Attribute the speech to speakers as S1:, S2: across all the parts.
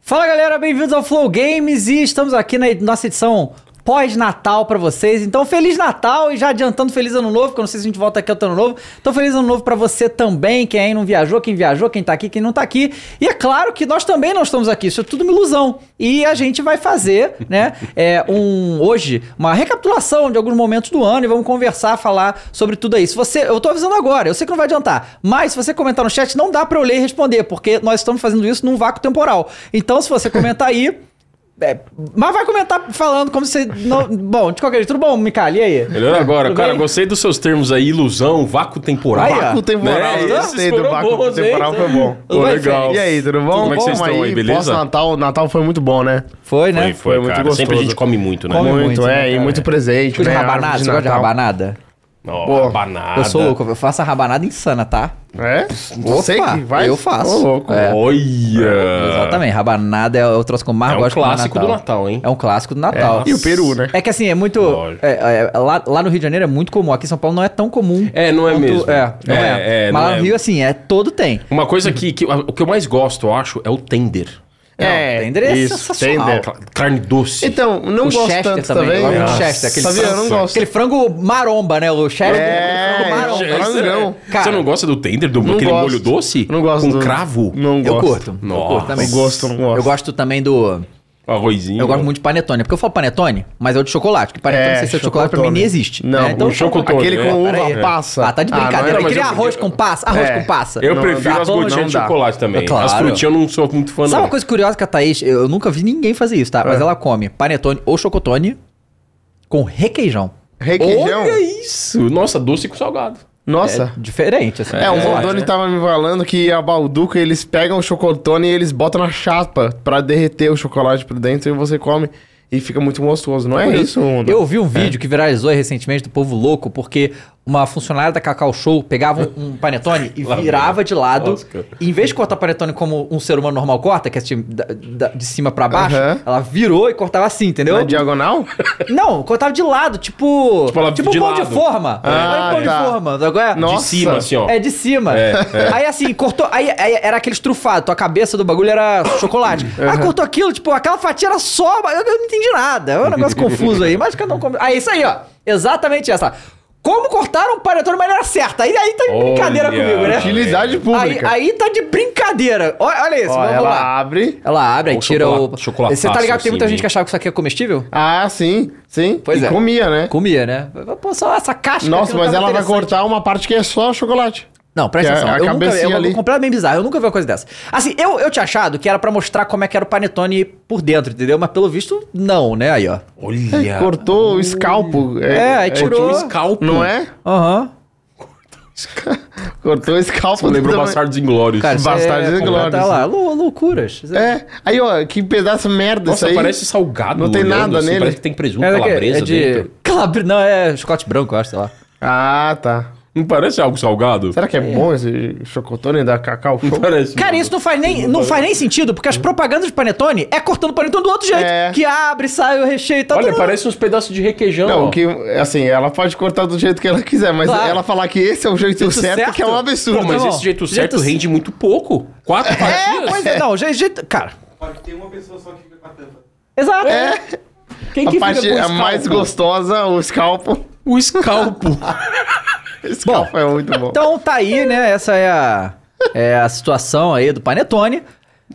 S1: Fala galera, bem-vindos ao Flow Games e estamos aqui na nossa edição pós-Natal pra vocês. Então, Feliz Natal e já adiantando Feliz Ano Novo, que eu não sei se a gente volta aqui ao Ano Novo. Então, Feliz Ano Novo pra você também, quem aí não viajou, quem viajou, quem tá aqui, quem não tá aqui. E é claro que nós também não estamos aqui, isso é tudo uma ilusão. E a gente vai fazer, né, é, um, hoje, uma recapitulação de alguns momentos do ano e vamos conversar, falar sobre tudo isso. Você, eu tô avisando agora, eu sei que não vai adiantar, mas se você comentar no chat, não dá pra eu ler e responder, porque nós estamos fazendo isso num vácuo temporal. Então, se você comentar aí, é, mas vai comentar falando como se. não- bom, de qualquer jeito, tudo bom, Mikael? E aí?
S2: É,
S3: Melhor agora,
S1: Tudo
S3: cara.
S1: bem?
S3: Gostei dos seus termos aí, ilusão, vácuo temporal.
S1: Aí, ó.
S3: Vácuo
S1: Vácuo
S3: temporal.
S2: temporal,
S3: Né?
S2: gostei
S3: Esses
S2: do
S3: foram
S2: vácuo
S3: bons, hein?
S2: temporal, foi bom.
S3: Pô,
S1: Vai,
S3: legal.
S1: Fred.
S2: E aí, tudo bom?
S3: Como é que
S2: Bom,
S3: vocês estão aí, beleza?
S2: Pós-Natal, Natal foi muito bom, né?
S1: Foi, né?
S3: Foi, foi,
S2: Foi muito
S3: cara.
S2: gostoso.
S3: Sempre a gente come muito, né?
S1: Come
S2: muito,
S1: muito,
S2: é,
S1: né,
S2: e
S1: cara?
S2: muito presente,
S1: Gosta
S2: né?
S1: de
S2: Árvore
S1: rabanada? Você gosta de
S2: Natal.
S1: rabanada?
S3: Ó,
S2: Pô,
S3: rabanada.
S1: Eu sou louco, eu faço a rabanada insana, tá?
S2: É?
S1: Opa,
S2: Você que vai?
S1: eu faço.
S2: Ô, louco.
S1: É.
S3: Olha.
S1: Exatamente, rabanada é o troço que eu mais
S3: É um
S1: gosto de comer no
S3: clássico do Natal, hein?
S1: É um clássico do Natal.
S2: É, e o peru, né?
S1: É que assim, é muito.
S3: Lógico.
S1: é, é, lá, lá no Rio de Janeiro é muito comum, aqui em São Paulo não é tão comum.
S3: É, não é
S1: quanto-
S3: mesmo.
S1: É, não é.
S3: É, é,
S1: Mas
S3: não
S1: lá
S3: é.
S1: no Rio, assim, é todo tem.
S3: Uma coisa que, que- o que eu mais gosto, eu acho, é o tender.
S2: É,
S1: Não, tender é
S2: isso,
S1: sensacional.
S2: tender.
S3: Cla- Carne doce.
S2: Então, não
S1: O
S2: gosto
S1: Chester
S2: tanto
S1: também,
S2: também.
S1: eu gosto
S2: Nossa.
S1: do Chester, aquele
S2: Sabia? Eu não
S3: Sansa.
S2: gosto.
S1: Aquele frango maromba, né? O chefe
S2: É,
S1: frango
S2: é,
S1: maromba.
S2: é,
S3: Você-
S2: frangão.
S3: Você não gosta do tender, do
S2: Não
S3: aquele
S2: gosto.
S3: molho doce?
S2: Não gosto.
S3: Com
S2: do-
S3: cravo?
S2: Não
S1: Eu
S2: gosto.
S1: curto. Eu curto
S3: Nossa.
S1: também.
S2: Eu gosto, não gosto.
S1: Eu gosto também do.
S3: Arrozinho.
S1: Eu gosto muito de panetone. Porque eu falo panetone, mas é o de chocolate. Porque panetone, sem ser de chocolate, pra mim nem existe.
S2: Não,
S1: né?
S3: o
S1: eu falo-
S3: chocolate-
S2: Aquele
S3: É,
S2: com
S1: peraí.
S2: uva passa.
S1: Ah, tá de
S2: não,
S1: brincadeira.
S3: não,
S1: Ele
S3: mas
S1: queria
S3: eu-
S1: arroz com passa, arroz
S2: É.
S1: com passa.
S3: Eu
S2: Não
S3: prefiro
S2: dá,
S3: as
S2: pô,
S3: gotinhas
S2: não
S3: de
S2: dá.
S3: chocolate também.
S1: É claro.
S3: As frutinhas eu não sou muito fã,
S1: Sabe
S3: não.
S1: uma coisa curiosa que a Thaís, eu eu nunca vi ninguém fazer isso, tá?
S2: É.
S1: Mas ela come panetone ou chocotone com requeijão.
S2: Requeijão?
S3: Olha isso! Nossa, doce com salgado.
S2: Nossa.
S1: Diferente, assim.
S2: É, o
S1: eu acho,
S2: Mondoni
S1: né?
S2: tava me falando que a balduca eles pegam o chocotone e eles botam na chapa pra derreter o chocolate por dentro e você come e fica muito gostoso, não é isso, Mondoni?
S1: Eu vi um vídeo que viralizou aí recentemente do povo louco, porque uma funcionária da Cacau Show pegava um um panetone e
S3: Lá vem.
S1: virava de lado.
S3: Oscar.
S1: E em vez de cortar panetone como um ser humano normal corta, que é de, de cima pra baixo,
S2: Aham.
S1: ela virou e cortava assim, entendeu?
S2: Na diagonal?
S1: Não, cortava de lado, tipo.
S3: Tipo, ela
S1: Tipo,
S3: de
S1: um pão de
S3: lado.
S1: forma.
S2: Ah,
S1: Era um pão
S2: tá.
S1: de forma. Agora,
S2: Nossa.
S3: De cima, assim, ó. é.
S1: É de cima. Aí assim, cortou. Aí, aí era aquele estrufado. A cabeça do bagulho era chocolate.
S3: Uhum.
S1: Aí cortou aquilo, tipo, aquela fatia era só. Eu, eu não entendi nada. É um negócio confuso aí. Mas cada um come. Aí, isso aí, ó. Exatamente essa. Como cortaram o panetone de maneira certa. Aí, aí tá de brincadeira
S3: Olha.
S1: comigo, né?
S2: Utilidade
S1: Aí,
S2: pública.
S1: aí tá de brincadeira. Olha, olha isso,
S2: Ó,
S1: vamos
S3: é
S2: ela
S1: lá.
S2: abre.
S1: Ela abre, aí
S3: Ou
S1: tira
S3: chocolate-
S1: o.
S3: chocolataço,
S1: Você tá ligado que tem muita
S3: assim,
S1: gente que
S3: hein?
S1: achava que isso aqui é comestível?
S2: Ah, sim, sim.
S1: Pois
S2: e
S1: é.
S2: comia, né?
S1: Comia, né? Pô, só essa caixa.
S2: Nossa,
S1: aqui não
S2: mas
S1: tava
S2: ela vai
S1: é interessante.
S2: cortar uma parte que é só chocolate.
S1: Não, presta
S2: Que é
S1: atenção.
S2: a
S1: eu nunca vi, é
S2: cabecinha
S1: uma-
S2: ali.
S1: completamente bizarro. Eu nunca vi uma coisa dessa. Assim, eu, eu tinha achado que era pra mostrar como é que era o panetone por dentro, entendeu? Mas pelo visto, não, né? Aí, ó.
S3: Olha.
S2: é- Cortou o escalpo.
S1: É, aí tirou.
S3: um scalpo.
S2: Não é?
S1: Aham.
S2: Cortou o escalpo.
S3: Lembrou
S2: do tamanho-
S3: Bastardos Inglórios.
S1: Cara, isso
S2: Bastardos
S1: é,
S2: e Glórias.
S1: Tá lá, lou- loucuras.
S2: É. Aí, ó, que pedaço de merda
S3: Nossa,
S2: isso aí.
S3: parece salgado.
S2: Não tem
S3: olhando, assim,
S2: nada nele.
S3: Parece que tem presunto,
S1: É daqui-
S3: calabresa
S1: é de...
S3: dentro.
S1: Calabri... Não, é chocolate branco, eu acho, sei lá.
S2: Ah, tá.
S3: Não parece algo salgado?
S2: Será que é, bom esse chocotone da Cacau Show?
S3: Não parece.
S1: Cara,
S3: mesmo.
S1: isso não faz nem, não faz nem sentido, porque as propagandas de panetone é cortando o panetone do outro jeito.
S2: É.
S1: Que abre, sai o recheio e tal.
S3: Olha,
S1: tudo-
S3: parece uns pedaços de requeijão.
S2: Não,
S3: ó.
S2: o que, assim, ela pode cortar do jeito que ela quiser, mas
S1: Claro.
S2: ela falar que esse é o jeito, certo,
S1: certo?
S2: que é um absurdo.
S3: Pô, mas
S1: Não,
S3: esse jeito
S1: jeito
S3: certo
S1: c-
S3: rende muito pouco. Quatro
S1: É,
S3: fatias?
S1: pois é. Não, jeito... jeito- Cara,
S4: Pode ter uma pessoa só que fica com a tampa.
S1: exato.
S2: É,
S3: Quem
S2: a parte
S3: com
S2: a
S3: escalpo?
S2: mais gostosa, o escalpo.
S3: O escalpo.
S2: O escalpo é muito bom.
S1: Então tá aí, né? Essa é a, é a situação aí do Panetone.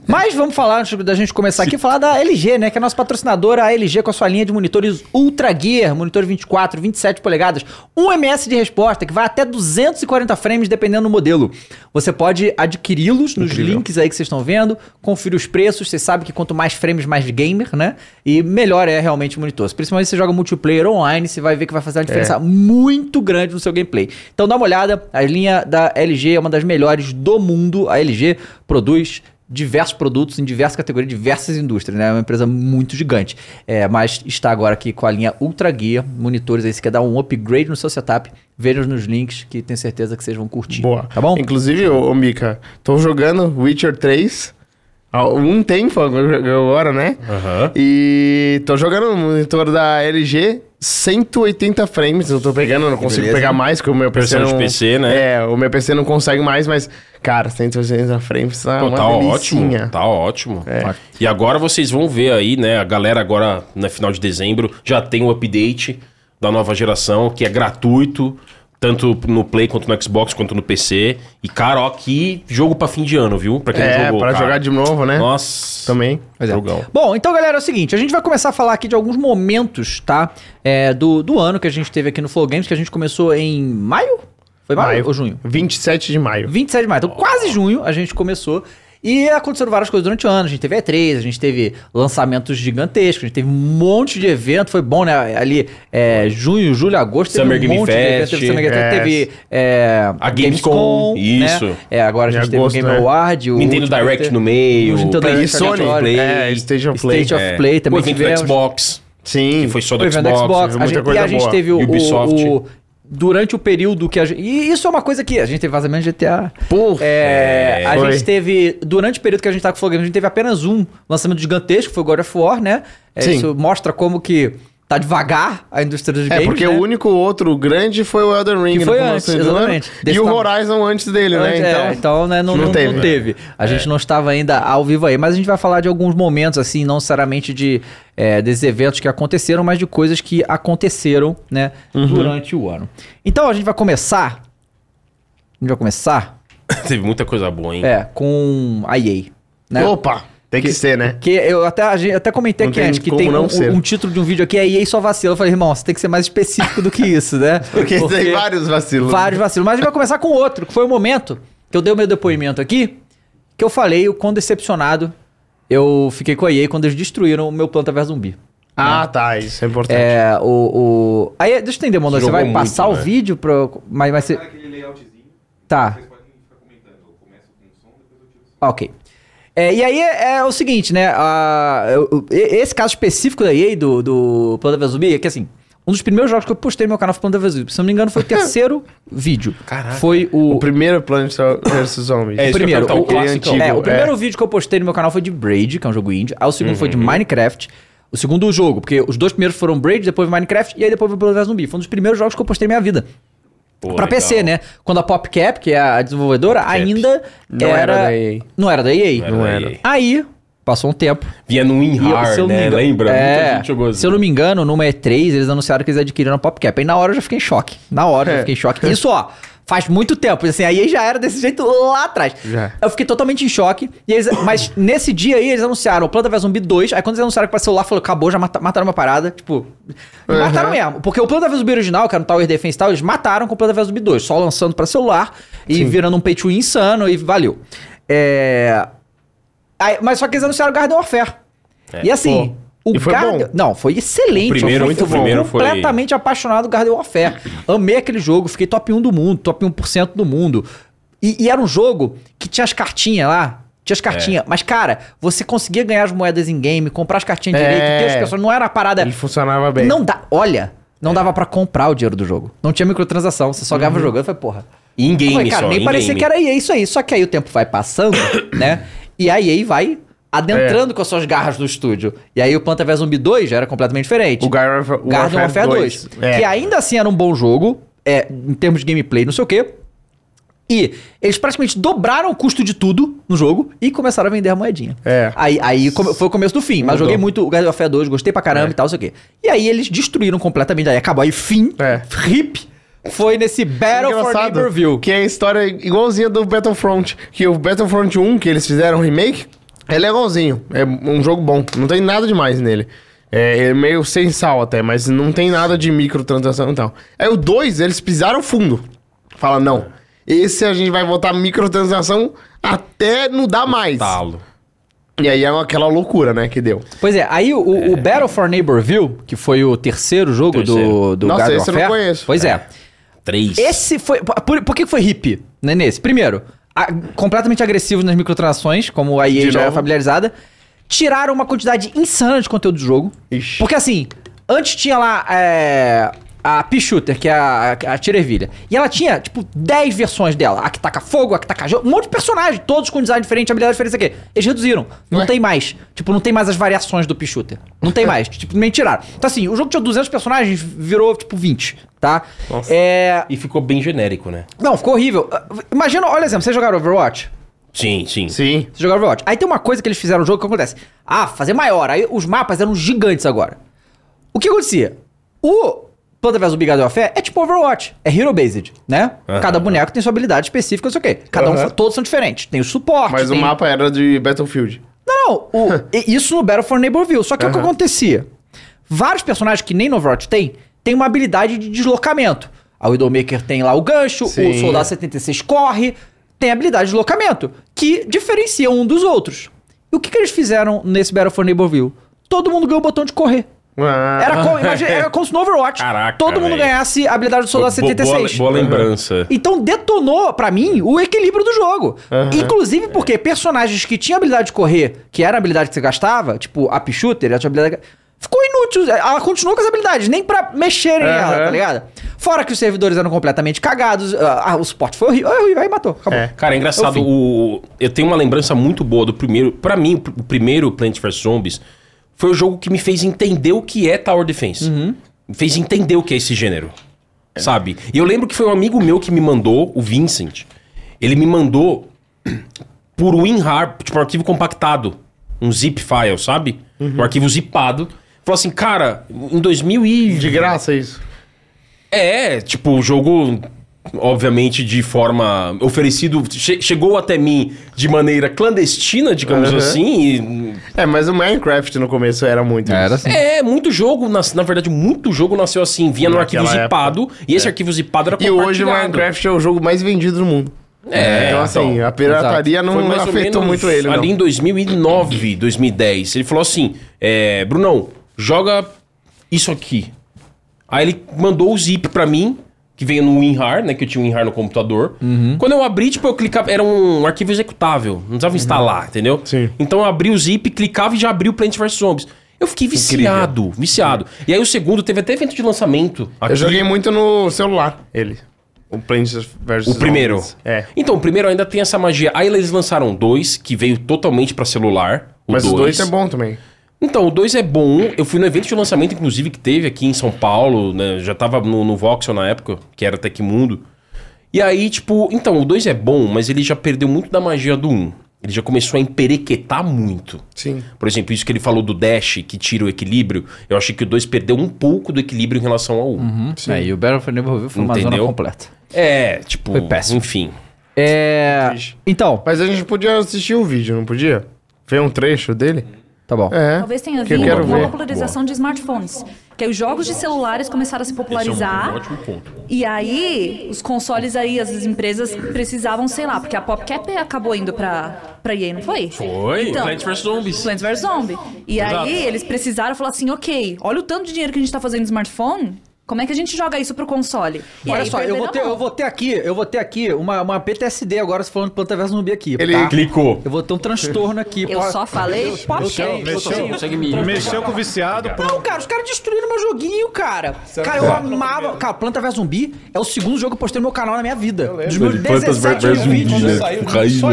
S1: Mas vamos falar, antes da gente começar aqui, falar da LG, né? Que é a nossa patrocinadora, a LG, com a sua linha de monitores Ultra Gear, monitor 24, 27 polegadas, 1 ms de resposta, que vai até 240 frames, dependendo do modelo. Você pode adquiri-los nos links aí que vocês estão vendo, confira os preços, você sabe que quanto mais frames, mais gamer, né? E melhor é realmente o monitor. Principalmente se você joga multiplayer online, você vai ver que vai
S2: É.
S1: fazer uma diferença muito grande no seu gameplay. Então dá uma olhada, a linha da LG é uma das melhores do mundo. A LG produz diversos produtos em diversas categorias, diversas indústrias, né? É uma empresa muito gigante. É, mas está agora aqui com a linha Ultra Gear, monitores aí, se quer dar um upgrade no seu setup, vejam nos links que tenho certeza que vocês vão curtir.
S2: Boa.
S1: Tá bom?
S2: Inclusive, ô, ô Mika, tô jogando Witcher 3. Ah, Um tem fogo agora, né?
S3: Aham.
S2: E tô jogando no monitor da LG 180 frames. Eu tô pegando, eu não consigo
S1: beleza.
S2: pegar mais, porque o meu PC.
S3: Versão de
S2: não,
S3: PC, né?
S2: É, o meu PC não consegue mais, mas, cara, 180 frames tá
S3: Pô,
S2: uma
S3: tá
S2: delicinha.
S3: ótimo, tá ótimo.
S2: É.
S3: E agora vocês vão ver aí, né? A galera agora, na final de dezembro, já tem o update da nova geração, que é gratuito, tanto no Play quanto no Xbox, quanto no PC. E, cara, ó, que jogo pra fim de ano, viu? Pra quem não
S2: É,
S3: jogou,
S2: pra
S3: cara.
S2: jogar de novo, né?
S3: Nossa.
S2: Também.
S1: Pois é.
S3: Jogão.
S1: Bom, então, galera, é o seguinte: a gente vai começar a falar aqui de alguns momentos, tá? É, do, do ano que a gente teve aqui no Flow Games, que a gente começou em maio? Foi maio, ou junho?
S2: 27 de maio.
S1: 27 de maio. Então, quase junho a gente começou. E aconteceram várias coisas durante o ano. A gente teve E3, a gente teve lançamentos gigantescos, a gente teve um monte de evento. Foi bom, né? Ali, é, junho, julho, agosto, teve
S3: Summer
S1: um
S3: Game
S1: monte de evento.
S3: Fest.
S1: Teve Summer Game Fest,
S2: Yes.
S1: teve é,
S3: A Gamescom, isso.
S1: É, agora a gente
S2: Em
S1: teve o
S2: agosto,
S1: Game
S2: né?
S1: Award. O
S3: Nintendo
S1: último
S3: Direct
S1: que teve-
S3: no meio,
S1: Nintendo
S3: Play-
S1: Direct
S2: Sony,
S1: agora.
S2: é, Stage of Play.
S1: State of Play também
S3: o evento
S1: tivemos.
S3: É. do Xbox,
S2: Sim.
S3: que foi só
S1: Foi
S3: do
S1: evento
S3: Xbox.
S1: do Xbox.
S2: muita
S1: A gente- e
S2: coisa
S1: a gente
S2: boa.
S1: teve o,
S3: Ubisoft.
S1: o- Durante o período que a gente. E isso é uma coisa que. A gente teve vazamento de GTA.
S2: Puf,
S1: É, a
S2: foi.
S1: gente teve. Durante o período que a gente tá com o Flow Games, a gente teve apenas um lançamento gigantesco, que foi o God of War, né? É,
S2: Sim.
S1: Isso mostra como que tá devagar a indústria dos
S2: É,
S1: games.
S2: porque
S1: né?
S2: o único outro grande foi o Elden Ring.
S1: Que foi
S2: no
S1: antes,
S2: começo do ano.
S1: exatamente. Desse
S2: E o
S1: tamanho.
S2: Horizon antes dele, né?
S1: Antes,
S2: Então,
S1: é, então né, não,
S2: não
S1: não, não teve.
S2: teve. É.
S1: A gente não estava ainda ao vivo aí, mas a gente vai falar de alguns momentos, assim, não necessariamente de é, desses eventos que aconteceram, mas de coisas que aconteceram, né,
S2: Uhum.
S1: durante o ano. Então a gente vai começar. A gente vai começar
S3: Teve muita coisa boa, hein?
S1: é, com a EA. Né?
S2: Opa, tem que, ser, né?
S1: Que eu até, a gente- até comentei
S2: Não
S1: aqui
S2: tem
S1: antes que
S2: como
S1: tem
S2: não
S1: um,
S2: ser.
S1: um título de um vídeo aqui, é EA só vacila. Eu falei, irmão, você tem que ser mais específico do que isso, né?
S2: Porque, tem vários
S3: né?
S2: vacilos. né?
S1: Vários vacilos. Mas a gente vai começar com outro, que foi o momento que eu dei o meu depoimento aqui, que eu falei o quão decepcionado eu fiquei com a EA quando eles destruíram o meu Planta vs Zumbi. Né?
S2: Ah, tá, isso é importante.
S1: É, o... o... Aí, deixa eu entender, Mondor, você
S3: Jogou
S1: vai
S3: muito,
S1: passar o
S3: né?
S1: vídeo pro... Mas, mas você...
S4: Aquele layoutzinho.
S1: Tá.
S4: Vocês podem ficar comentando. Eu começo com o som, depois eu tiro o som.
S1: Ah, Ok. É, e aí é, é o seguinte, né? a- eu- eu- e- esse caso específico da EA, do, do Planta vs Zumbi, é que assim, um dos primeiros jogos que eu postei no meu canal foi Planta vs Zumbi. Se eu não me engano, foi o terceiro vídio.
S3: Caraca.
S1: Foi o...
S2: O primeiro Plants vs Zombies.
S3: É isso. que eu ia
S1: primeiro,
S3: perguntar,
S1: o,
S3: o
S1: clássico.
S2: antigo,
S1: é, o
S2: é.
S1: primeiro vídeo que eu postei no meu canal foi de Braid, que é um jogo indie. Aí o segundo
S3: Uhum.
S1: foi de Minecraft. O segundo o jogo, porque os dois primeiros foram Braid, depois Minecraft e aí depois Planta vs Zumbi. Foi um dos primeiros jogos que eu postei na minha vida.
S3: Pô,
S1: pra
S3: legal.
S1: PC, né? Quando a PopCap, que é a desenvolvedora, ainda
S2: Não era da EA.
S1: Não era da EA.
S3: Não era da EA.
S1: Aí, passou um tempo.
S3: Vinha no
S1: eu-
S3: WinRAR,
S1: eu não me
S3: né?
S1: engano-
S3: Lembra?
S1: É,
S3: Muita gente jogou assim.
S1: Se eu não me engano, numa E3, eles anunciaram que eles adquiriram a PopCap. Aí na hora eu já fiquei em choque. Na hora eu já fiquei em choque. Isso, ó, faz muito tempo. Assim, aí já era desse jeito lá atrás.
S2: Já.
S1: Eu fiquei totalmente em choque. E eles- mas nesse dia aí, eles anunciaram o Planta vs Zumbi 2. Aí quando eles anunciaram que pra celular, falou, acabou, já mata- mataram uma parada. Tipo, e
S2: Uhum.
S1: mataram mesmo. Porque o Planta vs Zumbi original, que era no Tower Defense e tal, eles mataram com o Planta vs Zumbi 2. Só lançando pra celular e virando um pay to win insano e valeu. É... Aí- mas só que eles anunciaram o Garden Warfare. e assim... O
S2: E foi
S1: Garden...
S2: bom.
S1: Não, foi
S3: É.
S1: excelente.
S3: O primeiro-
S1: eu
S3: o primeiro foi-
S1: completamente apaixonado do Garden Warfare. Amei aquele jogo, fiquei top 1 do mundo, top 1% do mundo. E, e era um jogo que tinha as cartinhas lá. Tinha
S3: É.
S1: as cartinhas. Mas, cara, você conseguia ganhar as moedas em game, comprar as cartinhas
S2: É.
S1: direito, ter as pessoas. Não era a parada.
S2: Ele funcionava bem. É.
S1: Não dá. Olha, não dava pra comprar o dinheiro do jogo. Não tinha microtransação, você só ganhava
S2: Uhum.
S1: jogando. Eu falei, porra. Eu
S3: In-game
S1: falei, cara,
S3: só,
S1: nem
S3: in-game.
S1: parecia que era EA é isso aí. Só que aí o tempo vai passando, né? E a EA vai
S2: É.
S1: adentrando com as suas garras no estúdio. E aí o Planta vs Zumbi 2 já era completamente diferente.
S2: O Garden Warfare, é.
S1: Garden Warfare 2. Que ainda assim era um bom jogo, é, em termos de gameplay, não sei o quê. E eles praticamente dobraram o custo de tudo no jogo e começaram a vender a moedinha.
S2: É.
S1: Aí, aí come- foi o começo do fim,
S2: Mudou.
S1: mas
S2: É.
S1: joguei muito o Garden Warfare 2, gostei pra caramba e tal, não sei o quê. E aí eles destruíram completamente, aí acabou. Aí fim,
S2: É.
S1: RIP, foi nesse Battle for Neighborville.
S2: Que é a história igualzinha do Battlefront. Que o Battlefront 1, que eles fizeram um remake, é legalzinho. É um jogo bom. Não tem nada demais nele. É, é meio sem sal até, mas não tem nada de microtransação e tal. Aí o 2, eles pisaram fundo. Fala, não. Esse a gente vai botar microtransação até não dar mais.
S3: Talo.
S2: E aí é aquela loucura, né, que deu.
S1: Pois é, aí o, o Battle for Neighborville, que foi o terceiro jogo do,
S3: Terceiro.
S1: do
S2: Nossa,
S1: Garden
S2: esse eu não
S1: Warfare.
S2: conheço.
S1: Pois é.
S3: Três.
S1: Esse foi. Por, por que foi hippie, né, nesse? Primeiro, a- completamente agressivo nas microtransações, como a EA
S2: De
S1: já é
S2: novo.
S1: familiarizada. Tiraram uma quantidade insana de conteúdo do jogo.
S2: Ixi.
S1: Porque assim, antes tinha lá. é, a P-Shooter, que é a, a tira ervilha. E ela tinha, tipo, 10 versões dela. A que taca fogo, a que taca gelo, um monte de personagem, todos com design diferente, habilidade diferente, isso aqui. Eles reduziram. Não
S2: Ué?
S1: tem mais. Tipo, não tem mais as variações do P-Shooter. Não tem mais. tipo, nem tiraram. Então, assim, o jogo tinha 200 personagens, virou, tipo, 20, tá?
S3: Nossa.
S1: É...
S3: E ficou bem genérico, né?
S1: Não, ficou horrível. Ah, Imagina, olha exemplo, vocês jogaram Overwatch?
S3: Sim, sim.
S2: Sim.
S1: Você jogava Overwatch. Aí tem uma coisa que eles fizeram no jogo que acontece. Ah, fazer maior. Aí os mapas eram gigantes agora. O que acontecia? O Planta vs Big of Fé é tipo Overwatch. É Hero Based, né?
S3: Aham.
S1: Cada boneco tem sua habilidade específica, não sei o quê. Cada um,
S2: Aham.
S1: todos são diferentes. Tem o suporte.
S2: Mas o
S1: tem-
S2: mapa era de Battlefield.
S1: Não, não. o- e- isso no Battle for Neighborville. Só que é o que acontecia? Vários personagens que nem no Overwatch tem, tem uma habilidade de deslocamento. A Widowmaker tem lá o gancho, o
S2: Sim.
S1: Soldado 76 corre, tem habilidade de deslocamento, que diferencia um dos outros. E o que, que eles fizeram nesse Battle for Neighborville? Todo mundo ganhou o botão de correr.
S2: Ah,
S1: Era como, imagina, era como se no Overwatch
S3: Caraca,
S1: todo mundo
S3: véi.
S1: ganhasse a habilidade do Soldado
S3: Bo- boa-
S1: 76.
S3: Boa, lembrança.
S1: Uhum. Então detonou, pra mim, o equilíbrio do jogo.
S3: Uhum.
S2: Aham.
S1: Inclusive porque personagens que tinham habilidade de correr, que era a habilidade que você gastava, tipo a P-Shooter, a sua habilidade. Ficou inútil. Ela continuou com as habilidades, nem pra mexerem
S3: Uhum.
S1: nela,
S2: Aham.
S1: tá ligado? Fora que os servidores eram completamente cagados, ah, ah, o suporte foi horrível, horrível, aí matou. Acabou.
S2: É.
S3: Cara, é engraçado.
S1: É o fim.
S3: o- eu tenho uma lembrança muito boa do primeiro. Pra mim, o pr- o primeiro Plants vs Zombies foi o jogo que me fez entender o que é Tower Defense. Me fez entender o que é esse gênero. Sabe? E eu lembro que foi um amigo meu que me mandou, o Vincent. Ele me mandou por WinRAR, tipo um arquivo compactado, um zip file, sabe?
S2: Uhum.
S3: Um arquivo zipado. Falou assim, cara, em 2000 e...
S2: De graça isso.
S3: É, tipo, o jogo, obviamente, de forma oferecido, che- chegou até mim de maneira clandestina, digamos
S2: Aham.
S3: assim.
S2: É, mas o Minecraft no começo era muito
S5: Era
S2: isso.
S5: assim.
S3: E, é, muito jogo, nas- na, verdade, muito jogo nasceu assim, vinha no arquivo
S2: Naquela época. É.
S3: zipado, e esse arquivo zipado era
S2: E hoje o
S3: compartilhado.
S2: Minecraft é o jogo mais vendido do mundo.
S3: É,
S2: então assim,
S3: então,
S2: a pirataria
S3: Foi
S2: não
S3: mais ou
S2: afetou
S3: menos
S2: muito ele,
S3: Ali
S2: não.
S3: em 2009, 2010. Ele falou assim: é, Brunão, joga isso aqui. Aí ele mandou o zip pra mim, que veio no WinRAR, né? Que eu tinha o WinRAR no computador.
S2: Uhum.
S3: Quando eu abri, tipo, eu clicava. Era um arquivo executável. Não precisava instalar, entendeu?
S2: Sim.
S3: Então eu abri o zip, clicava e já abri o Plants vs Zombies. Eu fiquei viciado, viciado. E aí o segundo teve até evento de lançamento.
S2: Eu joguei muito no celular, ele. O Plants vs.
S3: O primeiro.
S2: Zombies. É.
S3: Então, o primeiro ainda tem essa magia. Aí eles lançaram dois, que veio totalmente pra celular. O
S2: Mas
S3: dois.
S2: o 2 é bom também.
S3: Então, o dois é bom. Eu fui no evento de lançamento, inclusive, que teve aqui em São Paulo, né? Já tava no, no Voxel na época, que era Tecmundo. E aí, tipo, então, o dois é bom, mas ele já perdeu muito da magia do Um. Ele já começou a emperequetar muito.
S2: Sim.
S3: Por exemplo, isso que ele falou do dash, que tira o equilíbrio. Eu achei que o dois perdeu um pouco do equilíbrio em relação ao Um.
S1: É, e o Battle for Neighborville foi uma
S3: Entendeu?
S1: zona completa.
S3: É, tipo,
S1: Foi péssimo.
S3: enfim.
S1: É.
S2: Triste.
S1: Então,
S2: Mas a gente podia assistir o vídeo, não podia? Ver um trecho dele?
S1: tá bom.
S2: É.
S6: Talvez tenha
S2: Que eu
S6: vindo
S2: quero
S6: com a
S2: ver.
S6: popularização de smartphones. Que aí os jogos de celulares começaram a se
S3: é
S2: é um
S6: popularizar.
S3: um ponto.
S6: E aí, os consoles aí, as empresas precisavam, sei lá, porque a PopCap acabou indo pra, pra EA, não foi?
S3: Foi,
S7: Então,
S3: Plants vs Zombies.
S6: Plants vs. Zombie. E
S3: Exato.
S6: aí, eles precisaram falar assim, ok, olha o tanto de dinheiro que a gente tá fazendo no smartphone, como é que a gente joga isso pro console? E
S1: Olha
S6: aí,
S1: só, eu
S6: perderam
S1: vou,
S6: a
S1: ter,
S6: mão.
S1: eu vou ter aqui, eu vou ter aqui uma, uma PTSD agora se falando de planta versus zumbi aqui.
S2: Ele
S1: tá?
S3: Clicou.
S1: Eu vou ter um transtorno aqui.
S6: Eu
S1: pô.
S6: só falei
S1: Mexeu,
S8: mexeu.
S3: Consegue me
S8: Mexeu com o viciado, pronto.
S1: um Não, cara, os caras destruíram meu joguinho, cara. cara,
S8: é um
S1: eu amava. Cara, Planta vs Zumbi é o segundo jogo que eu postei no meu canal na minha vida. Dos meus 17 mil vídeos.
S9: né?
S3: Raiz,
S1: Não,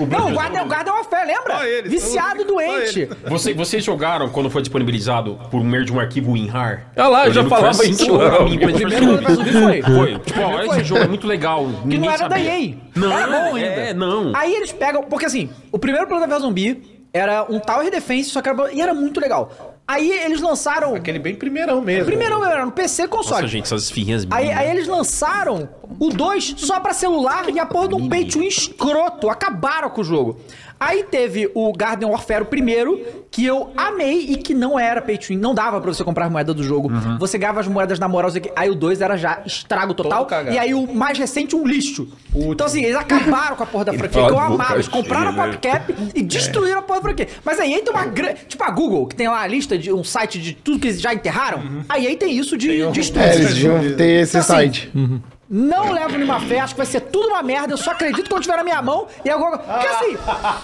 S1: o guarda, o guarda é uma fé,
S8: Só
S1: lembra?
S8: ele,
S1: Viciado e doente.
S3: Você, vocês jogaram quando foi disponibilizado por meio de um arquivo WinRAR?
S5: Ah lá, eu já
S3: lembro que
S5: falava
S3: foi assim,
S5: isso.
S3: pô, pra mim, pra
S1: O
S3: gente
S1: primeiro Planta vs
S3: foi.
S1: Zumbi foi.
S3: Foi. Tipo, olha, esse jogo é muito legal.
S1: Que não
S3: ninguém
S1: era da
S3: sabia.
S1: EA.
S3: Não,
S1: era bom ainda.
S3: é, não.
S1: Aí eles pegam. Porque assim, o primeiro Planta vs Zumbi era um Tower Defense, só que era. E era muito legal. Aí eles lançaram.
S8: Aquele bem primeirão mesmo.
S1: Primeiro era no PC e console.
S3: Nossa, gente, essas esfirrinhas
S1: Aí,
S3: minhas.
S1: aí eles lançaram o 2 só pra celular e a porra de um pay to win escroto. Acabaram com o jogo. Aí teve o Garden Warfare primeiro, que eu amei e que não era pay to win. Não dava pra você comprar as moedas do jogo. Você ganhava as moedas na moral. não sei o quê. Aí o 2 era já estrago total.
S8: Todo cagado.
S1: E aí o mais recente, um lixo. Então assim, eles acabaram com a porra da franquia.
S3: fala
S1: Que eu
S3: de boca
S1: amava. Eles
S3: cheia,
S1: compraram a
S3: né?
S1: PopCap e destruíram a porra da franquia. Mas aí tem uma grande... Tipo a Google, que tem lá a lista de um site de tudo que eles já enterraram. Aí aí tem isso de, de estudo.
S2: É, eles deviam ter
S6: Então,
S2: esse
S1: Assim,
S2: site.
S1: Não levo nenhuma fé, acho que vai ser tudo uma merda. Eu só acredito quando tiver na minha
S6: Ah,
S1: mão e agora. Porque assim,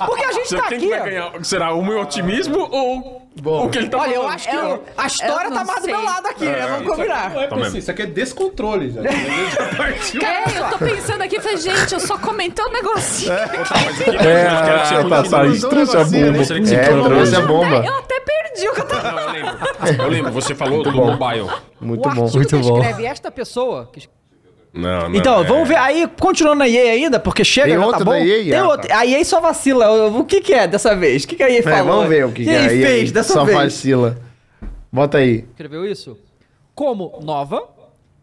S1: porque a gente tá
S3: Quem que
S1: aqui.
S3: vai
S1: ó.
S3: ganhar? Será o meu otimismo ou
S2: Bom.
S3: O que ele
S6: então
S3: tá
S1: Olha, eu
S3: falando.
S1: acho que
S6: Eu-
S1: eu- a história
S6: É eu
S1: tá
S6: não
S1: mais do meu
S6: sei.
S1: lado aqui, né? Vamos
S8: Não é
S3: Tá
S2: então,
S1: combinar.
S8: preciso,
S3: mesmo.
S8: isso aqui é descontrole já. entendeu? Já partiu.
S6: É, eu tô pensando aqui, falei, gente, eu só comentei um negocinho.
S2: Ah,
S5: É
S3: Eu quero que
S2: tá
S3: você
S5: a
S3: continue.
S5: passagem
S8: Mandou um
S5: trouxe a
S8: negocinho,
S5: bomba.
S8: né?
S3: Será que você
S5: pro
S3: falou?
S5: controle.
S2: É, Trouxe a bomba.
S6: Eu até perdi o que eu tava
S3: Não, eu lembro. Eu lembro, você falou do mobile.
S2: Muito
S1: o
S2: é
S1: é.
S2: bom.
S1: artigo
S5: muito bom.
S1: descreve esta pessoa. que-
S3: Não, não.
S1: Então,
S3: é-
S1: vamos ver. Aí, continuando na EA ainda, porque chega,
S2: Tem
S1: já tá
S2: outra
S1: bom.
S2: da EA?
S1: Tem
S2: Ah,
S1: outra.
S2: tá.
S1: A EA só vacila. O que que é dessa vez? O que que a EA
S2: É,
S1: falou?
S2: vamos ver o que, que é.
S1: EA
S2: aí,
S1: fez
S2: aí,
S1: dessa
S2: Só
S1: vez.
S2: vacila. Bota aí.
S1: Escreveu isso? Como tipo, nova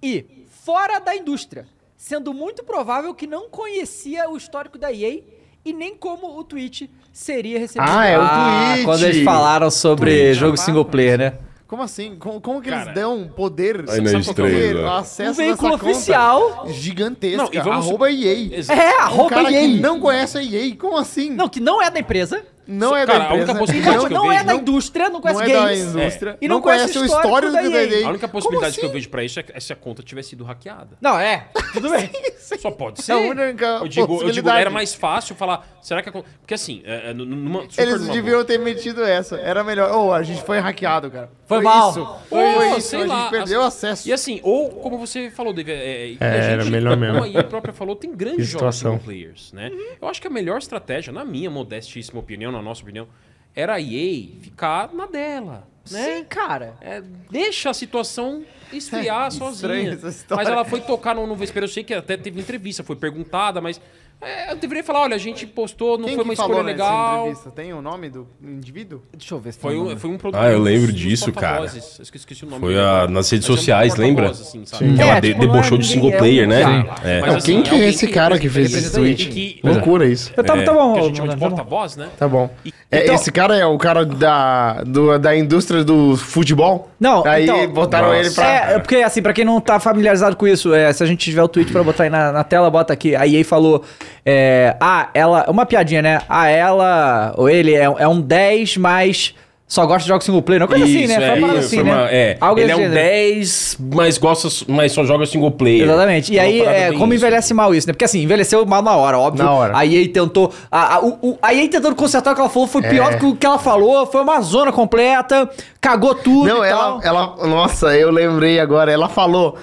S1: e fora da indústria, sendo muito provável que não conhecia o histórico da EA e nem como o Twitch seria recebido.
S2: Ah, é o Twitch.
S1: Quando eles falaram sobre jogo single player, né?
S10: Como assim? Como, como que eles
S3: Cara.
S10: dão poder,
S5: Aí na
S10: sabe qual que é?
S5: estrela.
S10: O
S1: Um
S10: acesso
S1: veículo
S10: nessa conta
S1: oficial.
S10: gigantesca,
S3: Não, e vamos-
S10: arroba EA.
S3: Exato.
S1: É,
S10: Um
S1: arroba
S10: cara
S1: EA.
S10: que
S1: Não...
S10: não conhece a EA, como assim?
S1: que não é da empresa.
S10: Não é
S3: Cara, a
S10: da empresa.
S3: única possibilidade
S1: Não,
S3: que eu
S1: não é
S3: vejo,
S1: da
S3: não-
S1: indústria, não
S10: não
S1: conhece
S10: é da
S1: games.
S10: indústria.
S1: E não conhece o histórico da EA.
S10: EA.
S3: A única
S10: Como
S3: possibilidade que eu
S10: assim?
S3: vejo pra isso é, é se a conta tivesse sido hackeada.
S1: Não, é. Tudo bem.
S3: Só pode ser.
S10: É a única
S3: eu digo, eu digo,
S10: possibilidade.
S3: era mais fácil falar. Será que a conta. Porque assim, é, é, n- numa. super
S10: Eles
S3: numa
S10: deviam ter metido essa. Era melhor. Ô, a gente foi hackeado, cara.
S1: Foi mal.
S10: Isso.
S3: boa.
S10: Foi,
S3: Ou,
S10: isso.
S3: sei
S10: A gente
S3: lá,
S10: perdeu
S3: as-
S10: acesso.
S3: E assim, ou como você falou, David, é, é, e a
S2: era melhor
S3: como
S2: mesmo.
S3: a EA própria falou, tem grandes
S2: Que
S3: jogos
S2: situação.
S3: single players, né? Eu acho que a melhor estratégia, na minha modestíssima opinião, na nossa opinião, era a EA ficar na dela, né?
S1: Sim, cara.
S3: É, deixa a situação esfriar sozinha.
S10: É, essa história.
S3: Mas ela foi tocar no, no Vespeiro, eu sei que até teve entrevista, foi perguntada, mas é, eu deveria falar, olha, a gente postou, não
S10: Quem
S3: foi
S10: que
S3: uma
S10: falou
S3: escolha
S10: nessa
S3: legal.
S10: entrevista? Tem o nome do indivíduo?
S1: Deixa eu ver se
S3: Foi
S1: tem
S3: um,
S1: nome.
S3: foi um produto
S5: Ah, eu
S3: dos-
S5: lembro
S3: dos
S5: disso, cara.
S3: porta-vozes. Eu esqueci, esqueci o nome
S5: Foi
S3: dele
S5: a-
S3: agora.
S5: nas redes
S3: Mas é um
S5: sociais, lembra?
S3: porta-voz, assim, sabe?
S5: Que ela
S1: É,
S5: de-
S1: tipo, não
S5: debochou
S1: é
S5: de single
S1: ninguém,
S5: player,
S1: é um
S5: né?
S1: cara. um
S5: É.
S3: Mas, assim,
S2: Quem que é
S3: alguém
S2: esse cara que fez esse
S3: representa-
S2: tweet?
S3: e que-
S2: Loucura isso.
S1: Eu
S5: É.
S1: tava, tá bom.
S3: que a gente chama de
S1: Ronaldo,
S3: porta-voz, né?
S2: Tá bom. É,
S1: Então-
S2: esse cara é o cara da, do- da indústria do futebol?
S1: Não,
S2: Aí
S1: então-
S2: botaram
S5: Nossa.
S2: ele pra.
S1: É, é porque assim, pra quem não tá familiarizado com isso, é, se a gente tiver o tweet pra botar aí na, na tela, bota aqui. A EA falou. é, ah, ela. Uma piadinha, né? Ah, ela. Ou ele é, é um 10, mas só gosta de jogos single player. Não coisa assim, né?
S3: Isso,
S1: Foi uma
S3: é,
S1: parada
S3: isso,
S1: assim,
S3: foi
S1: né?
S3: uma- é.
S1: Algo
S3: Ele é
S1: desse
S3: um
S1: gênero.
S3: 10, mas, gosta, mas só joga single player.
S1: Exatamente.
S3: Foi
S1: E
S3: uma
S1: aí,
S3: parada
S1: é,
S3: bem
S1: como
S3: isso.
S1: envelhece mal isso, né? Porque assim, envelheceu mal na hora, óbvio.
S2: Na hora.
S1: A EA tentou. A, a, o- o- a EA tentando consertar o que ela falou
S2: É.
S1: foi pior do que o que ela falou. Foi uma zona completa, cagou tudo.
S2: Não,
S1: e
S2: ela,
S1: tal.
S2: ela. Nossa, eu lembrei agora. Ela falou.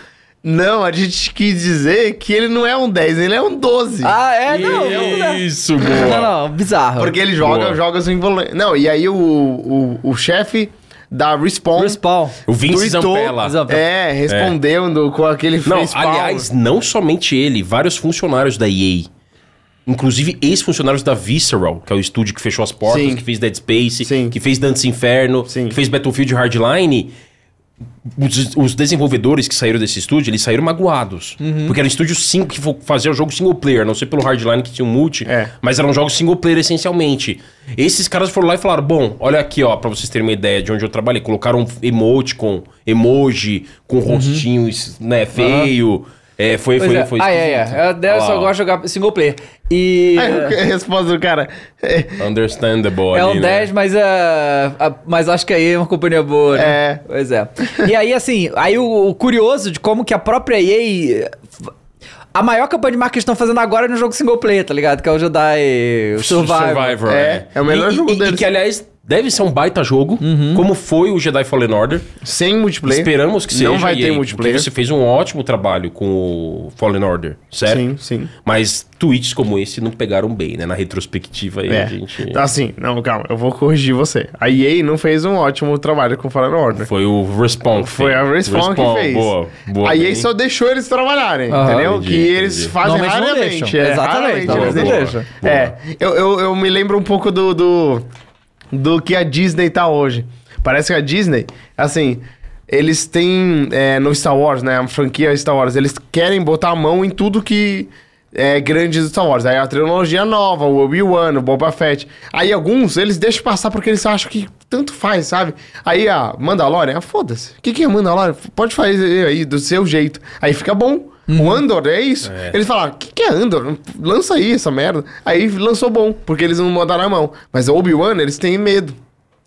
S2: Não, a gente quis dizer que ele não é um 10, ele é um 12.
S1: Ah, é? Não, não, não.
S5: Isso,
S1: Não,
S5: boa.
S1: não, bizarro.
S2: Porque ele joga,
S3: Boa.
S2: joga sem volante. Não, e aí o, o, o chefe da Respawn.
S1: Respawn.
S3: O Vince
S2: Tweetou-
S3: Zampella.
S1: Zampella.
S2: É, respondendo com aquele
S3: Não,
S2: facepalm.
S3: aliás, não somente ele, vários funcionários da EA. Inclusive ex-funcionários da Visceral, que é o estúdio que fechou as portas,
S2: Sim.
S3: que fez Dead Space,
S2: Sim.
S3: que fez Dantes Inferno,
S2: Sim.
S3: que fez Battlefield Hardline. Os, os desenvolvedores que saíram desse estúdio, eles saíram magoados.
S1: Uhum.
S3: Porque era um estúdio sim, que fo- fazia o jogo single player, não sei pelo Hardline que tinha um multi,
S2: É.
S3: mas eram jogos single player essencialmente. Esses caras foram lá e falaram: bom, olha aqui, ó, pra vocês terem uma ideia de onde eu trabalhei. Colocaram um emote com emoji, com rostinho né, feio. É, foi,
S1: Uhum. Pois
S3: foi,
S1: é.
S3: foi.
S1: ah, é,
S3: esquisito.
S1: é. Eu, eu
S3: Olha lá,
S1: só
S3: ó.
S1: gosto de jogar single player. E.
S2: Aí É a resposta do cara. É,
S3: Understandable.
S1: É
S3: ali,
S1: um
S3: né?
S1: 10, mas, é, a- mas acho que aí é uma companhia boa, né?
S2: É.
S1: Pois é. E aí, assim, aí o, o curioso de como que a própria EA... A maior campanha de marca que eles estão fazendo agora é no jogo single player, tá ligado? Que é o Jedi Survivor.
S3: Survivor.
S2: É, é o melhor
S3: E-
S2: jogo
S3: e, e,
S2: deles.
S3: que, aliás, deve ser um baita jogo,
S1: Uhum.
S3: como foi o Jedi Fallen Order.
S2: sem multiplayer.
S3: Esperamos que seja.
S2: Não vai
S3: e
S2: ter
S3: aí,
S2: multiplayer.
S3: porque Você fez um ótimo trabalho com o Fallen Order, certo?
S2: Sim, sim.
S3: Mas tweets como esse não pegaram bem, né? Na retrospectiva aí,
S2: É.
S3: a gente...
S2: Assim, não, calma, eu vou corrigir você. A EA não fez um ótimo trabalho com o Fallen Order.
S3: Foi o Respawn. que
S2: Foi
S3: fez.
S2: a Respawn que fez.
S3: Boa, boa.
S2: a EA
S3: bem.
S2: só deixou eles trabalharem,
S1: Aham.
S2: entendeu?
S3: Entendi,
S2: que eles
S3: entendi.
S2: fazem
S1: Normalmente não
S2: raramente.
S1: deixam.
S2: é,
S1: Exatamente,
S2: raramente
S1: tá
S2: eles
S1: bom,
S2: não
S1: boa,
S2: deixam.
S3: boa.
S2: É, eu, eu, eu me lembro um pouco do, do, do que a Disney tá hoje. Parece que a Disney, assim, eles têm é, no Star Wars, né? A franquia Star Wars, eles querem botar a mão em tudo que é grande do Star Wars. Aí a trilogia nova, o Obi-Wan, o Boba Fett. Aí alguns eles deixam passar porque eles acham que tanto faz, sabe? Aí a Mandalorian, ah, foda-se. O que, que é Mandalorian? Pode fazer aí do seu jeito. Aí fica bom. O Andor é isso. Eles falaram, o que, que é Andor? Lança aí essa merda. Aí lançou bom, porque eles não mandaram a mão. Mas o Obi-Wan, eles têm medo.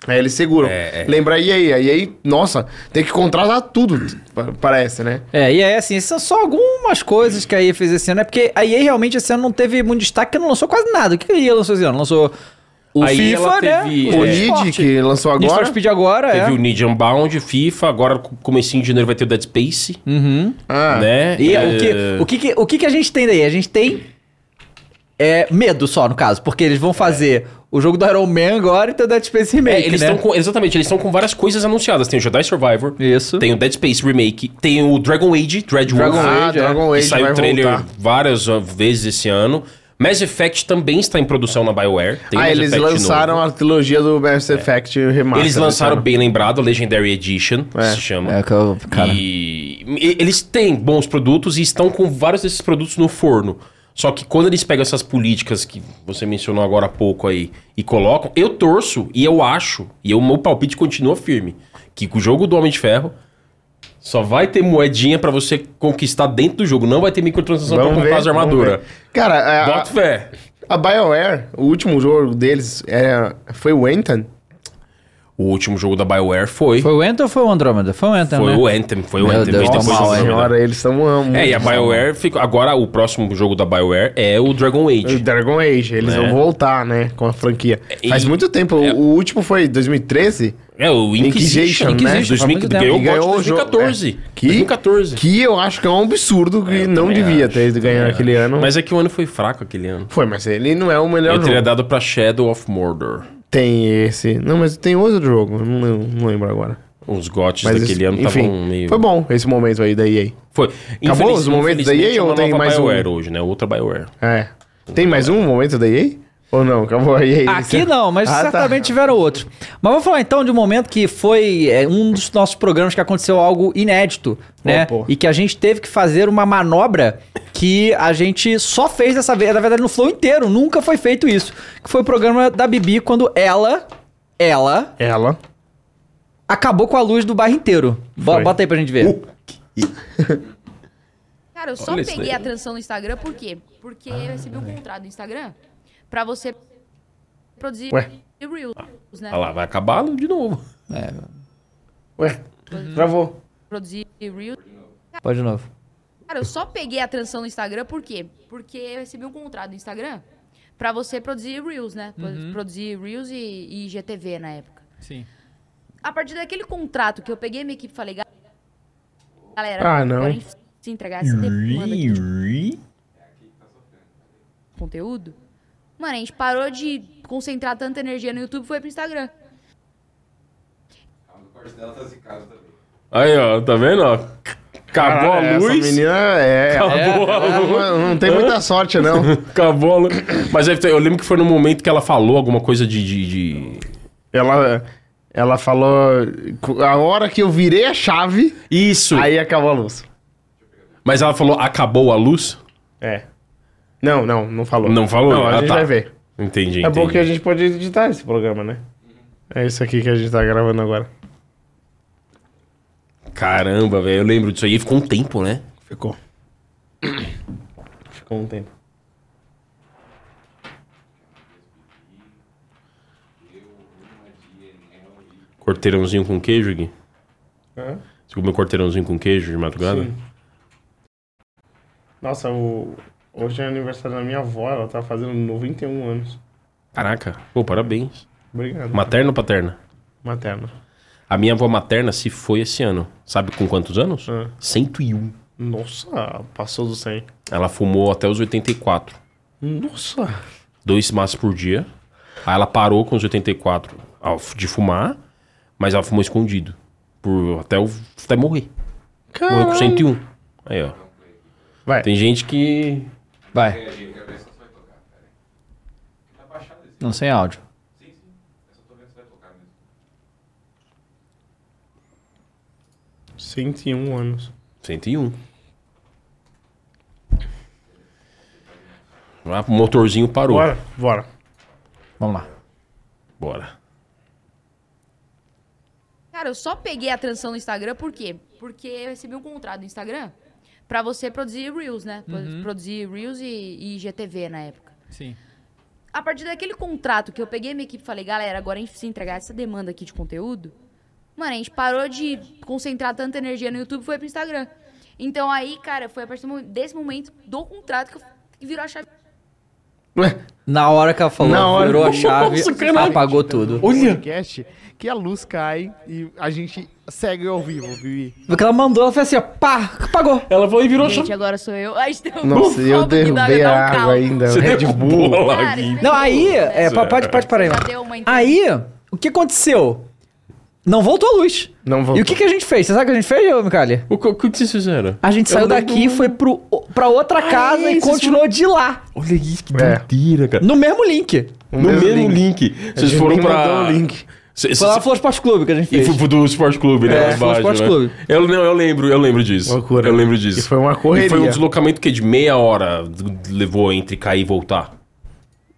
S2: Aí eles seguram.
S3: É, é.
S2: Lembra aí, aí, aí, nossa, tem que contratar tudo, pa- parece, né?
S1: É, e aí, assim, essas são só algumas coisas que a EA fez esse ano. É porque a EA realmente esse ano não teve muito destaque, porque não lançou quase nada. O que que a EA lançou esse ano? Lançou O
S3: Aí ela
S1: FIFA, né?
S3: teve,
S1: Os
S3: é,
S2: O
S1: esporte.
S2: Nid, que lançou
S1: Need for
S2: agora.
S1: Speed agora,
S3: Teve
S1: é.
S3: o Need Unbound, FIFA, agora co- comecinho de janeiro vai ter o Dead Space,
S1: Uhum.
S2: Ah,
S3: né?
S1: E
S3: É,
S1: o, que, o, que, que- o que que a gente tem daí? A gente tem é, medo só, no caso, porque eles vão fazer o jogo do Iron Man agora e tem o Dead Space
S3: é,
S1: Remake,
S3: eles
S1: né?
S3: estão com, exatamente, eles estão com várias coisas anunciadas. Tem o Jedi Survivor,
S1: Isso.
S3: tem o Dead Space Remake, tem o Dragon Age, Dread Wolf,
S1: Dragon
S2: ah
S1: Age, é.
S2: Dragon
S3: que
S2: Age
S3: saiu
S2: vai
S3: o trailer
S2: voltar.
S3: várias ó, vezes esse ano. Mass Effect também está em produção na BioWare. Tem
S2: Ah,
S3: Mass
S2: eles
S3: Effect novo. É.
S2: lançaram a trilogia do Mass Effect Remastered.
S3: Eles lançaram,
S2: né?
S3: bem lembrado, a Legendary Edition, que se chama.
S1: É que eu, cara.
S3: E e- eles têm bons produtos e estão com vários desses produtos no forno. Só que quando eles pegam essas políticas que você mencionou agora há pouco aí e colocam, eu torço e eu acho, e o meu palpite continua firme, que o jogo do Homem de Ferro só vai ter moedinha pra você conquistar dentro do jogo. Não vai ter microtransação pra
S2: Vamos ver,
S3: comprar as
S2: vamos
S3: armaduras.
S2: ver. Cara, a,
S3: Bota fé.
S2: a BioWare, o último jogo deles é, foi o Anthem.
S3: O último jogo da BioWare foi. Foi,
S1: Foi o Anthem ou foi o Andrômeda? Foi o Anthem, né?
S3: o Anthem. Foi o
S1: Meu
S3: Anthem.
S1: Deus,
S3: veio
S1: tão
S3: depois do
S1: mal, hein?
S3: Andromeda.
S2: Senhora, eles estão...
S3: É, e a BioWare ficou. Agora o próximo jogo da BioWare é o Dragon
S2: O
S3: Age.
S2: Dragon Age, eles
S3: É.
S2: vão voltar, né, com a franquia.
S3: E-
S2: Faz muito tempo,
S3: é.
S2: o último foi 2013,
S3: É, o Inquisition,
S2: Inquisition, né?
S3: Inquisition,
S2: Faz
S1: muito
S3: 2000,
S1: tempo.
S3: ganhou o
S2: E
S3: ganhou
S2: ganhou o jogo,
S3: 2014.
S2: é. Que-
S3: 2014.
S2: que eu acho que é um absurdo que
S3: Eu
S2: não
S3: também
S2: devia
S3: acho,
S2: ter
S3: também
S2: ganhado
S3: acho.
S2: aquele ano.
S3: Mas é que o ano foi fraco aquele ano.
S2: Foi, mas ele não é o melhor
S3: Eu
S2: jogo.
S3: teria dado pra Shadow of Mordor.
S2: Tem esse. Não, mas tem outro jogo, eu não, lembro- não lembro agora.
S3: Os gotes
S2: Mas
S3: daquele
S2: esse-
S3: ano
S2: enfim,
S3: estavam meio.
S2: foi bom esse momento aí da EA.
S3: Foi.
S2: Acabou os momentos da EA
S3: infelizmente, é uma
S2: ou tem
S3: nova
S2: mais um?
S3: BioWare hoje, né? Outra BioWare.
S2: É. Tem mais um momento da EA? Ou não? Acabou a EA.
S1: Aqui não, mas
S2: Ah, tá.
S1: certamente tiveram outros. Mas vamos falar então de um momento que foi é, um dos nossos programas que aconteceu algo inédito, né?
S2: pô.
S1: E que a gente teve que fazer uma manobra que a gente só fez dessa vez, na verdade no flow inteiro, nunca foi feito isso. Que foi o programa da Bibi quando ela, ela,
S2: Ela.
S1: acabou com a luz do bairro inteiro. Bo-
S2: Foi. Uh.
S1: Bota aí pra gente ver.
S5: Cara, eu só
S3: Olha isso
S5: peguei
S3: daí.
S5: a transição no Instagram por quê? Porque eu recebi um contrato do Instagram pra você produzir
S2: Ué.
S5: Reels, né?
S3: Ah, Olha lá, vai acabar de novo.
S2: É. Ué, travou.
S5: Produzir Reels.
S1: Pode de novo.
S5: Cara, eu só peguei a transição no Instagram por quê? Porque eu recebi um contrato do Instagram pra você produzir Reels, né? Pro- Produzir Reels e, e GTV na época.
S1: Sim.
S5: A partir daquele contrato que eu peguei minha equipe e falei, "Ga- galera,
S2: Ah, não.
S5: agora a gente se entregar esse demanda aqui de conteúdo. Mano, a gente parou de concentrar tanta energia no YouTube e foi pro Instagram.
S4: A do quarto dela tá zicado também.
S3: Aí, ó, tá vendo? ó? Acabou
S2: Caralho,
S3: a luz.
S2: Essa menina é.
S3: Acabou a
S2: ela não, não tem muita sorte, não.
S3: Acabou a luz. Mas aí, eu lembro que foi no momento que ela falou alguma coisa de- de- de...
S2: Ela, ela falou. A hora que eu virei a chave,
S3: Isso.
S2: aí acabou a luz.
S3: Mas ela falou, acabou a luz?
S2: É. Não, não, não falou.
S3: Não falou?
S2: Não, a
S3: Ah,
S2: gente
S3: tá.
S2: vai ver.
S3: Entendi,
S2: É bom
S3: entendi.
S2: que a gente pode editar esse programa, né? É isso aqui que a gente tá gravando agora.
S3: Caramba, velho, eu lembro disso aí. Ficou um tempo, né?
S2: Ficou. Ficou um tempo.
S3: Corteirãozinho com queijo, Gui?
S2: Hã?
S3: Você comeu corteirãozinho com queijo de madrugada?
S2: Sim. Nossa, o... hoje é aniversário da minha avó, ela tá fazendo 91 anos.
S3: Caraca. Pô, parabéns.
S2: Obrigado.
S3: Materna ou paterna?
S2: Materna.
S3: A minha avó materna se foi esse ano. Sabe com quantos anos?
S2: Ah.
S3: 101.
S2: Nossa, passou do 100.
S3: Ela fumou até os 84.
S2: Nossa.
S3: Dois maços por dia. Aí ela parou com os 84 ao- de fumar, mas ela fumou escondido. Por, até, o- até morrer. Morreu com 101. Aí, ó.
S2: Vai.
S3: Tem gente que
S1: Vai.
S11: É.
S1: Não sem áudio.
S4: Vai tocar mesmo.
S2: 101 anos.
S3: 101. Ah, o motorzinho parou.
S2: Bora, bora.
S1: Vamos lá.
S3: Bora.
S5: Cara, eu só peguei a transição no Instagram por quê? Porque eu recebi um contrato do Instagram pra você produzir Reels, né? Pro- Produzir Reels e, e GTV na época.
S1: Sim.
S5: A partir daquele contrato que eu peguei minha equipe e falei, galera, agora a gente precisa entregar essa demanda aqui de conteúdo. Mano, a gente parou de concentrar tanta energia no YouTube e foi pro Instagram. Então aí, cara, foi a partir mo- desse momento do contrato que, eu, que virou a chave.
S2: Ué,
S1: Na hora que ela falou,
S2: Na hora.
S1: virou a chave, apagou tudo.
S2: olha.
S10: podcast que a luz cai e a gente segue ao vivo, Bibi.
S1: Porque ela mandou, ela fez assim, ó, pá, apagou.
S3: Ela foi e virou
S5: Gente, agora sou eu. Ai, tem um
S2: Nossa, eu
S5: fogo que dá-
S2: derrubei
S5: dá um
S2: a água
S5: caldo.
S2: ainda. Red Bull.
S3: derrubou a
S5: Cara,
S3: laguinha.
S5: isso
S1: Não, aí, é, pa- pode, pode parar aí.
S5: Já deu uma entrada.
S1: Aí, o que aconteceu? Não voltou a luz.
S2: Não voltou.
S1: E o que, que a gente fez? Você sabe o que a gente fez, ô, Micali?
S3: O que, o que vocês fizeram?
S1: A gente saiu
S3: não-
S1: daqui, foi pro, pra outra casa e
S3: Ah, é vocês
S1: continuou de lá.
S3: Olha isso, que
S2: É.
S3: doideira, cara.
S1: No mesmo link.
S2: O
S3: no
S2: mesmo
S3: mesmo link. Vocês
S2: gente
S3: foram
S2: nem
S3: pra...
S2: mandou o link.
S3: Cês-
S1: Foi lá pro Esporte Clube que a gente
S3: E
S1: fez.
S3: fui pro do Esporte Clube,
S1: É,
S3: né? lá
S1: foi o
S3: embaixo,
S1: Esporte
S3: né?
S1: Clube.
S3: Eu, não, eu lembro, eu lembro disso.
S2: Loucura.
S3: Eu lembro disso.
S2: E foi uma correria.
S3: E foi um deslocamento que de meia hora d- levou entre cair e voltar.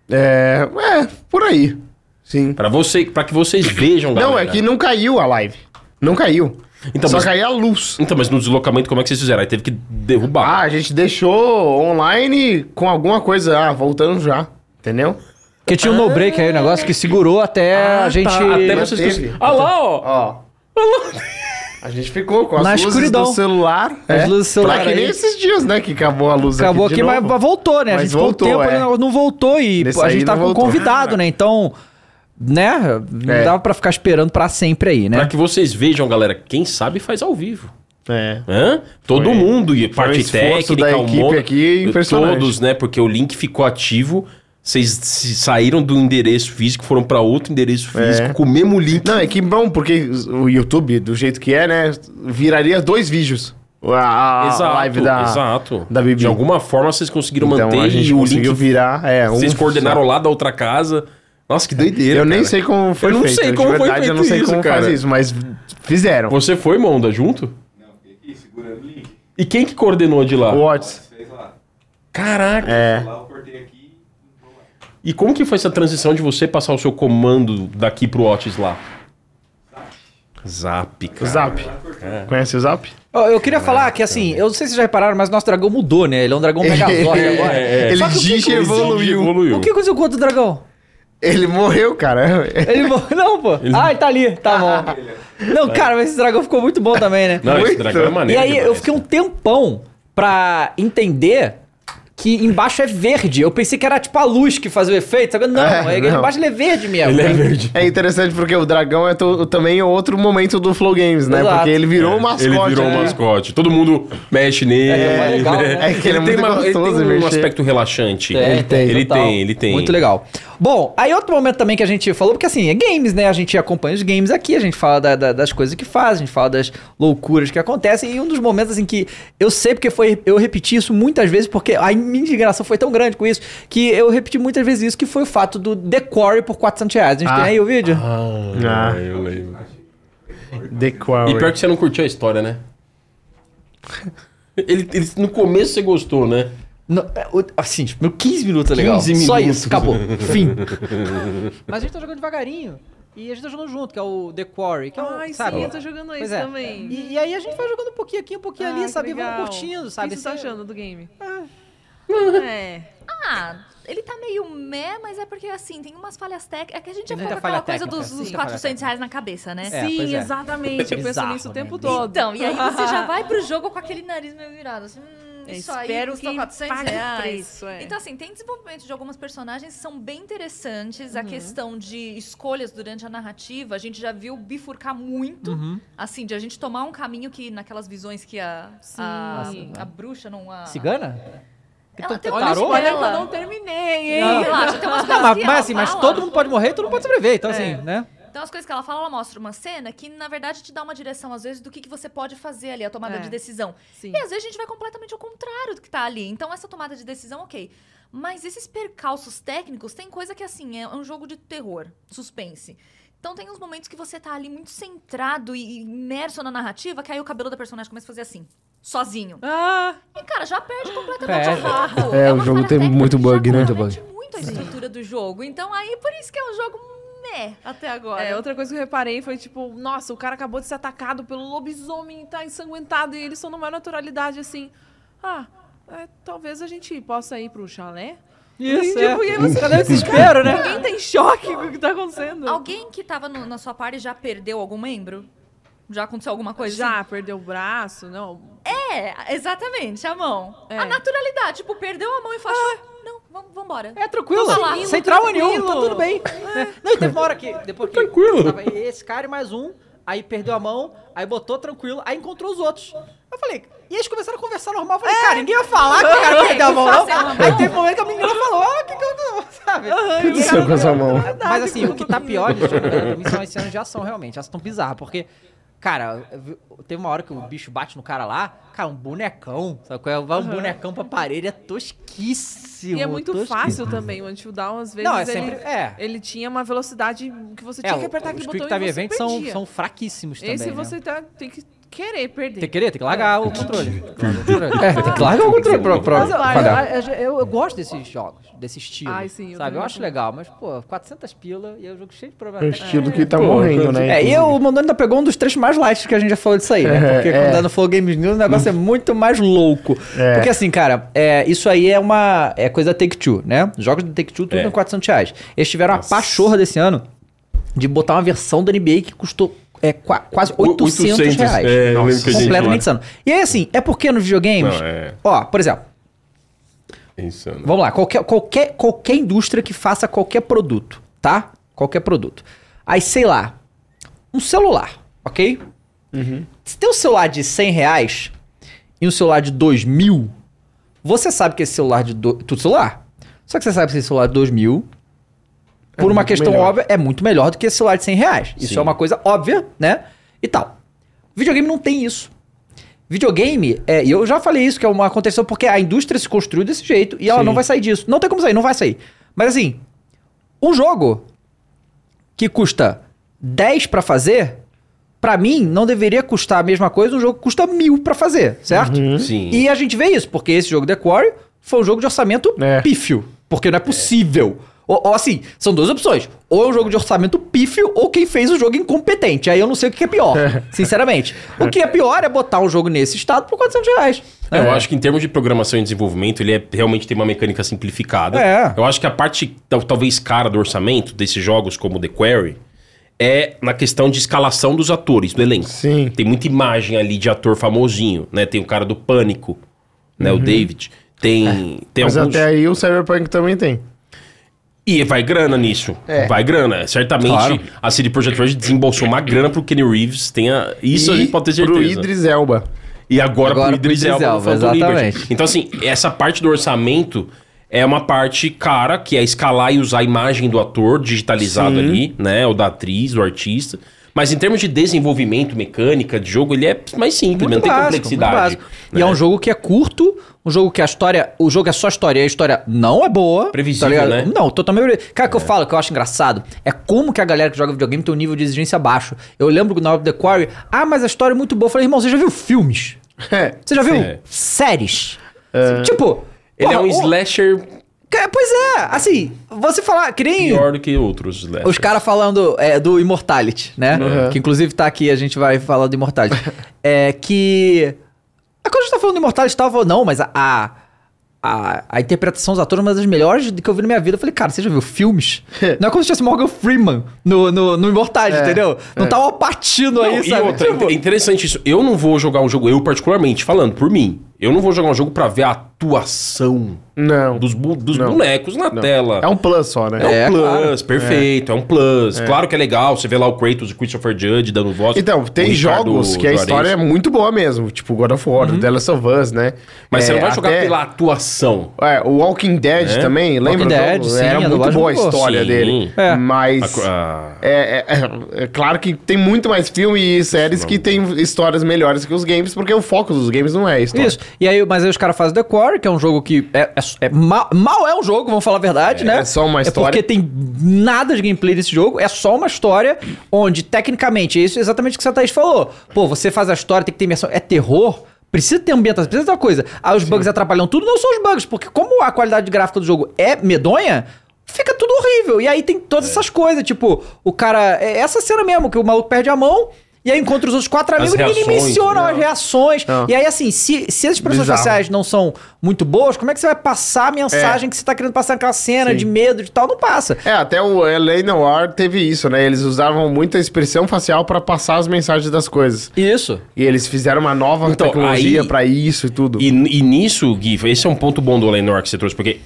S2: É, é, por aí. Sim.
S3: Pra, você, pra que vocês vejam,
S2: Não, é
S3: galera.
S2: que não caiu a live. Não caiu.
S3: Então,
S2: Só
S3: mas-
S2: caiu a luz.
S3: Então, mas no deslocamento, como é que vocês fizeram? Aí teve que derrubar.
S2: Ah, a gente deixou online com alguma coisa. Ah, voltando já. Entendeu?
S1: Porque tinha um no break aí, o negócio que segurou até a gente.
S3: Ah, tá. Até
S2: mas
S3: vocês...
S2: teve.
S3: Ah lá, ó!
S2: Ó. A gente ficou com as
S1: Na
S2: luzes
S1: escuridão.
S2: do celular.
S1: As
S2: é.
S1: luzes do celular
S2: Tá que nem
S1: aí.
S2: esses dias, né? Que acabou a luz
S1: Acabou
S2: de
S1: aqui, mas
S2: novo.
S1: mas voltou, né? a
S2: Mas
S1: gente ficou um
S2: voltou,
S1: tempo,
S2: é.
S1: o negócio não voltou e
S2: Nesse
S1: pô, a
S2: aí
S1: gente
S2: não
S1: tava com
S2: voltou.
S1: convidado, né? Então, né? Não
S2: É.
S1: dava pra ficar esperando pra sempre aí,
S3: Pra
S1: né?
S3: que vocês vejam, galera, quem sabe faz ao vivo.
S2: É.
S3: Hã? Todo
S2: Foi-
S3: mundo, e
S2: um
S3: parte
S2: esforço
S3: técnica,
S2: da
S3: um
S2: equipe
S3: monte-
S2: aqui impressionante.
S3: todos, né? Porque o link ficou ativo, vocês se saíram do endereço físico, foram pra outro endereço físico
S2: É.
S3: com o mesmo link.
S2: Não, é que bom, porque o YouTube, do jeito que é, né? Viraria dois vídeos. A, a live da.
S3: exato.
S2: da Bibi.
S3: De alguma forma vocês conseguiram
S2: Então
S3: manter
S2: a gente
S3: e o
S2: conseguiu
S3: link
S2: virar. É, um-
S3: vocês coordenaram lá da outra casa. Nossa, que
S2: Eu
S3: doideira.
S2: nem
S3: cara.
S2: sei como foi
S3: Eu não
S2: feito.
S3: sei
S2: de
S3: como foi
S2: verdade, Eu não
S3: feito
S2: sei
S3: isso,
S2: como
S3: cara.
S2: faz isso, mas fizeram.
S3: Você foi, Monda, junto?
S4: Não, fiquei aqui segurando o link.
S3: E quem que coordenou de lá?
S2: O Watts.
S4: Fez lá.
S3: Caraca.
S2: É.
S4: Lá eu cortei aqui. vou lá.
S3: E como que foi essa transição de você passar o seu comando daqui pro Otis lá? Zap,
S2: O
S3: cara. É.
S2: Zap. Conhece o Zap?
S1: Eu, eu
S2: É,
S1: queria falar que, assim, eu não sei se vocês já repararam, mas nosso dragão mudou, né? Ele é um dragão megazord agora.
S3: é, é.
S2: Ele
S1: Só que o que
S2: diz que
S1: que-
S2: evoluiu.
S1: O que aconteceu com o outro dragão?
S2: Ele morreu, cara.
S1: Ele morreu. Não, pô. Ah, ele tá ali. Tá bom. Não, cara, mas esse dragão ficou muito bom também, né?
S3: Não, esse
S2: Muito.
S3: dragão é
S1: E
S3: maneiro.
S1: aí
S3: demais.
S1: eu fiquei um tempão pra entender que embaixo é verde. Eu pensei que era tipo a luz que fazia o efeito. Sabe? Não,
S2: É,
S1: é,
S2: não.
S1: embaixo ele é verde mesmo.
S3: Ele é verde.
S2: É interessante porque o dragão é to- também outro momento do Flow Games, né?
S1: Exato.
S2: Porque ele virou o mascote.
S3: É, Ele virou
S2: né?
S3: um mascote. Todo mundo mexe nele.
S1: É, é legal, né?
S2: É que ele é
S3: tem
S2: muito
S3: uma- ele
S2: gostoso
S3: tem um
S2: mexer.
S3: aspecto relaxante.
S1: É,
S3: Ele
S1: total.
S3: tem, ele tem.
S1: Muito legal. Bom, aí outro momento também que a gente falou, porque assim, é games, né? A gente acompanha os games aqui, a gente fala da- da- das coisas que faz, a gente fala das loucuras que acontecem. E um dos momentos, assim, que eu sei porque foi. Eu repeti isso muitas vezes, porque a minha indignação foi tão grande com isso, que eu repeti muitas vezes isso, que foi o fato do The Quarry por 400 reais. A gente
S2: Ah.
S1: tem aí o vídeo?
S3: Ah, eu lembro.
S2: The Quarry.
S3: E pior que você não curtiu a história, né? Ele, ele- no começo você gostou, né?
S1: No- é, o- assim, tipo, meu 15 minutos é legal.
S3: 15
S1: Só
S3: minutos.
S1: isso, acabou. Fim. Mas a gente tá jogando devagarinho. E a gente tá jogando junto, que é o The Quarry. Que é
S7: Ai, sim, eu tô jogando
S1: Pois
S7: isso
S1: é.
S7: também.
S1: E, e aí a gente vai jogando um pouquinho aqui, um pouquinho
S7: Ah,
S1: ali,
S7: que
S1: sabe?
S7: legal.
S1: Vamos curtindo, sabe?
S7: O que você tá
S1: Assim,
S7: achando do game? É.
S6: Ah, ele tá meio meh, mas é porque assim, tem umas falhas técnicas. É que a gente já foi
S1: Tem
S6: com
S1: muita falha
S6: aquela coisa
S1: técnica,
S6: dos, dos
S1: sim.
S6: 400 reais na cabeça, né?
S1: É, pois
S7: Sim,
S1: é.
S7: exatamente. Eu penso
S1: Bizarro,
S7: nisso o
S1: né?
S7: tempo todo.
S6: Então, e aí você já vai pro jogo com aquele nariz meio virado. Assim, hum,
S7: É,
S6: isso aí
S7: espero
S6: custa
S7: que
S6: 400
S7: pague
S6: reais.
S7: preço, é.
S6: Então, assim, tem desenvolvimento de algumas personagens que são bem interessantes.
S7: Uhum.
S6: A questão de escolhas durante a narrativa, a gente já viu bifurcar muito.
S1: Uhum.
S6: Assim, de a gente tomar um caminho que naquelas visões que a, a,
S7: Sim.
S6: a bruxa não... A,
S1: Cigana? Que
S6: Ela
S1: tu-
S6: tem
S1: tu
S6: uma
S7: Olha o
S1: tarô?
S6: escolha
S7: spoiler que eu
S6: Ela.
S7: não terminei, hein?
S1: Não.
S6: Relaxa, tem umas
S1: Não,
S6: coisas
S1: mas,
S6: que
S1: mas
S6: ela
S1: assim, mas
S6: fala.
S1: todo mundo pode morrer, todo mundo pode sobreviver, então assim, né?
S6: Então, as coisas que ela fala, ela mostra uma cena que, na verdade, te dá uma direção, às vezes, do que, que você pode fazer ali, a tomada
S7: É.
S6: de decisão.
S7: Sim.
S6: E às vezes a gente vai completamente ao contrário do que tá ali. Então, essa tomada de decisão, ok. Mas esses percalços técnicos, tem coisa que, assim, é um jogo de terror, suspense. Então, tem uns momentos que você tá ali muito centrado e imerso na narrativa, que aí o cabelo da personagem começa a fazer assim, sozinho.
S7: Ah,
S6: E, cara, já perde completamente
S1: Perde.
S6: o foco.
S2: É, o
S6: uma
S2: jogo
S6: falha
S2: tem
S6: técnica
S2: muito
S6: que
S2: bug,
S6: já
S2: né?
S6: compromete muito a estrutura do jogo. Então, aí, por isso que é um jogo meh até agora.
S7: é, outra coisa que eu reparei foi, tipo, nossa, o cara acabou de ser atacado pelo lobisomem, tá ensanguentado, e eles são numa naturalidade, assim, ah, é, talvez a gente possa ir pro chalé?
S1: Isso,
S7: E, tipo,
S1: é.
S7: e aí você,
S1: Cadê o desespero, né?
S7: ninguém tem choque com o que tá acontecendo.
S6: Alguém que tava no- na sua party já perdeu algum membro? Já aconteceu alguma coisa?
S7: Já Ah, perdeu o braço, não,
S6: assim? É, exatamente, a mão.
S7: É.
S6: A naturalidade, tipo, perdeu a mão e fala, "Ah, não, vamos, vamos vambora.
S1: É tranquilo,
S6: Tá lá.
S1: sem trauma nenhum, tá tudo bem. Não, e teve uma hora que, depois que
S3: Tranquilo.
S1: tava esse cara e mais um, aí perdeu a mão, aí botou tranquilo, aí encontrou os outros. Eu falei, e eles começaram a conversar normal, eu falei, cara, ninguém ia falar que o cara perdeu a mão, não. Aí teve um momento que a menina falou, ah, que que eu, sabe?
S2: O que aconteceu com essa mão?
S1: Mas assim, o que tá pior de jogo, cara, pra mim são as cenas é de ação, realmente. Elas tão bizarras, porque, cara, eu vi- teve uma hora que o bicho bate no cara lá, cara, um bonecão, sabe qual é? Vai um bonecão pra parede, é tosquíssimo.
S7: E é muito
S1: tosquíssimo.
S7: fácil também. O Until Down, às vezes,
S1: Não, é
S7: ele,
S1: sempre- é.
S7: ele tinha uma velocidade que você
S1: É,
S7: tinha que apertar
S1: o-
S7: aquele
S1: os
S7: botão
S1: Quick
S7: e
S1: Time
S7: você
S1: Events são,
S7: perdia.
S1: são fraquíssimos também.
S7: Esse
S1: né?
S7: você tá, tem que querer perder.
S1: Tem que querer, tem que largar o controle.
S2: É, tem que largar o controle pra, pra,
S1: Mas eu,
S2: pra dar.
S1: eu- eu- eu- eu gosto desses jogos, desse estilo.
S7: Ai, sim, eu
S1: sabe? Eu
S7: também
S1: acho
S7: gosto.
S1: legal, mas, pô, 400 pila e é um jogo cheio
S2: É
S1: de
S2: um
S1: problemas.
S2: estilo que tá morrendo, né?
S1: É, e
S2: inclusive.
S1: o Mondoni ainda pegou um dos trechos mais light que a gente já falou disso aí, né?
S2: É,
S1: Porque
S2: é.
S1: quando tá no Flow Games News o negócio é muito mais louco.
S2: É.
S1: Porque assim, cara, é, isso aí é uma é coisa da Take-Two, né? Jogos da Take-Two tudo
S3: É.
S1: com 400 reais. Eles tiveram
S3: Nossa.
S1: a pachorra desse ano de botar uma versão da NBA que custou é, qua- quase 800, reais.
S3: É, eu lembro que a gente
S1: completamente
S3: lá-
S1: insano. E aí assim, é porque nos videogames...
S3: Não, é.
S1: Ó, por exemplo,
S3: Insano.
S1: Vamos lá, qualquer, qualquer, qualquer indústria que faça qualquer produto, tá? Qualquer produto. Aí, sei lá, um celular, ok?
S2: Uhum.
S1: Se tem um celular de 100 reais e um celular de 2 mil, você sabe que esse celular de... Do... Tudo celular. Só que você sabe que esse celular de 2 mil, por uma
S2: muito
S1: questão
S2: melhor.
S1: óbvia, é muito melhor do que esse celular de 100 reais. Isso
S3: Sim.
S1: é uma coisa óbvia, né? E tal. Videogame não tem isso. Videogame, é, e eu já falei isso, que é uma aconteceu porque a indústria se construiu desse jeito e ela não vai sair disso. Não tem como sair, não vai sair. Mas assim, um jogo que custa 10 pra fazer, pra mim não deveria custar a mesma coisa um jogo que custa mil pra fazer, certo?
S3: Sim.
S1: Uhum. E a gente vê isso, porque esse jogo The Quarry foi um jogo de orçamento
S2: É.
S1: pífio. Porque não é possível. Ou, ou assim, são duas opções. Ou é um jogo de orçamento pífio, ou quem fez o jogo é incompetente. Aí eu não sei o que é pior, sinceramente. O que é pior é botar um jogo nesse estado por 400 reais. né?
S3: É, Eu acho que em termos de programação e desenvolvimento, ele é, realmente tem uma mecânica simplificada.
S1: É.
S3: Eu acho que a parte, tal- talvez, cara do orçamento desses jogos como The Quarry é na questão de escalação dos atores, do elenco.
S2: Sim.
S3: Tem muita imagem ali de ator famosinho, né? Tem o cara do Pânico, né? O David. Tem, tem
S2: Uhum. É. Mas
S3: alguns...
S2: até aí o Cyberpunk também tem.
S3: E vai grana nisso.
S2: É.
S3: Vai grana. Certamente
S1: Claro.
S3: a CD Projekt Red desembolsou uma grana pro Kenny Reeves. Tenha... Isso a
S2: E
S3: gente pode ter certeza.
S2: Pro Idris Elba.
S3: E agora,
S1: Agora
S3: pro Idris
S1: pro Idris
S3: Elba,
S1: Elba,
S3: no Phantom
S1: exatamente.
S3: Liberty. Então, assim, essa parte do orçamento é uma parte cara, que é escalar e usar a imagem do ator digitalizado ali, né? Ou da atriz, do artista. Mas em termos de desenvolvimento, mecânica, de jogo, ele é mais simples, não tem
S1: básico, muito
S3: complexidade. né?
S1: básico. E é um jogo que é curto, um jogo que a história. O jogo é só história e a história não é boa.
S3: Previsível,
S1: ligado?
S3: né? É.
S1: Não, totalmente. previsível. Cara, o que eu falo, que eu acho engraçado, é como que a galera que joga videogame tem um nível de exigência baixo. Eu lembro que na hora do The Quarry, ah, mas a história é muito boa. Eu falei, irmão, você já viu filmes?
S2: É.
S1: Você já viu
S3: Sim.
S1: séries? Tipo.
S3: Ele é
S1: porra,
S3: um
S1: o-
S3: slasher
S1: Ca- Pois é, assim, você falar, que nem
S3: pior do que outros né? slashers.
S1: os caras falando é, do Immortality, né? Que inclusive tá aqui, a gente vai falar do Immortality. é que. a- Quando a gente tá falando do Immortality, tava. Não, mas a. a a, a interpretação dos atores é uma das melhores que eu vi na minha vida. Eu falei, cara, você já viu filmes? Não é como se tivesse Morgan Freeman no, no, no Immortality,
S2: É,
S1: entendeu? Não tá o Alpatino
S3: Não,
S1: aí,
S3: e
S1: sabe?
S3: outra,
S1: Tipo,
S3: é interessante isso. Eu não vou jogar um jogo, eu particularmente, falando por mim, eu não vou jogar um jogo pra ver a atuação
S2: Não.
S3: dos, bu- dos
S2: Não.
S3: bonecos na
S2: Não.
S3: tela.
S2: É um plus só, né?
S3: É,
S1: É,
S3: um plus,
S1: claro.
S3: perfeito, é, um plus. Claro que é legal, você vê lá o Kratos e o Christopher Judge dando voz.
S2: Então,
S3: o
S2: tem
S3: Ricardo
S2: jogos que a
S3: Juarez. Uhum.
S2: história é muito boa mesmo. Tipo God of War, The Last of Us, né?
S3: Mas você
S2: É,
S3: não vai jogar
S2: até-
S3: pela atuação.
S2: É, o Walking Dead
S3: É.
S2: também, lembra?
S1: Walking
S2: o
S1: Dead,
S2: jogo?
S1: sim,
S2: Era
S1: a
S2: muito
S1: dublagem
S2: boa a
S1: ficou.
S2: história
S3: Sim.
S2: dele.
S1: É.
S2: Mas...
S3: A- a-
S2: É, é- é claro que tem muito mais filme e séries que tem histórias melhores que os games, porque o foco dos games não é a história.
S1: Isso. E aí, mas aí os caras fazem The Quarry, que é um jogo que é, é- é ma- mal é um jogo, vamos falar a verdade,
S2: É,
S1: né?
S2: é só uma
S1: É
S2: história.
S1: porque tem nada de gameplay nesse jogo, é só uma história onde, tecnicamente, é isso exatamente o que o Thaís falou. Pô, você faz a história, tem que ter imersão. É terror? Precisa ter ambientação, precisa ter uma coisa. Aí os bugs atrapalham tudo, não são os bugs, porque como a qualidade gráfica do jogo é medonha, fica tudo horrível. E aí tem todas
S3: É.
S1: essas coisas, tipo, o cara. É essa cena mesmo, que o maluco perde a mão. E aí encontra os outros quatro
S3: As
S1: amigos e ninguém
S3: reações,
S1: menciona
S3: né?
S1: as reações.
S2: Não.
S1: E aí, assim, se, se as expressões
S2: Bizarro.
S1: faciais não são muito boas, como é que você vai passar a mensagem
S3: É.
S1: que você tá querendo passar naquela cena
S2: Sim.
S1: de medo de tal? Não passa.
S2: É, até o L.A. Noir teve isso, né? Eles usavam muito a expressão facial pra passar as mensagens das coisas.
S1: Isso.
S2: E eles fizeram uma nova
S3: Então,
S2: tecnologia
S3: aí-
S2: pra isso e tudo.
S3: E, e nisso, Gui, esse é um ponto bom do Lenor que você trouxe, porque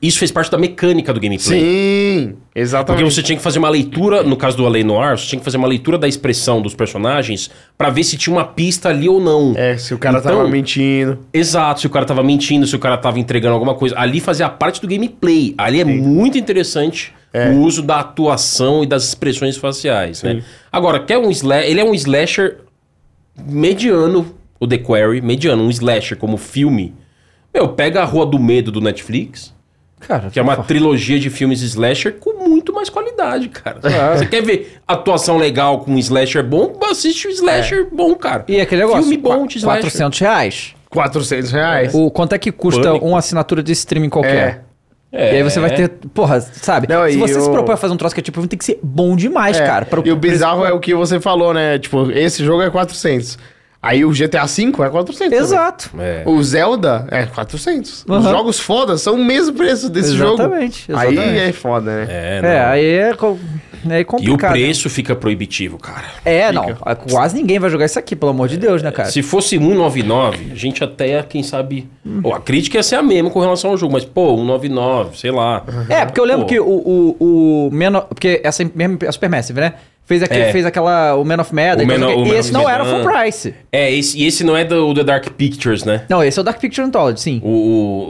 S3: Isso fez parte da mecânica do gameplay.
S2: Sim,
S3: Porque
S2: exatamente.
S3: você tinha que fazer uma leitura, no caso do Além Noir, você tinha que fazer uma leitura da expressão dos personagens pra ver se tinha uma pista ali ou não.
S2: É, se o cara
S3: Então-
S2: tava mentindo.
S3: Exato, se o cara tava mentindo, se o cara tava entregando alguma coisa. Ali fazia parte do gameplay. Ali é muito interessante
S2: É.
S3: o uso da atuação e das expressões faciais, né? Agora, quer um sla- ele é um slasher mediano, o The Quarry, mediano, um slasher como filme. Meu, pega a Rua do Medo do Netflix,
S1: Cara,
S3: que é uma trilogia de filmes slasher com muito mais qualidade, cara.
S1: É.
S3: Você quer ver atuação legal com um slasher bom? Assiste um slasher
S1: É.
S2: É.
S3: bom, cara.
S1: E aquele negócio,
S3: Filme bom
S1: qua-
S3: de slasher.
S1: 400 reais.
S2: 400 reais.
S1: O, quanto é que custa
S3: Pânico.
S1: uma assinatura de streaming qualquer?
S3: É.
S1: E aí você vai ter, porra, sabe?
S2: Não,
S1: se
S2: e
S1: você se
S2: o-
S1: propõe a fazer um troço que é tipo, tem que ser bom demais,
S2: É,
S1: cara. pra-
S2: e o bizarro é o que você falou, né? Tipo, esse jogo é 400. Aí o GTA V é 400. também.
S1: Exato.
S3: É.
S2: O Zelda é 400. Os
S1: Aham.
S2: jogos foda são o mesmo preço desse
S1: Exatamente,
S2: jogo.
S1: exatamente.
S2: Aí é foda, né?
S3: É,
S1: É, aí é, co- é
S3: E o
S1: complicado.
S3: preço fica proibitivo, cara.
S1: É, não. Quase ninguém vai jogar isso aqui, pelo amor de Deus, né, cara?
S3: Se fosse 199, a gente até, quem sabe.
S1: Hum.
S3: Ou a crítica ia ser a mesma com relação ao jogo, mas, pô, 199, sei lá.
S1: É, porque eu lembro
S3: Pô.
S1: que o, o, o Man of- Porque essa mesma a Supermassive, né? Fez, aquele,
S3: É.
S1: fez aquela. O Man of Medan.
S3: O
S1: e
S3: Man-
S1: não sei É, o
S3: o
S1: quê.
S3: Man
S1: e esse
S3: of
S1: não
S3: Medan.
S1: era full price.
S3: É, esse, e esse não é do The Dark Pictures, né?
S1: Não, esse é o Dark Picture Anthology, sim.
S3: O,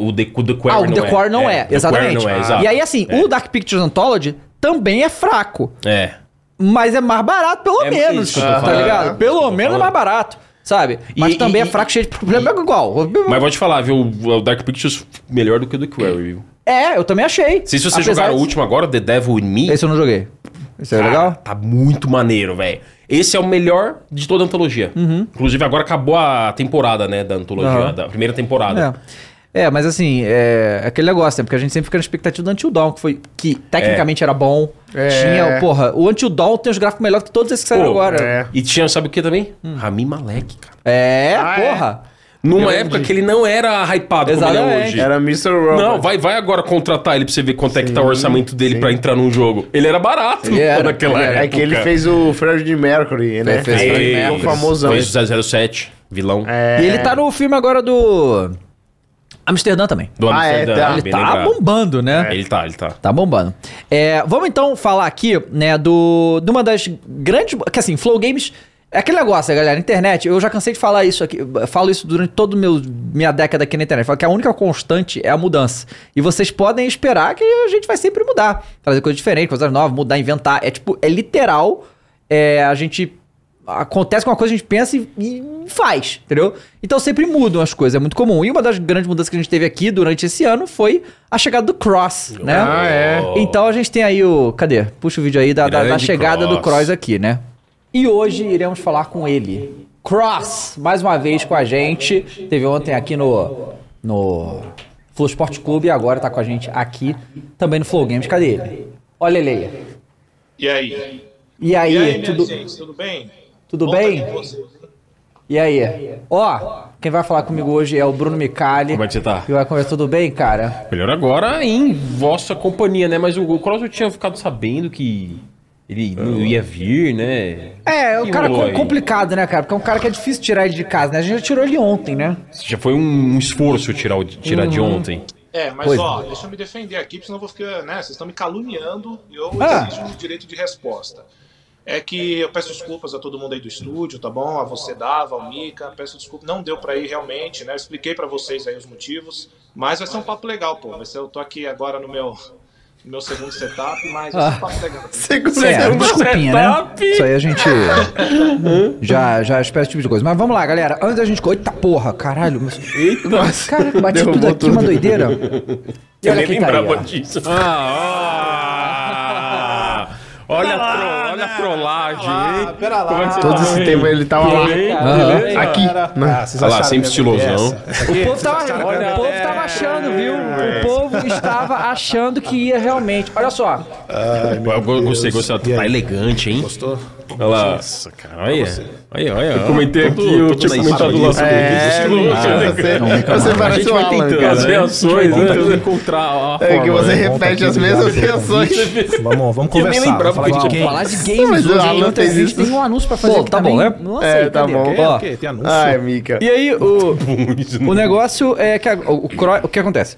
S3: o, o, The, o The Quarry
S1: ah, o The Core não é,
S3: The Quarry
S1: exatamente.
S3: não é, exato.
S1: E aí, assim, o Dark Pictures Anthology também é fraco.
S3: É.
S1: Mas é mais barato, pelo
S3: É
S1: menos.
S3: isso que eu tô
S1: Tá
S3: falando.
S1: ligado? Pelo
S3: Isso que eu tô
S1: menos é mais
S3: falando.
S1: barato, sabe? Mas
S3: E-
S1: também
S3: e-
S1: é fraco, cheio de problema é igual.
S3: Mas vou te falar, viu? O Dark Pictures melhor do que o The Quarry, viu?
S1: É, eu também achei.
S3: Se você
S1: Apesar
S3: jogar o
S1: de-
S3: último agora, The Devil in Me.
S1: Esse eu não joguei. Esse é
S3: Cara,
S1: legal?
S3: Tá muito maneiro, velho. Esse é o melhor de toda a antologia. Inclusive, agora acabou a temporada, né? Da antologia,
S1: Uhum. Aham.
S3: da primeira temporada.
S1: É. é, mas assim, é aquele negócio, né? Porque a gente sempre fica na expectativa do Until Dawn, que, foi, que
S3: É.
S1: tecnicamente era bom. Tinha, porra, o Until Dawn tem os gráficos melhores que todos esses que saíram
S3: Pô,
S1: agora. Hum. É,
S2: é.
S3: E tinha, sabe o que também? Rami Malek, cara.
S2: Ah,
S1: porra.
S3: Numa época que ele não era hypado como ele é
S1: Exatamente.
S3: hoje.
S2: Era Mr. Robot.
S3: Não, vai, vai agora contratar ele pra você ver quanto é que tá o orçamento dele pra entrar num jogo. Ele era barato
S1: Ele era,
S3: naquela
S1: ele era.
S3: época.
S2: É que ele fez o Fred Mercury, né?
S1: É, fez o Freddie
S3: Ele
S2: é
S1: Mercury.
S2: um famosão.
S3: Fez o 007, vilão
S2: É.
S1: E ele tá no filme agora do. Amsterdã também.
S3: do
S2: Ah, é,
S3: Amsterdã.
S2: tá.
S3: bem
S1: Ele tá
S3: lembrado.
S1: bombando, né?
S3: Ele tá, ele tá.
S1: Tá bombando. É, vamos então falar aqui, né, do. De uma das grandes. Que assim, Flow Games. É aquele negócio, galera, internet, eu já cansei de falar isso aqui, eu falo isso durante toda minha década aqui na internet, falo que a única constante é a mudança. E vocês podem esperar que a gente vai sempre mudar, trazer coisas diferentes, coisas novas, mudar, inventar, é tipo, é literal, é, a gente acontece uma coisa, a gente pensa e, e faz, entendeu? Então sempre mudam as coisas, é muito comum. E uma das grandes mudanças que a gente teve aqui durante esse ano foi a chegada do Cross, né?
S2: Ah, é.
S1: Então a gente tem aí o. Cadê? Puxa o vídeo aí da, da- da
S3: Grande
S1: chegada do
S3: Cross.
S1: Cross aqui, né? E hoje iremos falar com ele. Cross, mais uma vez com a gente. Teve ontem aqui no. No. Flow Sport Clube e agora tá com a gente aqui também no Flow Games. Cadê ele? Olha ele aí.
S8: E aí?
S1: E aí,
S8: minha
S1: tudo,
S8: gente, tudo bem?
S1: tudo
S8: Bom
S1: bem?
S8: tá com vocês, hein?
S1: E aí? Ó, quem vai falar comigo hoje é o Bruno Micali.
S3: Como é que você tá?
S1: E vai conversar tudo bem, cara?
S3: Melhor agora em vossa companhia, né? Mas o, o Cross eu tinha ficado sabendo que ele
S2: Ah.
S3: não ia vir, né?
S1: É, o
S3: E
S1: cara
S3: rolou
S1: com-
S3: aí?
S1: complicado, né, cara? Porque é um cara que é difícil tirar ele de casa, né? A gente já tirou ele ontem, né?
S3: Já foi um esforço tirar, o- tirar de
S1: Uhum.
S3: ontem.
S8: É, mas
S1: Pois
S8: ó, deixa eu me defender aqui, porque senão eu vou ficar, né? Vocês estão me caluniando e eu
S1: Ah.
S8: exijo o direito de resposta. É que eu peço desculpas a todo mundo aí do estúdio, tá bom? A você dava, ao Mica, peço desculpa. Não deu pra ir realmente, né? Eu expliquei pra vocês aí os motivos, mas vai ser um papo legal, pô. Vai ser, eu tô aqui agora no meu, no meu segundo setup, mas vai ser um papo legal.
S1: Ah. É, uma desculpinha, né? Isso aí a gente já, já espera esse tipo de coisa. Mas vamos lá, galera. Antes da gente... Eita porra, caralho. Mas... Eita. Cara, eu bati tudo
S2: derrubou
S1: aqui, uma
S2: tudo.
S1: doideira. E olha quem tá aí, ó.
S3: disso. Ah, ó. Olha, a tro- olha a trollagem, hein? tá
S8: Pera né? lá,
S2: Todo
S3: Ah,
S2: esse tempo
S3: é.
S2: ele tava lá.
S1: Aham.
S2: Aqui. né?
S3: Olha lá, sempre estilosão.
S1: O povo tava, o povo tava achando, viu? O povo estava achando que ia realmente. Olha só.
S3: Eu go- Ah, gostei, gostei. Tá elegante, hein? Gostou? Olha lá. Nossa, cara, olha. Olha, olha. Eu comentei aqui, eu tinha comentado lá sobre
S2: É,
S3: né,
S2: você, você parece o Alan,
S3: as
S2: cara.
S3: reações, né? Tentando encontrar a
S2: É que você repete as mesmas reações.
S12: Vamos, vamos
S3: Eu nem lembrava que a gente tinha
S1: Falar de games
S2: Mas o
S1: hoje,
S2: Alan
S1: hein? Ontem a
S2: fez
S1: gente
S2: isso.
S1: tem um anúncio pra fazer
S2: Pô,
S1: aqui
S2: tá
S1: também.
S2: bom,
S1: Não
S2: É,
S1: sei,
S2: tá
S1: cadê?
S2: bom.
S1: Ó,
S12: Tem anúncio.
S2: Ai, Mica.
S1: E aí, o, o negócio é que a- o, Cro- o que acontece?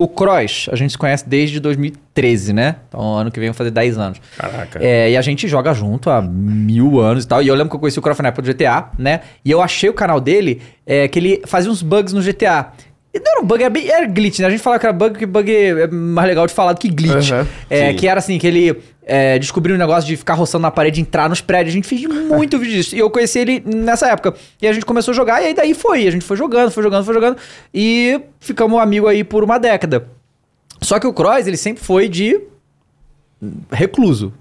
S1: o Cross, a gente se conhece desde 2013, né? Então, ano que vem vão fazer 10 anos.
S3: Caraca.
S1: É, e a gente joga junto há mil anos e tal. E eu lembro que eu conheci o Croft na época do GTA, né? E eu achei o canal dele é, que ele fazia uns bugs no GTA. E não era um bug, era, bem- era glitch, né? A gente falava que era bug, que bug é mais legal de falar do que glitch.
S2: Aham,
S1: É,
S3: sim.
S1: que era assim, que ele é, descobriu um negócio de ficar roçando na parede e entrar nos prédios. A gente fez muito vídeo disso. E eu conheci ele nessa época. E a gente começou a jogar, e aí daí foi. A gente foi jogando, foi jogando, foi jogando. E ficamos amigos aí por uma década. Só que o Cross, ele sempre foi de recluso.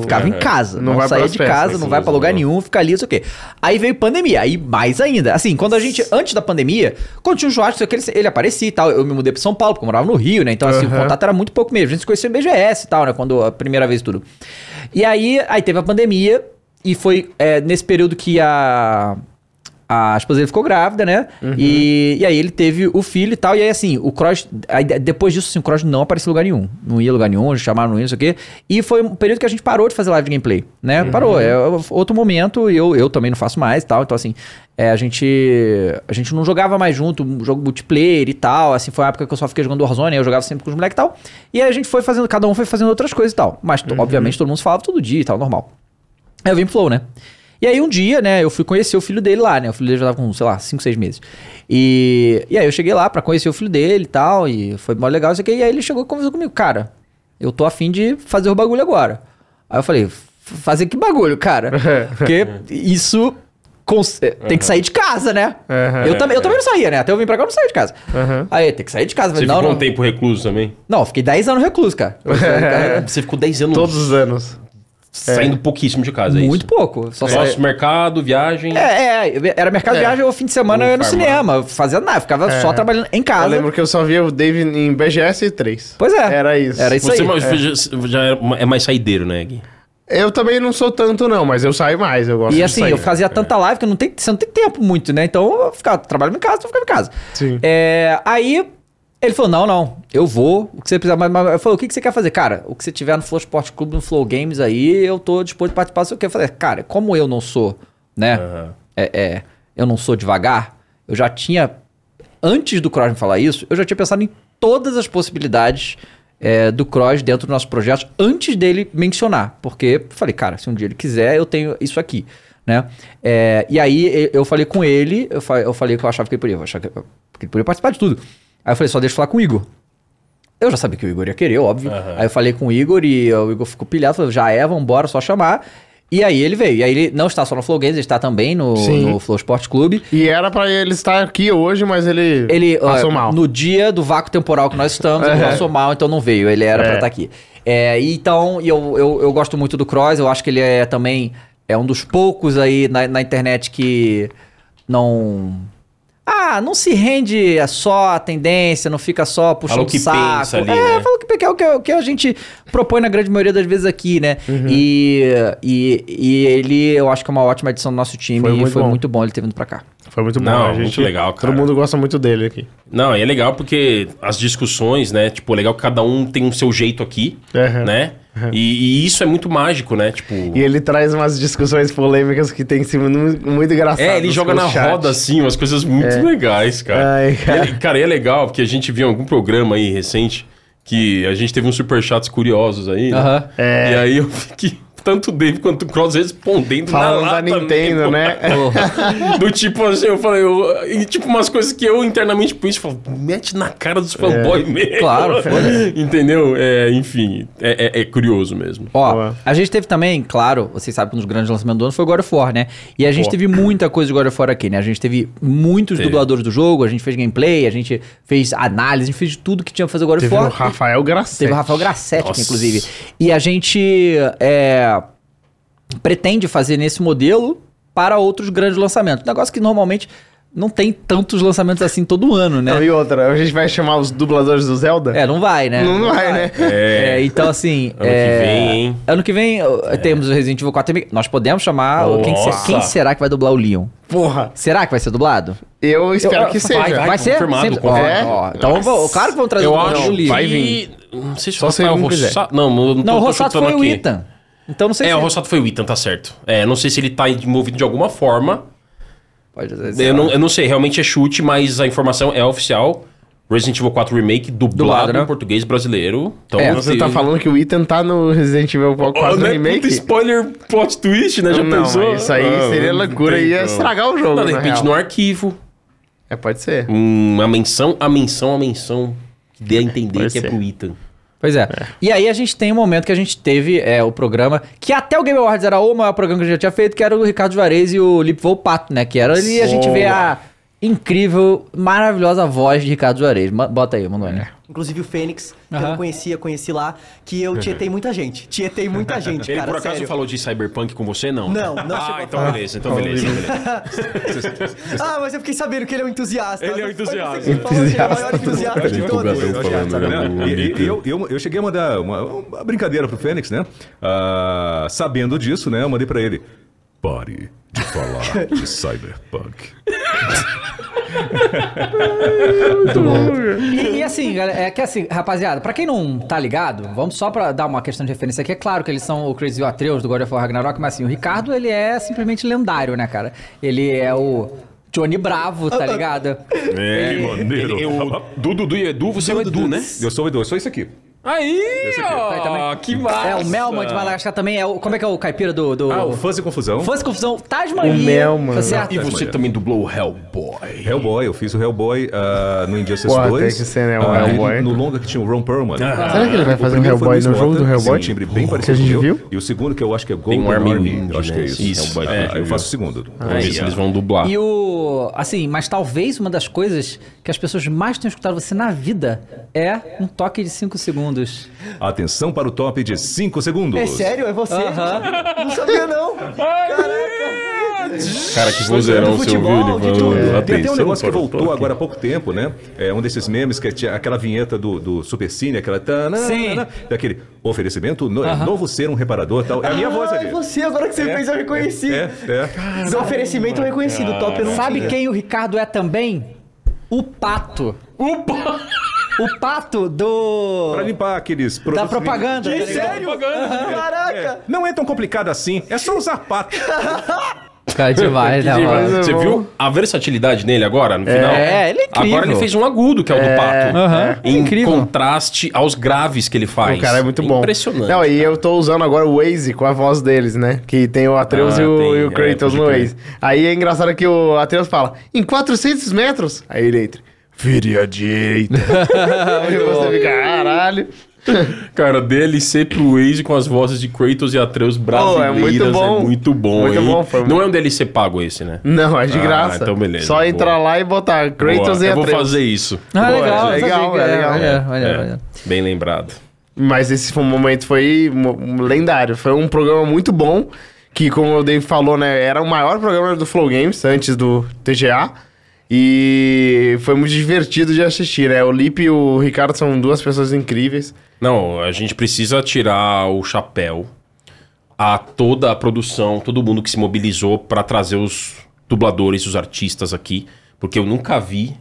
S1: Ficava em casa.
S2: Uhum. Não
S1: Não,
S2: vai assim,
S1: saía
S2: pras
S1: de
S2: festas,
S1: casa, não vai pra
S3: inclusive,
S1: lugar
S3: né?
S1: nenhum, fica ali, não sei o quê. Aí veio pandemia, aí mais ainda. Assim, quando a gente, antes da pandemia, quando tinha um churrasco, não sei o quê, ele, ele aparecia e tal. Eu me mudei pra São Paulo, porque eu morava no Rio, né? Então, assim, o
S2: Aham.
S1: contato era muito pouco mesmo. A gente se conheceu em BGS e tal, né? Quando a primeira vez tudo. E aí, aí teve a pandemia, e foi é, nesse período que a. A esposa dele ficou grávida, né? E, e aí ele teve o filho e tal. E aí, assim, o Cross. aí de- depois disso, assim, o Cross não apareceu em lugar nenhum. Não ia em lugar nenhum, chamaram, não ia, não sei o quê. E foi um período que a gente parou de fazer live de gameplay, né? Parou. É outro momento, e eu, eu também não faço mais e tal. Então, assim, é, a gente. A gente não jogava mais junto, um jogo multiplayer e tal. Assim, foi a época que eu só fiquei jogando Warzone, aí eu jogava sempre com os moleques e tal. E aí a gente foi fazendo, cada um foi fazendo outras coisas e tal. Mas, t- obviamente, todo mundo se falava todo dia e tal, normal. Aí eu vim pro Flow, né? E aí um dia, né, eu fui conhecer o filho dele lá, né? O filho dele já tava com, sei lá, 5, 6 meses. E, e aí eu cheguei lá pra conhecer o filho dele e tal, e foi mó legal, sei o que. E aí ele chegou e conversou comigo, cara, eu tô afim de fazer o bagulho agora. Aí eu falei, "F- fazer que bagulho, cara? Porque isso cons- é, tem que sair de casa, né?
S2: Aham.
S1: eu, também eu também não saía, né? Até eu vim pra cá eu não saía de casa.
S2: Aham.
S1: Aí, tem que sair de casa. Eu
S3: Você
S1: falei, não,
S3: ficou
S1: não.
S3: um tempo recluso também?
S1: Não, eu fiquei 10 anos recluso, cara. Eu- eu-
S3: Você ficou 10 anos
S2: É. Todos os anos.
S3: saindo pouquíssimo de casa, é
S1: muito
S3: isso?
S1: pouco. Só
S3: Só
S1: saía-
S3: mercado, viagem.
S1: É, é, eu- era mercado de
S2: É.
S1: viagem ou fim de semana
S3: Ou
S1: eu ia no
S3: farmácia.
S1: cinema, eu fazia nada, eu ficava só trabalhando em
S2: Eu
S1: casa.
S2: lembro que eu só via o Dave em BGS 3.
S1: Pois é.
S2: Era isso.
S1: Era isso
S3: Você
S1: aí.
S3: mais- já, já é ma- é mais saideiro, né, Gui?
S2: Eu também não sou tanto, não, mas eu saio mais, eu gosto
S1: E
S2: de
S1: assim,
S2: sair. É.
S1: eu fazia tanta live que não tem, você não tem tempo muito, né? Então eu ficava trabalhando em casa, eu ficava em casa.
S2: Sim.
S1: É, aí ele falou: não, não, eu vou, o que você precisar. Mas, mas eu falei: o que, que você quer fazer? Cara, o que você tiver no Flow Sport Clube, no Flow Games aí, eu tô disposto a participar. Se eu quer fazer, cara, como eu não sou, né? É, é, eu não sou devagar, eu já tinha. Antes do Cross me falar isso, eu já tinha pensado em todas as possibilidades é, do Cross dentro do nosso projeto, antes dele mencionar. Porque eu falei, cara, se um dia ele quiser, eu tenho isso aqui. Né? É, e aí e- eu falei com ele, eu, fa- eu falei que eu achava que ele podia, eu achava que que ele podia participar de tudo. Aí eu falei, só deixa eu falar com o Igor. Eu já sabia que o Igor ia querer, óbvio.
S3: Aham.
S1: Aí eu falei com o Igor e o Igor ficou pilhado, falou, já é, vambora, só chamar. E aí ele veio. E aí ele não está só no Flow Games, ele está também no,
S2: Sim.
S1: no Flow Sport Clube.
S2: E era pra ele estar aqui hoje, mas ele,
S1: Ele,
S2: passou
S1: ó,
S2: mal.
S1: no dia do vácuo temporal que nós estamos,
S2: É.
S1: ele passou mal, então não veio. Ele era pra estar aqui. É, e então, e eu, eu, eu gosto muito do Cross, eu acho que ele é também é um dos poucos aí na, na internet que não. Ah, não se rende a só a tendência, não fica só puxando
S3: Fala o que
S1: o saco.
S3: pensa ali,
S1: é,
S3: né?
S1: fala o que, que é o que, o que a gente propõe na grande maioria das vezes aqui, né?
S2: Uhum.
S1: E, e, e ele, eu acho que é uma ótima adição do nosso time
S2: Foi
S1: e
S2: muito
S1: foi
S2: bom.
S1: muito bom ele ter vindo pra cá.
S2: Foi muito bom, né?
S3: Não,
S2: a gente,
S3: muito legal, cara.
S2: Todo mundo gosta muito dele aqui.
S3: Não, e é legal porque as discussões, né? Tipo, é legal que cada um tem o seu jeito aqui,
S2: Aham.
S3: né? E, e isso é muito mágico, né? Tipo.
S2: E ele traz umas discussões polêmicas que tem sido mu- muito engraçadas.
S3: É, ele joga
S2: com o
S3: na
S2: chat.
S3: roda, assim, umas coisas muito legais, cara.
S2: É. Ai, cara.
S3: E, ele- cara, e é legal, porque a gente viu em algum programa aí recente que a gente teve uns superchats curiosos aí, né?
S1: Aham.
S2: É.
S3: E aí eu fiquei... Tanto o Dave quanto o Cross respondendo
S2: Falando
S3: na
S2: da
S3: lata
S2: Nintendo,
S3: mesmo.
S2: né?
S3: Do tipo assim, eu falei... Eu, e tipo umas coisas que eu internamente penso, eu falo, mete na cara
S2: É.
S3: dos fanboys mesmo.
S1: É. Claro, foda-se.
S3: Entendeu? É, enfim, é, é- é curioso mesmo.
S1: Ó,
S2: Boa.
S1: a gente teve também, claro, vocês sabem que um dos grandes lançamentos do ano foi o God of War, né? E a gente teve muita coisa de God of War aqui, né? A gente teve muitos
S3: Teve.
S1: dubladores do jogo, a gente fez gameplay, a gente fez análise, a gente fez de tudo que tinha pra fazer o God
S2: Teve
S1: of
S2: o
S1: War.
S2: Rafael Gracete.
S1: Teve o Rafael Grassetti,
S3: Nossa.
S1: inclusive. E a gente é, pretende fazer nesse modelo para outros grandes lançamentos. Negócio que normalmente não tem tantos lançamentos assim todo ano, né?
S2: Não, e outra, a gente vai chamar os dubladores do Zelda?
S1: É, não vai, né?
S2: Não vai, né?
S1: É, então assim.
S3: Ano
S1: é,
S3: que vem, hein? É.
S1: Ano que vem ó, temos o Resident Evil 4. Nós podemos chamar. o- Quem, se-
S3: Nossa.
S1: quem será que vai dublar o Leon?
S2: Porra,
S1: Será que vai ser dublado?
S2: eu espero que seja. É?
S1: Vai, ser?
S3: confirmado,
S1: Sempre-
S3: confirmado.
S1: ó, ó, então, vamos- claro que vamos trazer
S3: É. eu
S1: o dublador
S3: acho
S1: do Leon.
S3: que...
S2: vai vir.
S3: Não sei se
S2: Só
S3: o
S2: se ele
S3: Rafael
S2: não quiser.
S3: Rossato... Não, eu não,
S1: Não,
S3: tô-
S1: o
S3: tô
S1: Rossato
S3: chutando
S1: foi o
S3: aqui.
S1: Ethan. Então não sei
S3: É,
S1: se.
S3: o Rossato foi o Ethan, tá certo. É, não sei se ele tá envolvido de alguma forma.
S1: Pode ser, né? sei
S3: Eu
S1: lá.
S3: não, eu não sei, realmente é chute, mas a informação é oficial. Resident Evil 4 Remake dublado,
S1: Dublado, né?
S3: em português brasileiro. Então,
S1: É,
S2: Você tá falando que o Ethan tá no Resident Evil 4
S3: Oh, né? Puta
S2: Remake?
S3: spoiler plot twist, né? Já
S2: não,
S3: pensou?
S2: isso aí
S3: Ah,
S2: seria
S3: não
S2: loucura,
S3: tem
S2: ia
S3: como.
S2: estragar o jogo,
S3: Não, de
S2: na
S3: repente
S2: real.
S3: no arquivo,
S2: É, pode ser.
S3: uma menção, a menção, a menção, que dê a entender
S2: Pode
S3: que é
S2: ser.
S3: pro Ethan.
S1: Pois é. E aí a gente tem um momento que a gente teve é, o programa, que até o Game Awards era o maior programa que a gente já tinha feito, que era o Ricardo Juarez e o Lip Volpato, né? Que era ali a gente vê a incrível, maravilhosa voz de Ricardo Juarez. Ma- Bota aí, Manoel.
S3: É.
S12: Inclusive o Fênix, que eu
S1: Aham.
S12: não conhecia, conheci lá, que eu
S3: Uhum.
S12: tietei Então, muita gente. Tietei muita gente,
S3: Ele
S12: cara,
S3: por acaso
S12: sério.
S3: falou de Cyberpunk com você, não?
S12: Não, não chegou
S3: Ah,
S12: a
S3: então
S12: falar.
S3: beleza, então beleza. beleza.
S12: Ah, mas eu fiquei sabendo que ele é um entusiasta.
S3: Ele é um entusiasta.
S12: Foi você que falou que Ele é o maior entusiasta de todos.
S11: Né? E- e- eu, eu, eu cheguei a mandar uma, uma brincadeira pro Fênix, né? Ah, sabendo disso, né? Eu mandei pra ele. Pare de falar de cyberpunk.
S1: E, e assim, galera, é que assim, rapaziada, pra quem não tá ligado, vamos só pra dar uma questão de referência aqui. É claro que eles são o Crazy e o Atreus do God of War Ragnarok, mas assim, o Ricardo, ele é simplesmente lendário, né, cara? Ele é o Johnny Bravo, tá ligado?
S3: É,
S11: Que maneiro.
S3: ele- eu- Du, Dudu e Edu, você é o Edu, né?
S11: Eu sou o Edu, eu sou isso aqui.
S3: Aí,
S1: Tá aí também.
S3: ó, que massa.
S1: É o Melman de Madagascar também, é o, como é que é o caipira do... do...
S11: Ah, o Fãs e Confusão.
S1: Fãs e Confusão, Taj Mahal.
S2: O Melman.
S1: Tá certo?
S3: E você
S11: Maria.
S3: também dublou o Hellboy.
S11: Hellboy, eu fiz o Hellboy ah, no Injustice
S2: Pô, tem
S11: 2.
S2: que ser, né, um
S11: Ah, ele-
S2: Hellboy.
S11: No longa que tinha o Ron Perlman.
S2: Será que ele vai
S11: O
S2: fazer um
S11: primeiro foi
S2: Hellboy
S11: Luiz
S2: no jogo
S11: Mota,
S2: do Hellboy?
S11: Sim, timbre bem
S2: Que a
S11: parecido
S2: gente
S11: com o meu.
S2: viu?
S11: E o segundo que eu acho que é Golden
S3: um arminho
S11: Army.
S3: índio,
S11: Eu acho que é
S3: né?
S11: isso.
S3: Isso,
S11: Hellboy,
S3: é,
S11: ah,
S3: eu
S11: eu
S3: vi.
S11: faço o segundo.
S3: Vamos ver se eles vão dublar.
S1: E o. Assim, mas talvez uma das coisas que as pessoas mais têm escutado você na vida é um toque de 5 segundos.
S11: Atenção para o top de 5
S3: Um,
S11: segundos.
S12: É sério? É você? Não sabia, não.
S3: Cara, que vozeirão,
S12: Do
S3: você ouviu
S12: futebol, de
S3: ele
S12: tudo.
S3: falando?
S11: Tem até um
S3: Atenção
S11: negócio que
S3: para o
S11: voltou
S3: toque.
S11: agora há pouco tempo, né? É um desses memes que tinha aquela vinheta do, do Super Cine, aquela. Tanana,
S1: Sim.
S11: Daquele oferecimento, no- novo ser um reparador e tal. É a minha voz
S12: Ah,
S11: ali.
S12: é você. Agora que você
S11: É,
S12: fez, eu reconheci.
S11: É, é.
S12: Do oferecimento eu reconheci, do top eu não
S1: Sabe
S12: tinha.
S1: quem o Ricardo é também? O pato. O pato! O pato do.
S11: Pra limpar aqueles
S1: Da
S11: produtos.
S1: propaganda. tá ligado?
S12: Sério? Caraca!
S11: Não é tão complicado assim, é só usar pato.
S2: é
S1: Cara, demais, né,
S3: Demais.
S1: mano?
S3: Você viu a versatilidade nele agora, no final?
S1: É, ele é incrível.
S3: Agora ele fez um agudo, que é o do pato.
S1: Aham, é
S3: Em
S1: incrível.
S3: contraste aos graves que ele faz.
S2: O cara é muito bom.
S3: Impressionante.
S2: Não, e eu tô usando agora o Waze com a voz deles, né? Que tem o Atreus
S3: Ah,
S2: e, o,
S3: tem,
S2: e o
S3: é,
S2: Kratos
S3: pode
S2: no
S3: crer.
S2: Waze. Aí é engraçado que o Atreus fala, em 400 metros. Aí ele entra, vire à direita. Aí você fica, caralho.
S3: Cara, DLC pro Waze com as vozes de Kratos e Atreus brasileiras.
S2: é muito bom.
S3: É muito bom,
S2: Muito
S3: hein?
S2: bom, foi
S3: Não é um DLC pago esse, né?
S2: Não, é de
S3: Ah,
S2: graça.
S3: então beleza,
S2: Só
S3: boa.
S2: entrar lá e botar Kratos
S3: Boa,
S2: e
S3: Eu vou
S2: Atreus.
S3: fazer isso.
S1: Ah,
S2: Pô,
S1: legal,
S2: é
S1: essa
S2: legal,
S1: dica,
S2: é legal.
S1: Olha, olha,
S3: É,
S1: olha.
S3: Bem lembrado.
S2: Mas esse foi um momento foi mo- um lendário. Foi um programa muito bom. Que, como o Dave falou, né? Era o maior programa do Flow Games antes do TGA. E foi muito divertido de assistir, né? O Lipe e o Ricardo são duas pessoas incríveis.
S3: Não, a gente precisa tirar o chapéu a toda a produção, todo mundo que se mobilizou pra trazer os dubladores, os artistas aqui, porque eu nunca vi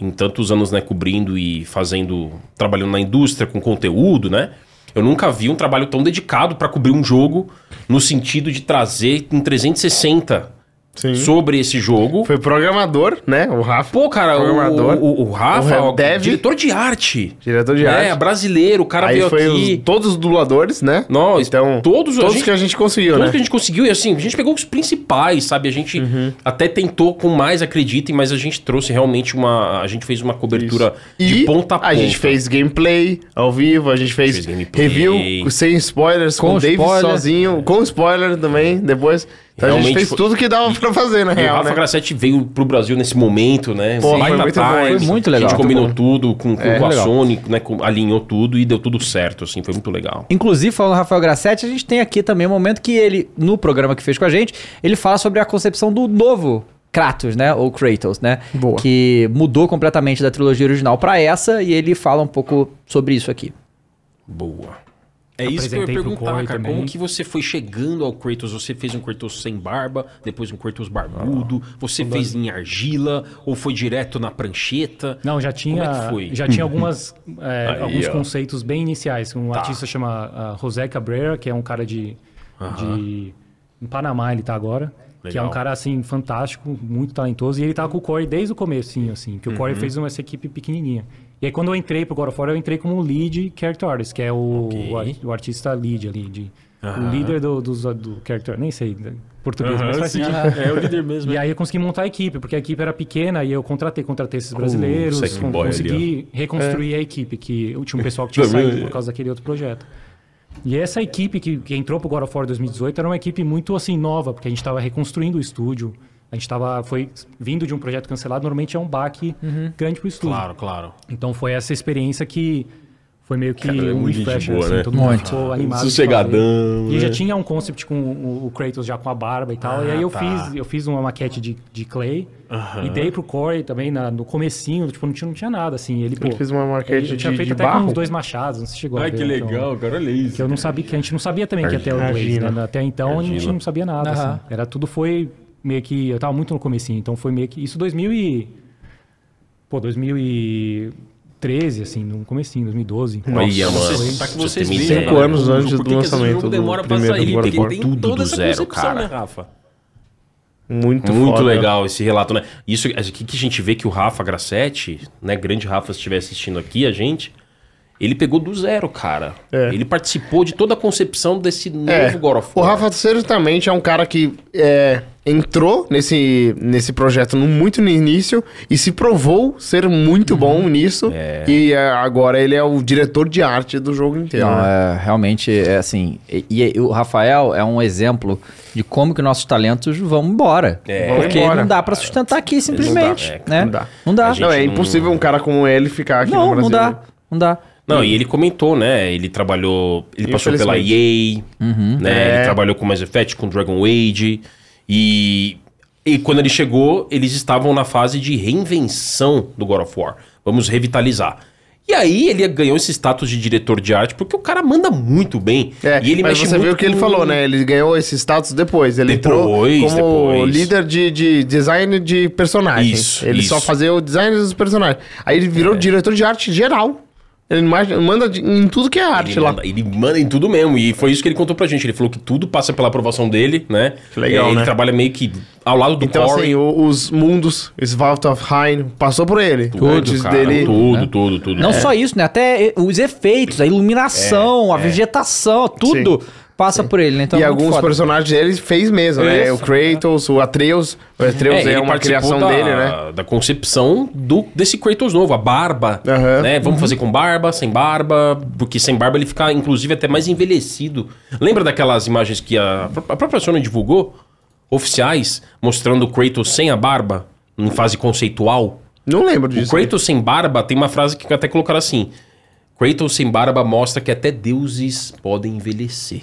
S3: em tantos anos, né, cobrindo e fazendo, trabalhando na indústria com conteúdo, né? Eu nunca vi um trabalho tão dedicado pra cobrir um jogo no sentido de trazer em 360
S2: Sim.
S3: sobre esse jogo.
S2: Foi programador, né? O Rafa.
S3: Pô, cara, o,
S2: Programador.
S3: o, o Rafa,
S2: O
S3: o
S2: dev.
S3: diretor de arte.
S2: Diretor de
S3: É,
S2: arte.
S3: brasileiro, o cara
S2: Aí
S3: veio
S2: foi
S3: aqui.
S2: os- todos os dubladores, né?
S3: Nós,
S2: Então,
S3: todos, a
S2: todos
S3: gente-
S2: que a gente conseguiu,
S3: Todos
S2: né?
S3: que a gente conseguiu, e assim, a gente pegou os principais, sabe? A gente
S2: Uhum.
S3: até tentou com mais, acreditem, mas a gente trouxe realmente uma. A gente fez uma cobertura de
S2: E
S3: ponta a ponta.
S2: a gente fez gameplay ao vivo, a gente fez,
S3: Fez gameplay.
S2: review sem spoilers, com,
S1: Com
S2: o Davis
S1: spoiler.
S2: sozinho, com spoiler também, depois. Então a
S3: Realmente
S2: gente fez
S3: foi-
S2: tudo que dava pra fazer, na
S3: E o
S2: real,
S3: Rafa
S2: né?
S3: Grassetti veio pro Brasil nesse momento, né?
S2: Pô,
S3: Um baita
S2: foi muito bom
S3: time.
S1: isso. Foi muito legal.
S3: A gente
S1: Muito
S3: combinou
S2: bom.
S3: tudo com, com,
S2: É,
S3: com a
S1: legal.
S3: Sony, né? com- alinhou tudo e deu tudo certo, assim. Foi muito legal.
S1: Inclusive, falando do Rafael Grassetti, a gente tem aqui também um momento que ele, no programa que fez com a gente, ele fala sobre a concepção do novo Kratos, né? Ou Kratos, né?
S2: Boa.
S1: Que mudou completamente da trilogia original pra essa, e ele fala um pouco sobre isso aqui.
S3: Boa. É isso que eu ia
S11: Apresentei pro
S3: perguntar,
S11: Corey
S3: cara.
S11: também.
S3: Como que você foi chegando ao Kratos? Você fez um Kratos sem barba, depois um Kratos barbudo, você fez em argila, ou foi direto na prancheta?
S13: Não, já tinha,
S3: Como é que foi?
S13: já tinha algumas, é,
S3: Aí,
S13: alguns
S3: ó.
S13: conceitos bem iniciais. Um artista chama ah, José Cabrera, que é um cara de, de- Em Panamá ele tá agora.
S10: Que é um
S3: Legal.
S10: cara, assim, fantástico, muito talentoso. E ele tava com o Corey desde o comecinho, assim. Que o Corey
S3: Uhum.
S10: fez uma, essa equipe pequenininha. E aí, quando eu entrei pro God of War, eu entrei como lead character artist. Que é o, o ar- o artista lead ali, de...
S3: Aham.
S10: O líder do, dos- do character... Nem sei, né, português,
S3: Aham,
S10: mas assim, faz
S3: sim.
S10: sentido.
S3: É, o líder mesmo,
S10: E aí eu consegui montar a equipe, porque a equipe era pequena e eu contratei, contratei esses brasileiros.
S3: sexy
S10: con-
S3: boy ali,
S10: consegui
S3: ó.
S10: reconstruir
S3: É.
S10: a equipe, que eu tinha um pessoal que tinha
S3: Também,
S10: saído
S3: é.
S10: por causa daquele outro projeto. E essa equipe que, que entrou pro God of War 2018 era uma equipe muito assim nova, porque a gente estava reconstruindo o estúdio. A gente tava, foi vindo de um projeto cancelado, normalmente é um baque
S3: Uhum.
S10: grande pro estúdio.
S3: Claro, claro.
S10: Então foi essa experiência que foi meio que
S3: Cara, é
S10: um
S3: muito gente
S10: refresher,
S3: boa,
S10: assim,
S3: né?
S10: todo mundo
S3: Muito.
S10: ficou animado. de
S3: Sossegadão,
S10: fazer. E já
S3: né?
S10: tinha um concept com o o Kratos já com a barba e tal.
S3: Ah,
S10: e aí eu
S3: tá.
S10: fiz, eu fiz uma maquete de, de clay
S3: Aham.
S10: e dei pro Corey também na- no comecinho, tipo, não tinha, não tinha nada, assim. Ele,
S3: tipo,
S10: pô,
S2: fez uma maquete
S10: eu tinha
S2: de-
S10: feito
S2: de
S10: até com
S2: barro?
S10: os dois machados, não se chegou a
S3: Ai,
S10: ver,
S3: que legal, cara, olha isso.
S10: Que eu não sabia, que a gente não sabia também que ia ter o Blaze,
S3: Argila.
S10: né? Até então a gente
S3: Argila.
S10: não sabia nada,
S3: Aham.
S10: assim. Era tudo foi meio que... Eu tava muito no comecinho, então foi meio que... Isso 2000 e... Pô, 2013, assim, no comecinho, 2012.
S3: Olha,
S10: Nossa,
S3: mano.
S10: Então, foi-
S3: Tá que
S10: você
S3: vocês
S10: tem
S3: veem,
S10: ideia,
S3: né,
S10: né?
S2: anos
S3: como-
S2: antes
S3: por
S2: do
S3: que que esse jogo
S2: lançamento do
S3: demora pra
S2: primeiro
S3: sair?
S2: God
S3: Ele
S2: of
S3: tem,
S2: War.
S3: tem
S2: Tudo
S3: toda
S2: do
S3: essa
S2: zero,
S3: concepção,
S2: cara.
S3: né, Rafa?
S2: Muito,
S3: Muito
S2: foda.
S3: legal esse relato, né? Isso aqui que a gente vê que o Rafa Grassetti, né, grande Rafa, se estiver assistindo aqui, a gente, ele pegou do zero, cara. Ele participou de toda a concepção desse novo
S2: É.
S3: God of
S2: O Rafa certamente é um cara que é, entrou nesse, nesse projeto no- muito no início e se provou ser muito bom nisso. E é, agora ele é o diretor de arte do jogo inteiro.
S1: Não,
S2: né?
S1: é, realmente, é assim. E, e o Rafael é um exemplo de como que nossos talentos vão embora.
S2: É.
S1: porque
S2: Vão embora.
S1: não dá pra sustentar aqui simplesmente.
S3: Não dá,
S1: né?
S3: É, Não dá.
S1: Não dá.
S3: A gente
S1: Não,
S2: é impossível um cara como ele ficar aqui no
S1: Não,
S2: Brasil.
S1: não dá. Não dá.
S3: Não,
S2: Uhum.
S3: e ele comentou, né? Ele trabalhou. Ele passou pela EA,
S1: Uhum.
S3: né?
S1: É.
S3: Ele trabalhou com Mass Effect, com Dragon Age. E, e quando ele chegou, eles estavam na fase de reinvenção do God of War. Vamos revitalizar. E aí ele ganhou esse status de diretor de arte, porque o cara manda muito bem. e ele
S2: É, Mas
S3: mexe
S2: você
S3: muito
S2: viu o que ele
S3: com-
S2: falou, né? Ele ganhou esse status depois. Ele
S3: Depois,
S2: entrou como
S3: depois.
S2: líder de, de design de personagens.
S3: Isso,
S2: ele só
S3: isso. É.
S2: fazia o design dos personagens. Aí ele virou diretor de arte geral. Ele mais- manda de- em tudo que é arte
S3: Ele
S2: lá.
S3: manda, ele manda em tudo mesmo. E foi isso que ele contou pra gente. Ele falou que tudo passa pela aprovação dele, né?
S2: legal,
S3: É, ele
S2: né?
S3: trabalha meio que ao lado do
S2: Então,
S3: Corey.
S2: assim, o- os mundos, esse Vault of Hein, passou por ele.
S3: Tudo,
S2: antes
S3: cara,
S2: dele. né?
S3: tudo, tudo, tudo.
S1: Não
S3: É.
S1: só isso, né? Até eh, os efeitos, a iluminação,
S3: é.
S1: a vegetação, tudo passa por ele, né? Então
S2: e
S1: é muito
S2: alguns
S1: foda.
S2: personagens ele fez mesmo, né?
S1: Isso.
S2: O Kratos, o Atreus. O Atreus é,
S3: ele
S2: uma
S3: participou
S2: criação
S3: da-
S2: dele, né?
S3: Da concepção do, desse Kratos novo, a barba. Né? Vamos fazer com barba, sem barba, porque sem barba ele fica, inclusive, até mais envelhecido. Lembra daquelas imagens que a, a própria Sony divulgou? Oficiais, mostrando o Kratos sem a barba, em fase conceitual?
S2: Não lembro né?
S3: disso. O Kratos sem barba tem uma frase que até colocaram assim: Kratos sem barba mostra que até deuses podem envelhecer.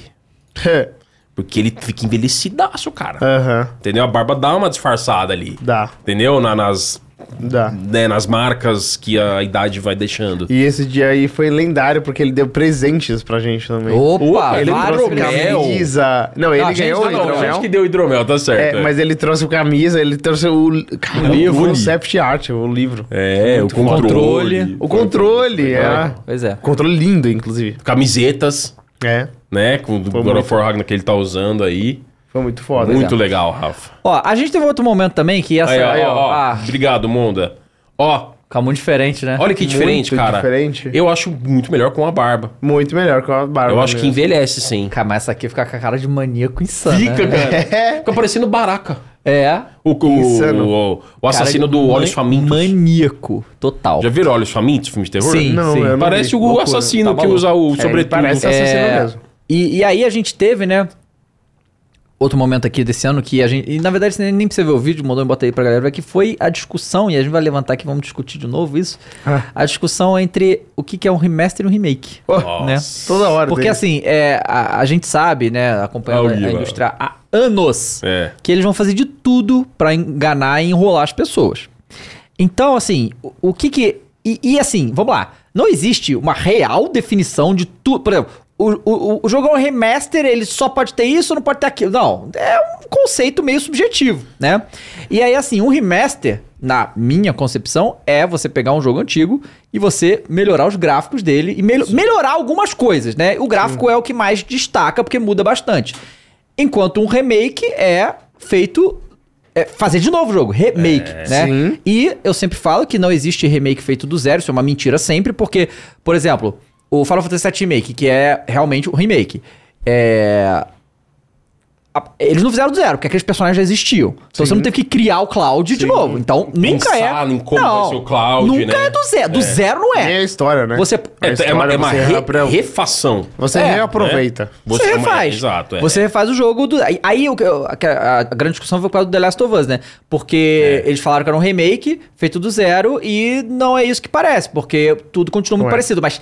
S2: É.
S3: Porque ele fica envelhecidaço, cara.
S2: Aham.
S3: Entendeu? A barba dá uma disfarçada ali.
S2: Dá.
S3: Entendeu? Na- nas,
S2: Dá.
S3: né, nas marcas que a idade vai deixando.
S2: E esse dia aí foi lendário, porque ele deu presentes pra gente também.
S1: Opa,
S2: ele
S3: vários
S2: trouxe
S3: presentes.
S2: camisa. Não, ele
S3: Ah, gente,
S2: ganhou
S3: ah,
S2: o
S3: não,
S2: hidromel.
S3: gente que deu hidromel, tá certo.
S2: É, mas ele trouxe camisa, ele trouxe o, cara, o
S3: livro.
S2: concept art, o livro.
S3: É, o controle.
S2: O controle, é.
S1: Pois é.
S2: Controle lindo, inclusive.
S3: Camisetas.
S2: É.
S3: Né? Com o God of War Ragnarok que ele tá usando aí.
S2: Foi muito foda.
S3: Muito
S1: é.
S3: legal, Rafa.
S1: Ó, a gente teve outro momento também que essa.
S3: Aí, ó, ó, ó.
S1: Ah,
S3: Obrigado, Monda. Ó.
S1: Fica muito diferente, né?
S3: Olha que diferente,
S1: Muito
S3: cara.
S1: diferente.
S3: Eu acho muito melhor com a barba.
S2: Muito melhor com a barba.
S3: Eu acho que
S1: mesmo.
S3: envelhece, sim.
S1: Cara, mas essa aqui fica com a cara de maníaco insano.
S3: Fica,
S1: né?
S2: É.
S3: cara. Fica parecendo baraca.
S1: É.
S3: O,
S1: Insano.
S3: o, o, o assassino
S1: Cara de
S3: do Olhos
S1: man-
S3: Famintos.
S1: Maníaco, total.
S3: Já viram Olhos Famintos, filme de terror?
S1: Sim, É, sim.
S3: Parece o
S2: Tá
S3: assassino que usa o sobretudo.
S2: É,
S1: É. E, e aí a gente teve, né? Outro momento aqui desse ano que a gente. E na verdade, nem, nem precisa ver o vídeo, mandou e bota aí pra galera, ver, que foi a discussão, e a gente vai levantar aqui, vamos discutir de novo isso.
S2: Ah.
S1: A discussão entre o que, que é um remaster e um remake. né?
S2: Toda hora.
S1: Porque
S2: dele.
S1: assim, é, a, a gente sabe, né, acompanhando
S3: Olha.
S1: a, a indústria há anos,
S3: É.
S1: que eles vão fazer de tudo pra enganar e enrolar as pessoas. Então, assim, o, o que que... E, e, assim, vamos lá, não existe uma real definição de tudo... Por exemplo, o, o, o jogo é um remaster, ele só pode ter isso, não pode ter aquilo. Não, é um conceito meio subjetivo, né? E aí, assim, um remaster, na minha concepção, é você pegar um jogo antigo e você melhorar os gráficos dele e mel- melhorar algumas coisas, né? O gráfico é o que mais destaca, porque muda bastante. Enquanto um remake é feito. é, fazer de novo o jogo, remake,
S9: É.
S1: né?
S9: Sim.
S1: E eu sempre falo que não existe remake feito do zero, isso é uma mentira sempre, porque, por exemplo, o Final Fantasy VII Remake, que é realmente um remake, é. a- Eles não fizeram do zero, porque aqueles personagens já existiam. Então você não teve que criar o Cloud de novo. Então nunca é.
S3: Pensar em como vai ser o Cloud,
S1: Nunca
S3: né?
S1: é do zero. Do
S3: É.
S1: zero não é.
S2: É a história, né?
S1: Você-
S3: É, é uma, é uma
S2: você
S3: re-
S2: reapre-
S3: refação.
S2: Você
S1: É.
S2: reaproveita.
S1: Você, refaz.
S3: Exato, é.
S1: Você refaz o jogo. Do... Aí, aí o que eu- a, a- a grande discussão foi por causa do The Last of Us, né?
S3: É.
S1: Porque eles falaram que era um remake feito do zero e não é isso que parece, porque tudo continua muito
S3: Não é.
S1: parecido, mas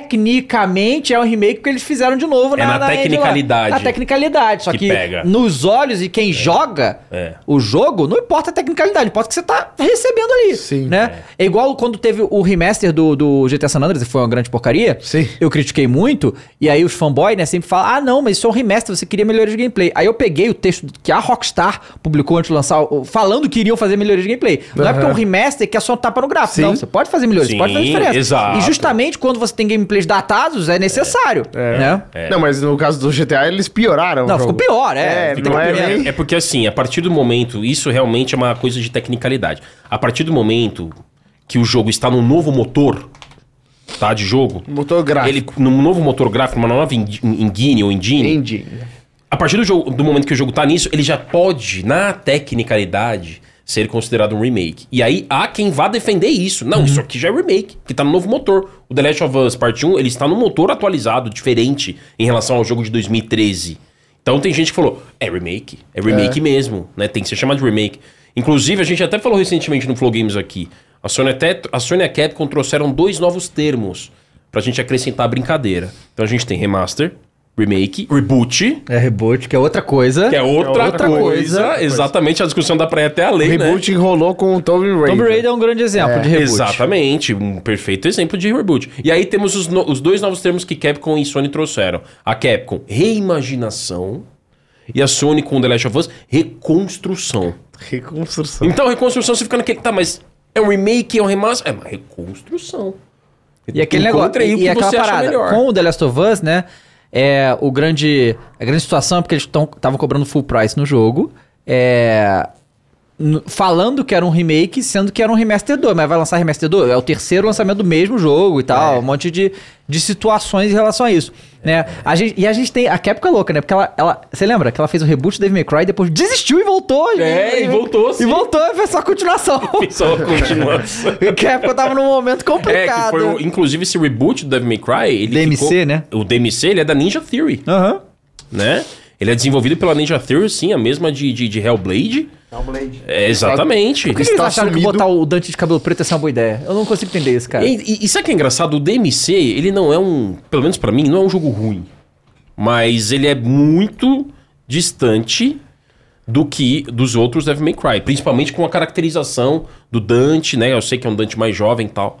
S1: tecnicamente é um remake que eles fizeram de novo
S3: É na
S1: engine lá.
S3: tecnicalidade.
S1: Na tecnicalidade, só que,
S3: Que pega.
S1: nos olhos e
S3: É.
S1: quem joga o jogo, não importa a tecnicalidade, importa o que você tá recebendo ali, Sim. né? É. igual quando teve o remaster do, do GTA San Andreas, e foi uma grande porcaria. Sim. Eu critiquei muito, e aí os fanboys, né, sempre falam, ah, não, mas isso é um remaster, você queria melhorias de gameplay. Aí eu peguei o texto que a Rockstar publicou antes de lançar, o- falando que iriam fazer melhorias de gameplay. Não é
S3: Aham.
S1: porque é um remaster que é só um tapa no gráfico,
S3: Sim.
S1: não. Você pode fazer melhorias,
S3: Sim,
S1: pode fazer diferença.
S3: exato.
S1: E justamente quando você tem gameplays datados, é necessário, né?
S3: É.
S2: Não, mas no caso do GTA, eles pioraram.
S1: Não, ficou pior, é.
S2: É, não é nem-
S3: É porque assim, a partir do momento, isso realmente é uma coisa de tecnicalidade. A partir do momento que o jogo está num novo motor, tá? De jogo.
S2: Motor gráfico.
S3: Ele, num novo motor gráfico, uma nova eng- engine ou engine. A partir do, jogo, do momento que o jogo tá nisso, ele já pode, na tecnicalidade, ser considerado um remake. E aí há quem vá defender isso. Não, isso aqui já é remake, que tá no novo motor. O The Last of Us Part 1, ele está num motor atualizado, diferente em relação ao jogo de 2013. Então tem gente que falou, é remake, é remake
S11: É.
S3: mesmo, né? Tem que ser chamado de remake. Inclusive, a gente até falou recentemente no Flow Games aqui. A Sony, até, a Sony e a Capcom trouxeram dois novos termos pra gente acrescentar a brincadeira. Então a gente tem remaster, remake, reboot.
S1: É reboot, que é outra coisa.
S3: Que é outra,
S1: outra
S3: coisa,
S1: coisa.
S3: Exatamente, a discussão da praia até a lei, né?
S2: reboot enrolou com o Tomb Raider.
S3: Tomb Raider
S1: é um grande exemplo de reboot.
S3: Exatamente, um perfeito exemplo de reboot. E aí temos os, no- os dois novos termos que Capcom e Sony trouxeram. A Capcom, reimaginação, e a Sony com The Last of Us, reconstrução.
S2: Reconstrução.
S3: Então, reconstrução, você fica naquele... Tá, mas é um remake, é um remaster? É, mas reconstrução.
S2: Uhum.
S1: E aquele negócio,
S3: Encontra aí o
S1: e,
S3: que
S1: e aquela
S3: você acha
S1: parada,
S3: melhor.
S1: com o The Last of Us, né, é, o grande, a grande situação é porque eles estavam cobrando full price no jogo, é, n- falando que era um remake, sendo que era um remaster 2, mas vai lançar remaster 2? É o terceiro lançamento do mesmo jogo e
S3: É.
S1: tal, um monte de, de situações em relação a isso, né. A gente, e a gente tem, a Capcom é louca, né, porque ela, ela- você lembra que ela fez o reboot do Devil May Cry, depois desistiu e voltou.
S3: É, e voltou,
S1: E voltou, e foi só a continuação.
S3: Só continuação.
S1: E a Capcom tava num momento
S3: É, que
S1: complicado.
S3: foi o- inclusive esse reboot do Devil May Cry, ele
S1: DMC,
S3: ficou-
S1: né?
S3: O DMC, ele é da Ninja Theory.
S1: Aham.
S3: Né? Ele é desenvolvido pela Ninja Theory, sim, a mesma de, de, de Hellblade.
S2: Hellblade.
S3: É, exatamente.
S1: Por que, que eles acharam que botar o Dante de cabelo preto ia ser uma boa ideia? Eu não consigo entender isso, cara.
S3: E, e, e sabe o que é engraçado? O DMC, ele não é um... Pelo menos pra mim, não é um jogo ruim. Mas ele é muito distante do que dos outros Devil May Cry. Principalmente com a caracterização do Dante, né? Eu sei que é um Dante mais jovem e tal.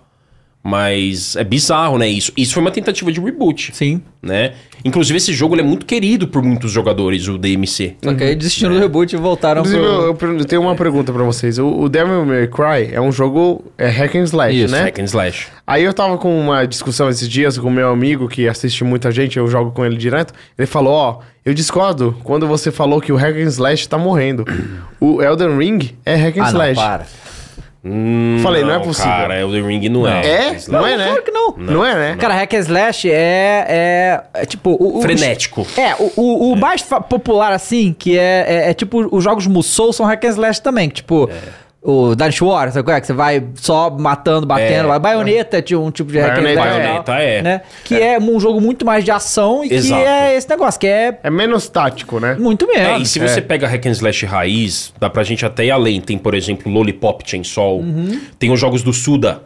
S3: Mas é bizarro, né? Isso, isso foi uma tentativa de reboot.
S1: Sim.
S3: Né? Inclusive, esse jogo ele é muito querido por muitos jogadores, o DMC.
S1: Só que aí desistiram do reboot e voltaram
S2: É. Inclusive,
S1: pro...
S2: eu, eu per- eu tenho uma pergunta pra vocês. O, o Devil May Cry é um jogo é hack and slash,
S3: Isso,
S2: né?
S3: hack and slash.
S2: Aí eu tava com uma discussão esses dias com meu amigo que assiste muita gente, eu jogo com ele direto. Ele falou, ó, eu discordo quando você falou que o hack and slash tá morrendo. O Elden Ring é hack and
S3: Ah, não,
S2: slash.
S3: para. Hum,
S2: Falei, não é possível.
S3: Cara, Elden Ring não, é.
S2: É?
S3: hack and slash.
S2: Não é, né?
S1: Claro que não.
S3: Não, Não é, né? não.
S1: Cara, hack and slash é... é, é tipo... O, o-
S3: Frenético.
S1: É, o, o- o mais fa- popular, assim, que é, é, é tipo... Os jogos Musou são hack and slash também, que tipo...
S3: É.
S1: O Dynasty Warriors, sabe qual é? Que você vai só matando, batendo. vai. Baioneta é de um tipo de hack and slash.
S3: Baioneta,
S1: e tal,
S3: Baioneta, é.
S1: Né? Que é. um jogo muito mais de ação e
S3: Exato.
S1: que é esse negócio, que é...
S2: É menos tático, né?
S1: Muito
S3: É,
S1: menos.
S3: e se você pega hack and slash raiz, dá pra gente até ir além. Tem, por exemplo, Lollipop Chainsaw.
S1: Uhum.
S3: Tem os jogos do Suda.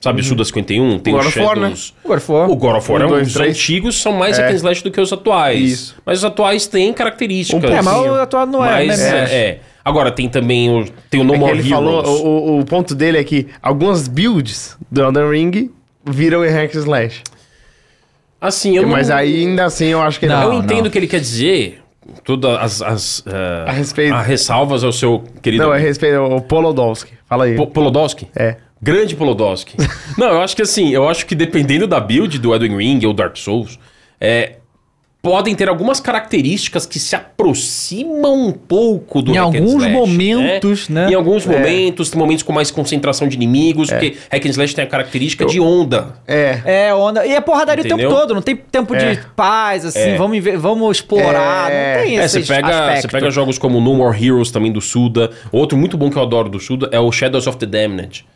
S3: Sabe o Suda 51? Tem
S1: God
S3: os
S1: of War, né?
S3: Shadows.
S1: O God of War.
S3: O God of War
S1: Um,
S3: é um,
S1: dois,
S3: os
S1: três.
S3: antigos são mais
S1: É.
S3: hack and slash do que os atuais. Mas os atuais têm características.
S1: É, mas o atual não é,
S3: Mas,
S1: né?
S3: é, é. Agora, tem também o, tem o No
S2: É que
S3: More
S2: ele
S3: Heroes.
S2: falou, o, o- o ponto dele é que algumas builds do Elden Ring viram em hack and slash.
S3: Assim, eu
S2: Mas
S3: não-
S2: aí, ainda assim, eu acho que não.
S3: eu entendo o que ele quer dizer. Todas as, as, ah, as ressalvas ao seu querido
S2: Não, é respeito ao Polodowski. Fala aí.
S3: Polodowski?
S2: É.
S3: Grande Polodowski. não, eu acho que assim, eu acho que dependendo da build do Elden Ring ou Dark Souls, é, podem ter algumas características que se aproximam um pouco do
S1: Em
S3: hack and
S1: alguns
S3: slash,
S1: momentos, né?
S3: Em alguns
S1: É.
S3: momentos, tem momentos com mais concentração de inimigos, porque hack and slash tem a característica de onda.
S1: É. É, onda. E é porradaria o
S3: Entendeu?
S1: tempo todo, não tem tempo
S3: É.
S1: de paz, assim,
S3: É.
S1: vamos, inve- vamos explorar, não tem
S3: É,
S1: esse
S3: você pega, você
S1: aspecto.
S3: pega jogos como No More Heroes também do Suda. Outro muito bom que eu adoro do Suda é o Shadows of the Damned,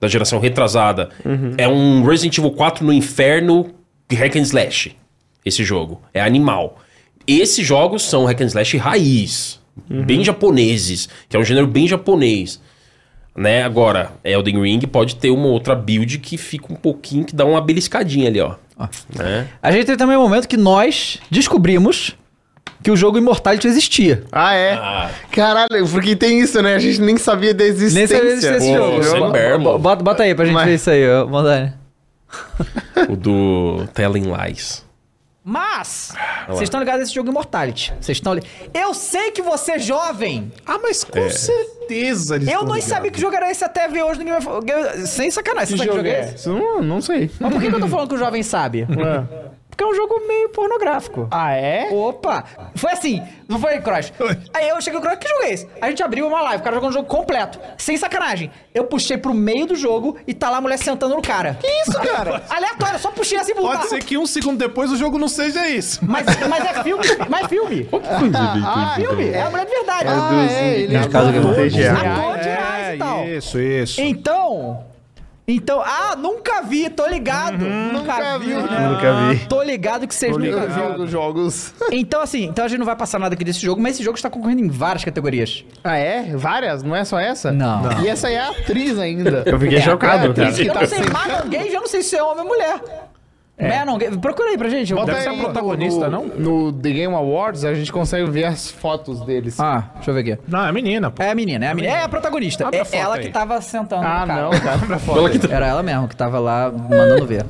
S3: da geração retrasada.
S9: Uhum.
S3: É um Resident Evil 4 no inferno de hack and slash. Esse jogo é animal. Esses jogos são hack and slash raiz, bem japoneses, que é um gênero bem japonês. Né? Agora, Elden Ring pode ter uma outra build que fica um pouquinho, que dá uma beliscadinha ali, ó. Né?
S1: A gente tem também um momento que nós descobrimos que o jogo Immortality existia.
S2: Ah, é? Caralho, porque tem isso, né? A gente nem sabia da existência.
S1: Nem sabia existir esse jogo. Bo- Bota, bota aí pra gente
S2: Mas-
S1: ver É isso aí, ó, Mondani.
S3: o do Telling Lies.
S1: Mas,
S3: lá.
S1: vocês estão ligados nesse jogo Immortality. Vocês estão li- Eu sei que você é jovem! Ah, mas
S11: com certeza eles
S1: Eu
S11: estão
S1: não
S11: ligados.
S1: sabia que jogo era esse até ver hoje ninguém vai falar. Sem sacanagem, você sabe que jogo é esse?
S2: Não, não sei.
S1: Mas por que, que eu tô falando que o jovem sabe? Porque é um jogo meio pornográfico.
S2: Ah, é?
S1: Opa! Foi assim, não foi, Cross? Aí eu cheguei, Cross, que jogo é esse? A gente abriu uma live, o cara jogou um jogo completo, sem sacanagem. Eu puxei pro meio do jogo e tá lá a mulher sentando no cara. Que
S14: isso, cara?
S1: Aleatório, só puxei assim pro
S14: Pode
S1: lugar.
S14: ser que um segundo depois o jogo não seja isso.
S1: Mas, mas é filme, mas é filme.
S14: Ah,
S1: filme, é a mulher de verdade.
S14: Ah, é, ele é caso que não seja.
S1: Ator de reais e tal.
S14: Isso, É isso.
S1: Então. Então, ah, nunca vi, tô ligado.
S14: Uhum.
S1: nunca, vi, né?
S2: Nunca vi.
S1: Ah, Tô ligado que vocês
S2: Tô
S1: nunca
S2: ligado.
S1: viram.
S2: Jogo, jogos.
S1: Então, assim, então a gente não vai passar nada aqui desse jogo, mas esse jogo está concorrendo em várias categorias.
S2: Ah, é? Várias? Não é só essa?
S1: Não. É
S2: E essa é a atriz ainda. é
S1: Eu fiquei
S2: chocado,
S1: Eu não sei Manon Gay, eu não sei se tá é homem ou mulher. Manon Gay, procura aí pra gente.
S2: Bota
S1: Deve ser
S2: aí
S1: a protagonista,
S2: no, No The Game Awards a gente consegue ver as fotos deles.
S1: Ah, deixa eu ver aqui.
S14: Não, é menina,
S1: É a menina, é a menina. É a protagonista.
S2: Abre
S1: é
S2: a foto
S1: ela
S2: aí.
S1: que tava sentando.
S2: Ah,
S1: no cara.
S2: não, cara, abre a foto Ela que aí. tá-
S1: Era ela mesmo que tava lá mandando ver.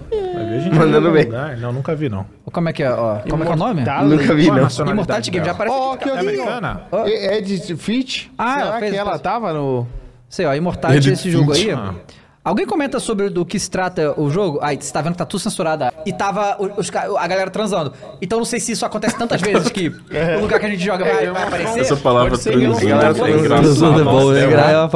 S2: Mandando ver.
S14: Não, nunca vi, não.
S1: Como é que é, ó? Como é que é o nome?
S2: Nunca vi,
S1: Qual a
S2: não.
S1: nacionalidade Immortality Game, já
S2: dela?
S1: aparece
S2: Ó,
S1: aqui,
S2: que
S1: cara.
S2: eu vi, ó. É é de Fit?
S1: Ah,
S2: Será
S1: ela fez
S2: que ela
S1: fez-
S2: tava no... É
S1: Sei, ó, Immortality,
S2: Ele
S1: Tá, esse jogo aí.
S2: finge. Ah.
S1: Alguém comenta sobre do que se trata o jogo? Ai, você tá vendo que tá tudo censurado. E tava o- os ca- a galera transando. Então não sei se isso acontece tantas vezes que o lugar que a gente joga vai, vai aparecer.
S3: É, Essa palavra
S1: Pode ser que não
S3: transar
S1: seja
S3: é
S1: boa.
S3: engraçada. Transando é bom, né? É uma
S1: palavra
S3: É uma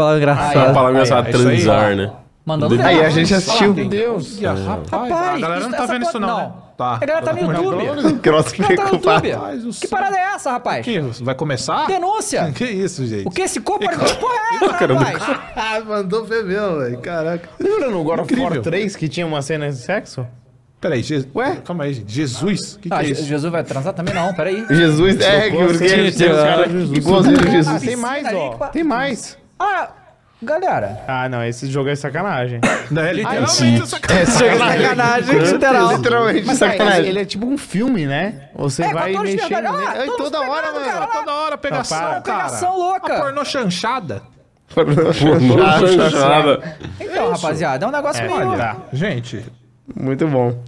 S3: palavra engraçada, transar, né?
S1: Mandando
S3: Deve-
S1: ver.
S3: Meu
S1: Deus. Rapaz,
S14: a galera não tá
S1: essa
S14: vendo isso
S1: foto-
S14: não, né? Tá.
S1: A galera tá no YouTube.
S14: Cross que
S1: A galera tá no
S14: preocupado.
S1: YouTube. Que parada é essa, rapaz?
S14: Que isso? Vai começar?
S1: Denúncia!
S14: Que isso, gente?
S1: O que esse corpo... Que porra é essa, rapaz?
S2: Ah, mandou ver mesmo, velho. Caraca. Lembra no God of War
S14: Incrível.
S2: 3 que tinha uma cena de sexo?
S14: Peraí, Jesus. Ué? Calma aí, gente. Jesus? Que que
S1: Ah,
S14: é
S1: Je-
S14: isso?
S1: Jesus vai transar também não, peraí.
S2: Jesus, é, que porque tem os caras igualzinho Jesus.
S1: Tem mais, ó. Tem
S2: mais.
S1: Ah, galera.
S2: Ah, não, esse jogo é sacanagem.
S14: Não, é
S2: literalmente
S14: sacanagem.
S2: É sacanagem.
S1: Sacanagem, literal.
S2: Literalmente
S1: Mas, cara,
S2: sacanagem.
S1: ele- ele
S2: é tipo um filme, né? Você vai
S1: atores de
S2: mexer
S1: verdade.
S2: nele.
S1: Ah,
S2: Ai,
S1: todos
S2: toda hora,
S1: pegados,
S2: mano.
S1: cara, lá.
S14: Toda hora pegação,
S2: Não, para.
S14: cara.
S1: Pegação louca.
S14: A pornô chanchada.
S2: Pornô chanchada.
S1: Então, rapaziada, é um negócio meio...
S14: Gente,
S2: Muito bom.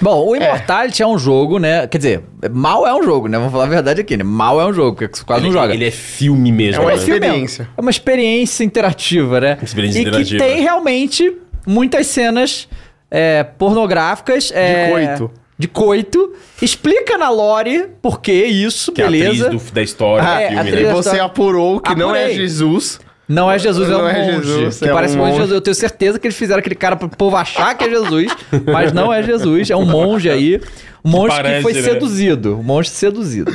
S1: Bom, o Immortality é. um jogo, né? Quer dizer, mal é um jogo, né? Vamos falar a verdade aqui, né? Mal é um jogo, porque você quase não joga.
S3: Ele é filme mesmo. né?
S1: É uma experiência interativa, né?
S3: Experiência
S1: e que
S3: interativa.
S1: tem realmente muitas cenas é, pornográficas. é,
S3: coito.
S1: De coito. Explica na lore por que isso,
S3: Que é a atriz
S1: beleza.
S3: do- da história
S1: Ah,
S3: do
S1: é, a
S3: filme,
S1: atriz
S3: né?
S1: da história.
S2: apurou que não é
S1: Apurei.
S2: Jesus.
S1: Não é Jesus, é um
S2: Não é
S1: monge.
S2: Jesus,
S1: que
S2: é
S1: parece
S2: um
S1: um monge de
S2: monge.
S1: Jesus. Eu tenho certeza que eles fizeram aquele cara pro povo achar que é Jesus, mas não é Jesus, é um monge aí. Um monge que,
S3: Parece,
S1: foi
S3: né?
S1: seduzido. Um monge seduzido.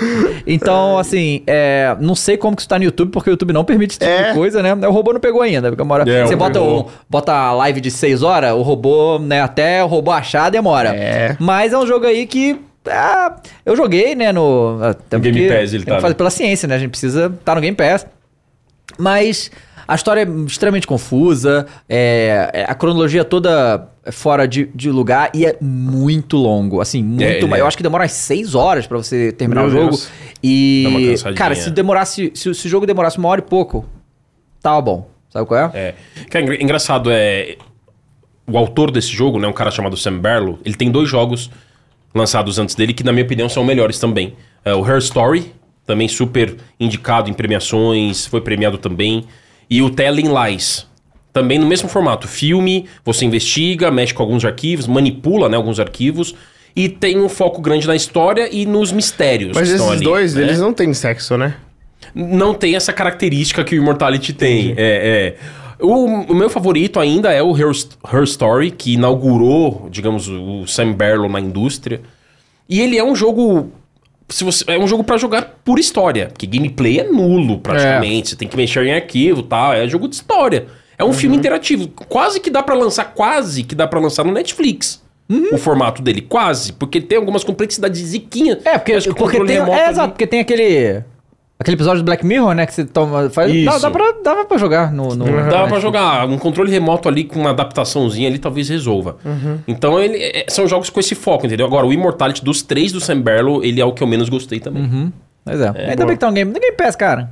S1: Então, assim, é, não sei como que isso tá no YouTube, porque o YouTube não permite esse tipo de coisa, né? O robô não pegou ainda. Porque uma hora,
S3: É,
S1: você
S3: não
S1: bota,
S3: pegou.
S1: um, bota a live de 6 horas, o robô, né? Até o robô achar, demora. Mas é um jogo aí que. ah, eu joguei, né, no... até
S3: No Game
S1: porque
S3: Pass ele
S1: tem que
S3: tá, né?
S1: fazer Pela ciência, né? A gente precisa estar no Game Pass. Mas a história é extremamente confusa, é, é- a cronologia toda é fora de, de lugar e é muito longo. Assim, muito.
S3: ele
S1: ma-
S3: é.
S1: Eu acho que demora umas 6 horas pra você terminar
S3: Meu
S1: o jogo.
S3: Deus. Dá uma
S1: E.
S3: cansadinha.
S1: Cara, se demorasse. Se, o- se o jogo demorasse uma hora e pouco, tava bom. Sabe qual é?
S3: É. Que é engra- engraçado é. O autor desse jogo, né, um cara chamado Sam Barlow, ele tem dois jogos lançados antes dele que, na minha opinião, são melhores também. É, o Her Story, também super indicado em premiações, foi premiado também. E o Telling Lies, também no mesmo formato. Filme, você investiga, mexe com alguns arquivos, manipula né, alguns arquivos. e tem um foco grande na história e nos mistérios.
S2: Mas
S3: que estão
S2: esses
S3: ali,
S2: dois,
S3: né?
S2: eles não têm sexo, né?
S3: não tem essa característica que o Immortality tem. É, é. O, o meu favorito ainda é o Her, Her Story, que inaugurou, digamos, o Sam Barlow na indústria. E ele é um jogo. Se você, é um jogo pra jogar por história, porque gameplay é nulo
S1: É.
S3: praticamente. Você tem que mexer em arquivo e tal. É jogo de história. É um
S1: Uhum.
S3: filme interativo. Quase que dá pra lançar, quase que dá pra lançar no Netflix.
S1: Uhum.
S3: O formato dele, quase, porque ele tem algumas complexidades ziquinhas. É, porque, acho que o
S1: Porque
S3: controle
S1: tem,
S3: remoto
S1: é,
S3: ali-
S1: exato, porque tem aquele. Aquele episódio do Black Mirror, né? Que você toma. Faz, dá,
S3: Isso.
S1: dá pra, dava pra jogar no. no
S3: Dava pra
S1: Netflix.
S3: jogar um controle remoto ali com uma adaptaçãozinha ali, talvez resolva.
S1: Uhum.
S3: Então ele é- são jogos com esse foco, entendeu? Agora, o Immortality dos três do Sam Barlow, ele é o que eu menos gostei também.
S1: Uhum. Mas é. Ainda
S3: boa.
S1: bem que tá no Game, no Game Pass, cara.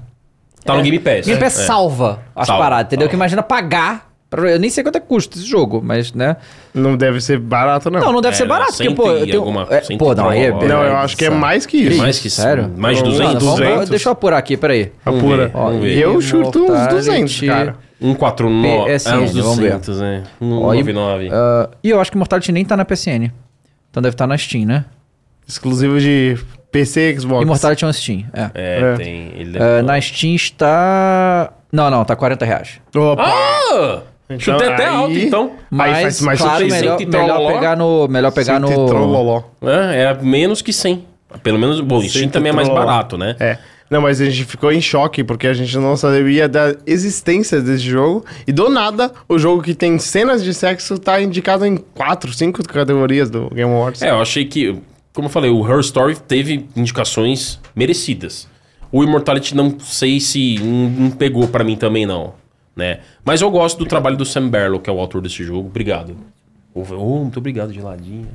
S3: Tá no Game Pass.
S1: Game Pass
S3: É.
S1: salva as
S3: Salva,
S1: paradas, entendeu? Que imagina pagar. pra- eu nem sei quanto é que custa esse jogo, mas, né?
S2: Não deve ser barato, não.
S1: Não, não deve
S3: É,
S1: ser barato,
S3: cento
S1: porque, pô.
S3: e
S1: eu tenho-
S3: alguma-
S1: é,
S3: cento
S1: pô,
S3: e
S1: não, aí é
S3: alguma
S1: bem-
S3: hora.
S2: Eu acho que é mais que
S3: né?
S2: isso.
S3: Mais que isso.
S1: Sério?
S3: Mais de
S1: Vamos lá,
S3: 200?
S1: vamos lá, deixa eu apurar aqui, peraí.
S3: Apura.
S1: Ó,
S3: Vamos ver.
S1: tá eu
S2: chuto uns 200, cara.
S3: 149. É,
S1: PSN,
S3: uns
S1: vamos ver.
S3: 200, né?
S1: Ó, e-
S3: 199.
S1: ah, e eu acho que Immortality nem tá na PSN. Então deve estar tá na Steam, né?
S2: Exclusivo de PC, Xbox.
S1: Immortality é on Steam, é.
S3: É,
S1: É.
S3: tem. Ele deve
S1: Ah, na Steam está... Não, não, tá 40 reais.
S2: Opa!
S3: Ah! Chutei até alto, então.
S1: Mas, claro, melhor, melhor pegar no... Melhor pegar no...
S3: É, é menos que 100. Pelo menos, bom, o Steam também é mais
S2: Trololó.
S3: barato, né?
S2: É. Não, mas a gente ficou em choque porque a gente não sabia da existência desse jogo. E do nada, o jogo que tem cenas de sexo tá indicado em 4, 5 categorias do Game Awards.
S3: É, eu achei que, como eu falei, o Her Story teve indicações merecidas. O Immortality não sei se não, não pegou pra mim também não, né? Mas eu gosto do trabalho do Sam Barlow, que é o autor desse jogo. Obrigado. Ô, ô, muito obrigado, geladinha.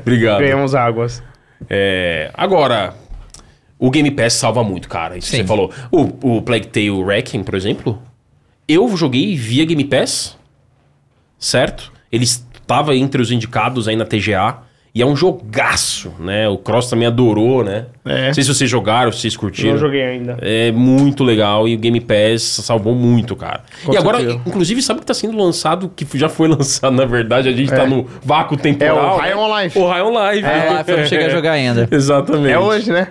S3: Obrigado.
S2: Ganhamos águas.
S3: É, agora, o Game Pass salva muito, cara. Isso que você falou. O, o Plague Tale Wrecking, por exemplo, eu joguei via Game Pass, certo? Ele estava entre os indicados aí na TGA. E é um jogaço, né? O Cross também adorou, né?
S2: É.
S3: Não sei se vocês jogaram, se vocês curtiram.
S2: Não joguei ainda.
S3: É muito legal e o Game Pass salvou muito, cara.
S2: Com
S3: e agora,
S2: certeza.
S3: inclusive, sabe o que tá sendo lançado, que já foi lançado, na verdade, a gente tá
S2: É.
S3: no vácuo
S2: É o
S3: temporal.
S2: High
S3: né?
S2: on Life.
S3: O High on Life.
S1: É, lá, eu não cheguei a jogar ainda.
S3: Exatamente.
S2: É hoje, né?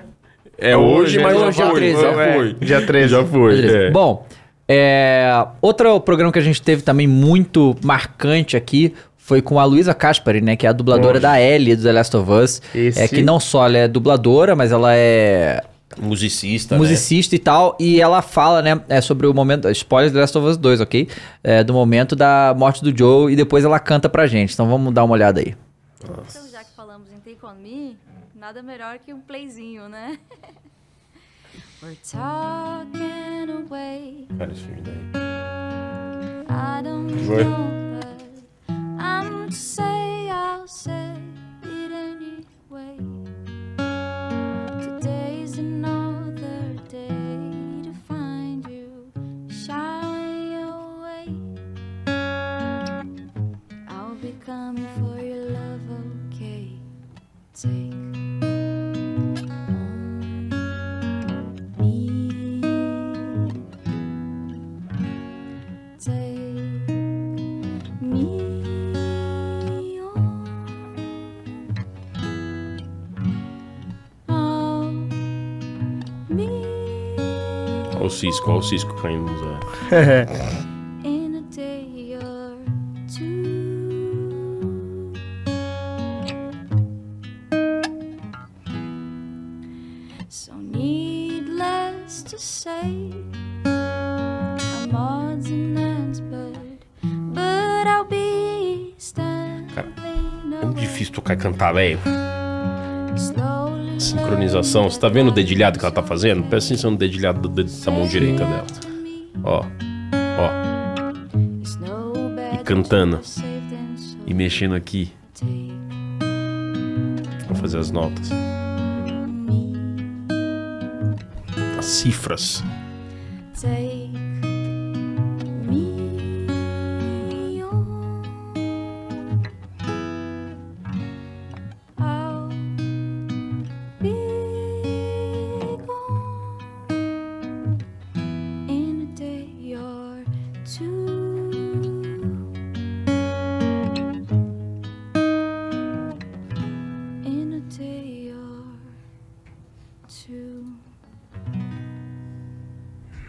S3: É hoje, mas já
S1: dia
S3: foi.
S1: 13,
S3: já
S1: é.
S3: foi.
S2: Dia 13.
S3: Já foi.
S1: Beleza.
S3: é.
S1: Bom, é, outro programa que a gente teve também muito marcante aqui foi com a Luísa Caspari, né? Que é a dubladora
S3: Nossa.
S1: da Ellie do The Last of Us.
S3: Esse-
S1: É que não só ela é dubladora, mas ela é
S3: musicista, né?
S1: musicista e tal. E ela fala, né, é sobre o momento. Spoilers do Last of Us 2, ok? É, do momento da morte do Joe e depois ela canta pra gente. Então vamos dar uma olhada aí.
S9: Então, já que falamos em Take On Me, nada melhor que um playzinho, né? We're talking away.
S3: né? Cara, esse filme daí.
S9: I don't
S3: Foi.
S9: know what I'm to say. I'll say it anyway. Today's another day to find you shy away. I'll be coming for your love, okay? Take on me. Take me on. Oh,
S3: Olha o Cisco, olha o Cisco caindo é, no Zé.
S2: É.
S9: in a day or two. So needless to say, I'm odds and ends, but but I'll be standing
S3: É muito difícil tocar e cantar, velho.
S9: slowly.
S3: Sincronização. Você tá vendo o dedilhado que ela tá fazendo? Presta atenção no dedilhado do dedo da mão direita dela. Ó. Ó.
S9: It's no better
S3: E cantando.
S9: to save than sorry.
S3: E mexendo aqui. Pra fazer as notas. As cifras.
S9: Take me on I'll be gone in a day or two.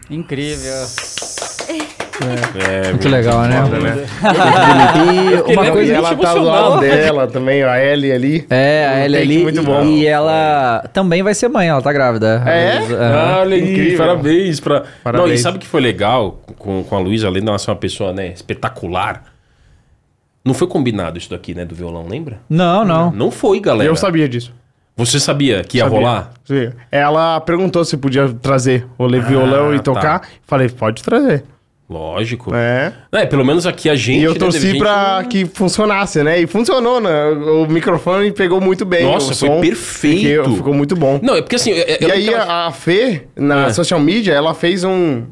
S15: Incrível.
S3: É,
S1: Muito legal, né?
S2: E uma coisa ela tá do lado dela também, a Ellie ali.
S1: É, a Ellie
S2: take
S1: ali.
S2: muito
S1: e-
S2: bom.
S1: E ela também vai ser mãe, ela tá grávida.
S2: É?
S1: Aham.
S3: Ah, olha aí, parabéns. Pra...
S1: Parabéns.
S3: Não, e sabe o que foi legal com, com a Luísa, além dela ser uma pessoa né, espetacular? Não foi combinado isso daqui, né, do violão, lembra?
S1: Não, não.
S3: Não foi, galera.
S2: Eu sabia disso.
S3: Você sabia que ia
S2: Sabia.
S3: rolar?
S2: Sim. Ela perguntou se podia trazer o le-
S3: Ah,
S2: violão e
S3: tá.
S2: tocar. Falei, pode trazer.
S3: Lógico. É. pelo menos aqui a gente.
S2: e eu
S3: né,
S2: torci
S3: teve gente-
S2: pra que funcionasse, né? E funcionou, né? O microfone pegou muito bem.
S3: Nossa,
S2: o
S3: foi
S2: som.
S3: perfeito.
S2: Fiquei- ficou muito bom.
S3: Não, é porque assim. eu- eu-
S2: e
S3: eu-
S2: aí a, a Fê, na
S3: É.
S2: social media, ela fez um.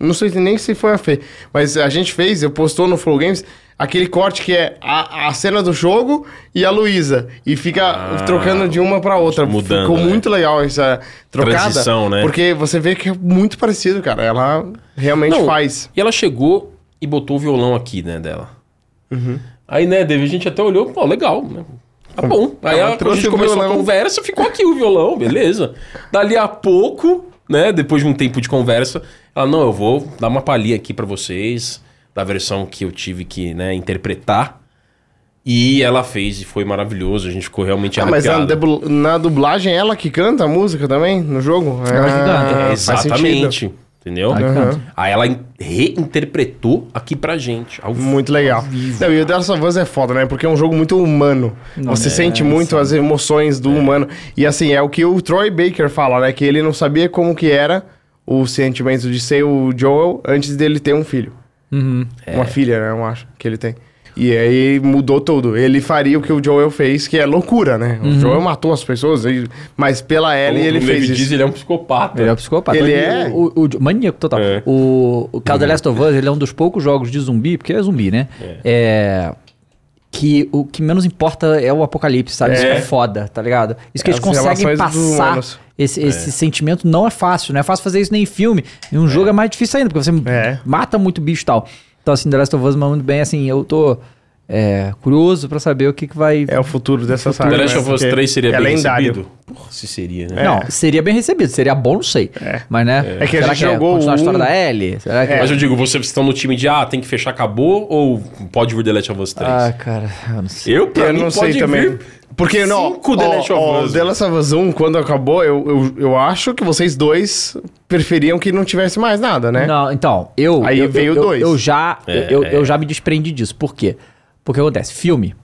S2: Não sei nem se foi a Fê, mas a gente fez, eu postou no Flow Games aquele corte que é a, a cena do jogo e a Luísa. E fica trocando de uma pra outra.
S3: Ah, mudando,
S2: Ficou
S3: né?
S2: muito legal essa trocada.
S3: Transição, né?
S2: Porque você vê que é muito parecido, cara. Ela realmente
S3: Não,
S2: faz.
S3: E ela chegou e botou o violão aqui, né, dela.
S2: Uhum.
S3: Aí, né, David, a gente até olhou, pô, legal, né? Tá bom. Aí
S2: Ela
S3: a, a
S2: trouxe
S3: gente
S2: o
S3: começou a
S2: violão.
S3: conversa, ficou aqui o violão, beleza. Dali a pouco, né, depois de um tempo de conversa, ela, não, eu vou dar uma palhinha aqui pra vocês, da versão que eu tive que, né, interpretar. E ela fez e foi maravilhoso, a gente ficou realmente
S2: Ah, mas na,
S3: arrepiado.
S2: deblu- na dublagem é ela que canta a música também no jogo? Ah,
S3: É,
S2: faz
S3: exatamente.
S2: sentido.
S3: Entendeu?
S2: Aí canta.
S3: Aí ela in- reinterpretou aqui pra gente. ao vivo.
S2: Muito legal. Não, e o The Last of Us é foda, né? Porque é um jogo muito humano.
S3: Nossa.
S2: Você
S3: É,
S2: sente muito as emoções do humano. E assim, é o que o Troy Baker fala, né? Que ele não sabia como que era o sentimento de ser o Joel antes dele ter um filho.
S1: Uhum.
S2: Uma
S3: É.
S2: filha, né? Eu acho que ele tem. E aí mudou tudo. Ele faria o que o Joel fez, que é loucura, né? O
S1: Uhum.
S2: Joel matou as pessoas, e- mas pela Ellie ele fez isso.
S3: ele é um psicopata.
S1: Ele é um psicopata.
S2: Ele é? Uhum.
S1: O, o, o- maníaco total. O, o caso The Last of Us, ele é um dos poucos jogos de zumbi, porque é zumbi, né? É. que o que menos importa é o apocalipse, sabe? Isso que
S2: É.
S1: é foda, tá ligado? Isso que
S2: É,
S1: eles
S2: as
S1: conseguem
S2: relações dos
S1: passar
S2: humanos.
S1: esse, esse
S2: É.
S1: sentimento. Não é fácil, não é fácil fazer isso nem em filme. Em um jogo é mais difícil ainda, porque você
S2: É.
S1: mata muito bicho e tal. Então, assim, The Last of Us manda muito bem, assim, eu tô... é, curioso pra saber o que, que vai.
S2: É o futuro dessa né?
S3: O The Last of Us 3 seria
S2: é
S3: bem recebido? Porra, se seria, né?
S1: Não, seria bem recebido, seria bom, não sei. Mas né?
S3: É. É que a
S1: será
S3: gente jogou
S1: continuar a
S3: o
S1: história
S3: um.
S1: da Ellie? Será que
S2: É.
S3: Mas eu digo, vocês estão no time de, ah, tem que fechar, acabou, ou pode vir The Last of Us 3?
S1: Ah, cara, eu não sei.
S3: Eu, pra mim, pode vir
S2: Porque não.
S3: cinco The
S2: ó,
S3: Last of
S2: ó,
S3: Us.
S2: The Last of Us 1, quando acabou, eu, eu, eu acho que vocês dois preferiam que não tivesse mais nada, né?
S1: Não, então, eu.
S2: Aí
S1: eu,
S2: veio
S1: eu,
S2: dois.
S1: Eu, eu já,
S2: É,
S1: eu,
S2: é.
S1: eu já me desprendi disso. Por quê? Porque acontece, filme.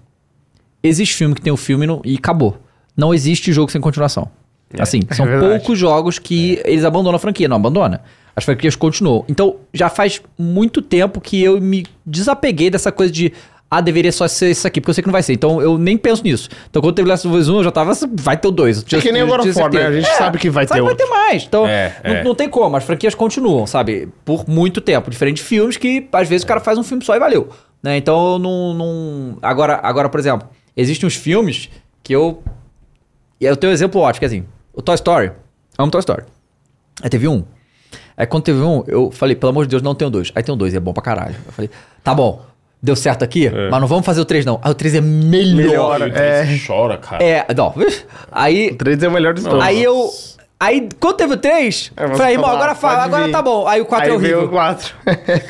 S1: Existe filme que tem o filme no- e acabou. Não existe jogo sem continuação.
S2: É.
S1: Assim, são
S12: verdade.
S1: poucos jogos que eles abandonam a franquia. Não abandona. As franquias continuam. Então, já faz muito tempo que eu me desapeguei dessa coisa de. Ah, deveria só ser isso aqui, porque eu sei que não vai ser. Então, eu nem penso nisso. Então, quando teve Last of Us 1, eu já tava... assim, Vai ter o 2.
S2: É que nem o God of War, né? A gente sabe que vai ter
S1: É, vai ter
S2: outro.
S1: mais. Então, não,
S2: é.
S1: não tem como. As franquias continuam, sabe? Por muito tempo. Diferente de filmes que, às vezes, o cara faz um filme só e valeu. Né? Então, eu não, não... Agora, agora, por exemplo, existem uns filmes que eu... E eu tenho um exemplo ótimo, que é assim... O Toy Story. Amo Toy Story. Aí teve um. Aí quando teve um, eu falei, pelo amor de Deus, não tenho dois. Aí tem um dois, e é bom pra caralho. Eu falei, tá bom, deu certo aqui, mas não vamos fazer o três não. Aí o três é melhor.
S3: É. Melhor,
S1: é.
S3: é. Chora, cara.
S1: É, não. Aí. O
S2: 3 é o melhor dos
S3: todos.
S1: Aí eu. Aí, quando teve o 3,
S2: É, você
S1: falei, irmão,
S2: fala,
S1: agora fala,
S2: pode
S1: agora
S2: vir.
S1: tá bom. Aí o 4 é
S2: Aí veio
S1: horrível.
S2: o 4.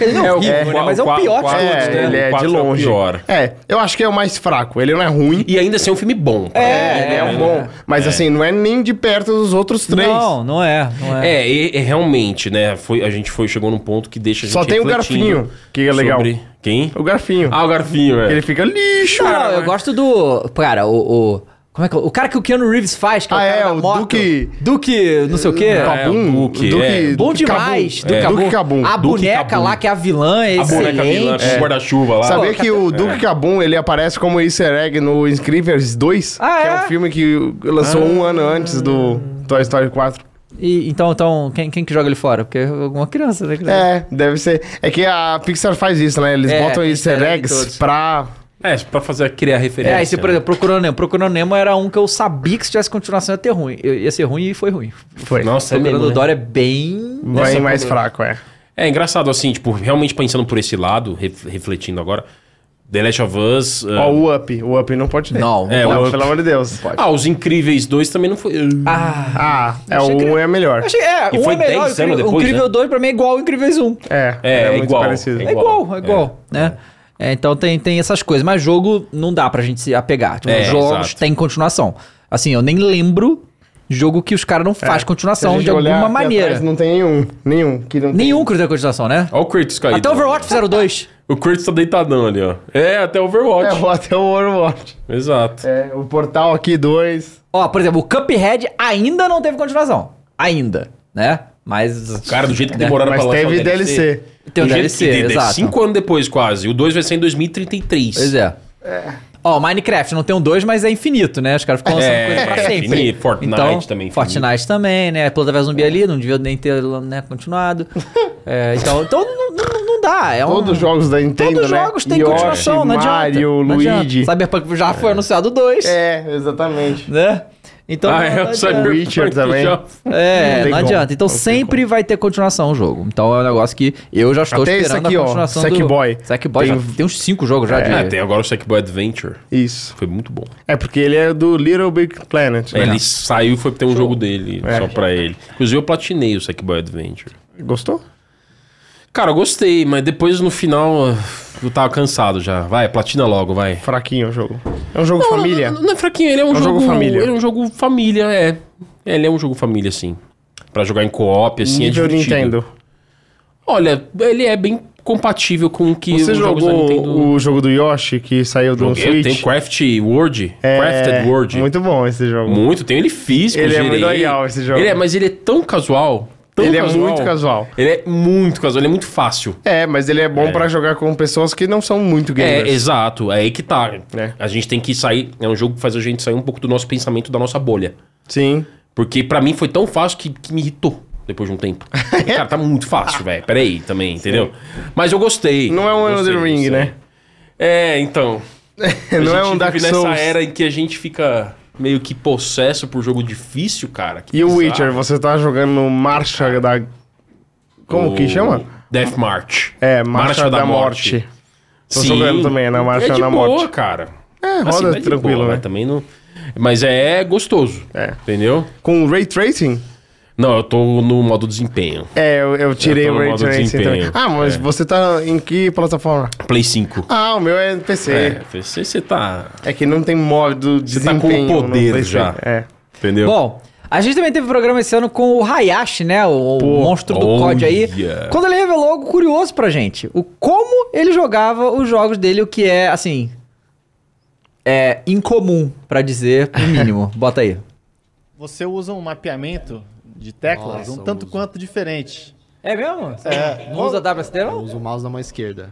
S1: Ele não é horrível, né? Mas é o pior de todos,
S2: é,
S1: né?
S2: Ele é de longe. É, eu acho que é o mais fraco. Ele não é ruim.
S3: E ainda assim é um filme bom.
S2: É, ele é um bom. Mas assim, não é nem de perto dos outros três.
S1: Não, não é.
S3: É, e- e realmente, né? Foi, a gente foi, chegou num ponto que deixa a gente
S2: Só tem o
S3: refletindo
S2: Garfinho, que é legal.
S3: sobre- Quem?
S2: O Garfinho.
S3: Ah, o Garfinho, é.
S2: Ele fica lixo.
S1: Não, eu gosto do. Cara, o. o- como é que é? O cara que o Keanu Reeves faz,
S2: Ah,
S1: que é o cara da moto. Duque... Duque, não sei o quê.
S3: É,
S1: Cabum.
S3: o Duque,
S1: Duque-
S3: é.
S1: Bom
S3: Duque
S1: demais.
S3: Cabum. É.
S1: Duque
S3: Duque
S1: Cabum.
S3: Cabum.
S1: A
S3: Duque
S1: boneca
S3: Cabum.
S1: lá, que é a vilã, é
S3: A boneca
S1: excelente.
S3: vilã com guarda-chuva lá.
S2: Sabia que o Duke
S3: É.
S2: Cabum, ele aparece como easter egg no Inscrivers 2,
S1: Ah,
S2: que é um filme que lançou
S3: Ah.
S2: um ano antes do Toy Story 4.
S1: E, então, então quem, quem que joga ele fora? Porque é alguma criança, né? que-
S2: É, deve ser. É que a Pixar faz isso, né? Eles
S1: É,
S2: botam easter
S1: easter egg
S2: eggs
S1: todos.
S2: pra...
S3: É, pra fazer, criar referência.
S1: É, aí você, por
S3: né?
S1: exemplo, Procurando Nemo. Procurando Nemo era um que eu sabia que se tivesse continuação ia, ter ruim. ia ser ruim e foi ruim.
S2: Foi.
S3: Nossa, é
S1: Procurando
S3: mesmo, né?
S1: Dory é bem...
S3: Nossa,
S2: mais
S3: como-
S2: fraco, é.
S3: É engraçado, assim, tipo, realmente pensando por esse lado, ref- refletindo agora, The Last of Us.
S2: Ó, o Up. O Up não pode ter.
S3: Não,
S2: é,
S3: não
S2: não
S3: pode.
S2: pelo amor de Deus. Pode.
S3: Ah, os Incríveis 2 também não foi.
S2: Ah, é, o 1 é melhor.
S1: Achei, é,
S3: E
S1: um
S3: foi
S1: é melhor,
S3: 10
S1: o
S3: anos
S1: Incrível-
S3: depois,
S1: o Incrível
S3: né?
S1: 2 pra mim é igual o Incríveis 1.
S2: É,
S3: É, é
S1: muito
S3: igual,
S1: parecido.
S3: é
S1: É igual, é igual, né? É, então tem, tem essas coisas, mas jogo não dá pra gente se apegar. Tipo,
S3: É,
S1: jogos
S3: exato.
S1: têm continuação. Assim, eu nem lembro jogo que os caras não
S3: É,
S1: fazem continuação de alguma maneira.
S3: né?
S2: Não tem nenhum. Nenhum. Que não
S1: Nenhum que não tem continuação, né?
S3: Olha o Kratos caído.
S1: Até Overwatch fizeram dois.
S3: O Kratos tá deitadão ali, ó. É, até Overwatch.
S2: É, até o Overwatch.
S3: Exato.
S2: É, o Portal aqui 2.
S1: Ó, por exemplo, o Cuphead ainda não teve continuação. Ainda, né? Mas.
S3: Cara, do jeito que demoraram pra lançar o
S1: Tem um o
S3: Do jeito
S1: DLC,
S3: que- de- de-
S1: exato.
S3: Cinco anos depois, quase. O 2 vai ser em 2033.
S1: Pois é. Ó, Minecraft não tem um 2, mas é infinito, né? Os caras ficam lançando
S3: É,
S1: coisa pra
S3: é
S1: sempre. Então,
S3: infinito. Fortnite também infinito.
S1: Fortnite também, né? Planta vs Zumbi ali, não devia nem ter né, continuado. É, então então não, não- não dá. É um...
S2: Todos os jogos da Nintendo,
S1: Todos os
S2: né?
S1: jogos têm
S2: Yoshi,
S1: continuação, não adianta.
S2: Mario,
S1: não adianta.
S2: Luigi.
S1: Cyberpunk já foi anunciado o 2.
S2: É, exatamente.
S1: Né? Então,
S2: Ah,
S1: não-
S2: é,
S1: não
S2: o
S1: adianta.
S2: Cyberpunk Witcher também. já foi. Não
S1: É,
S2: tem
S1: não,
S2: como.
S1: adianta. Então sempre vai ter continuação o jogo. Então é um negócio que eu já estou
S2: Até esse
S1: esperando
S2: aqui,
S1: a
S2: ó,
S1: continuação
S2: Sackboy.
S1: do... Sackboy.
S2: Tem-
S1: Tem... tem uns 5 jogos já
S2: É.
S1: de...
S3: É, tem agora o Sackboy Adventure.
S2: Isso.
S3: Foi muito bom.
S2: É porque ele é do Little Big Planet. né?
S3: Ele saiu e foi ter um jogo dele,
S2: É.
S3: só pra ele. Inclusive eu platinei o Sackboy Adventure.
S2: Gostou?
S3: Cara, eu gostei, mas depois no final eu tava cansado já. Vai, platina logo, vai.
S2: Fraquinho o jogo. É um jogo
S3: Não,
S2: família.
S3: Não, não é fraquinho, ele é um,
S2: É um jogo
S3: jogo,
S2: família.
S3: Ele é um jogo família, é. É, Ele é um jogo família, sim. Pra jogar em co-op, assim,
S2: Nível
S3: é divertido.
S2: Nintendo.
S3: Olha, ele é bem compatível com o que
S2: Você
S3: os jogos da
S2: jogou
S3: Nintendo...
S2: o jogo do Yoshi que saiu do
S3: Joguei,
S2: Switch?
S3: Tem Craft World.
S2: É,
S3: Crafted World.
S2: Muito bom esse jogo.
S3: Muito, tem ele físico,
S2: Ele é
S3: gerei.
S2: muito legal, esse jogo.
S3: Ele é, mas ele é tão casual. tão
S2: Ele é muito casual.
S3: Ele é muito casual, ele é muito fácil.
S2: É, mas ele é bom pra jogar com pessoas que não são muito gamers.
S3: É, exato, é aí que tá. A gente tem que sair. É um jogo que faz a gente sair um pouco do nosso pensamento, da nossa bolha.
S2: Sim.
S3: Porque pra mim foi tão fácil que, que me irritou depois de um tempo.
S2: É?
S3: Cara, tá muito fácil, velho. Peraí também, entendeu? Mas eu gostei.
S2: Não é um
S3: Gostei,
S2: Elden Ring,
S3: gostei.
S2: né?
S3: É, então.
S2: Não
S3: a gente
S2: é um Dark
S3: vive
S2: Souls.
S3: nessa era em que a gente fica meio que possesso por jogo difícil, cara. Que
S2: E o
S3: bizarro.
S2: Witcher, você tá jogando marcha da... Como
S3: O
S2: que chama?
S3: Death March.
S2: É, Marcha da Morte. Tô jogando também, né? Marcha
S3: é de
S2: da
S3: boa,
S2: Morte.
S3: cara.
S2: É, roda
S3: Assim, mas de
S2: tranquilo, né?
S3: mas Também não... Mas é gostoso, entendeu?
S2: Com Ray Tracing?
S3: Não, eu tô no modo desempenho.
S2: É, eu, eu tirei
S3: tô
S2: o
S3: no
S2: Ray
S3: modo
S2: Tracing também.
S3: desempenho.
S2: Ah, mas
S3: É.
S2: você tá em que plataforma?
S3: Play 5.
S2: Ah, o meu é PC.
S3: É,
S2: É,
S3: você, você tá...
S2: que não tem modo de
S3: Você tá com o
S2: desempenho no
S3: poder
S2: PlayStation.
S3: já.
S2: É.
S3: Entendeu?
S1: Bom, a gente também teve programa esse ano com o Hayashi, né? O, o monstro do
S3: olha.
S1: COD aí. Quando ele revelou algo curioso pra gente. O como ele jogava os jogos dele, o que é, assim... É incomum, pra dizer, o mínimo. Bota aí.
S15: Você usa um mapeamento de teclas
S16: Nossa,
S15: um tanto
S16: uso.
S15: quanto diferente.
S1: É mesmo?
S15: É.
S1: Não usa WST,
S16: Eu uso o mouse na mão esquerda.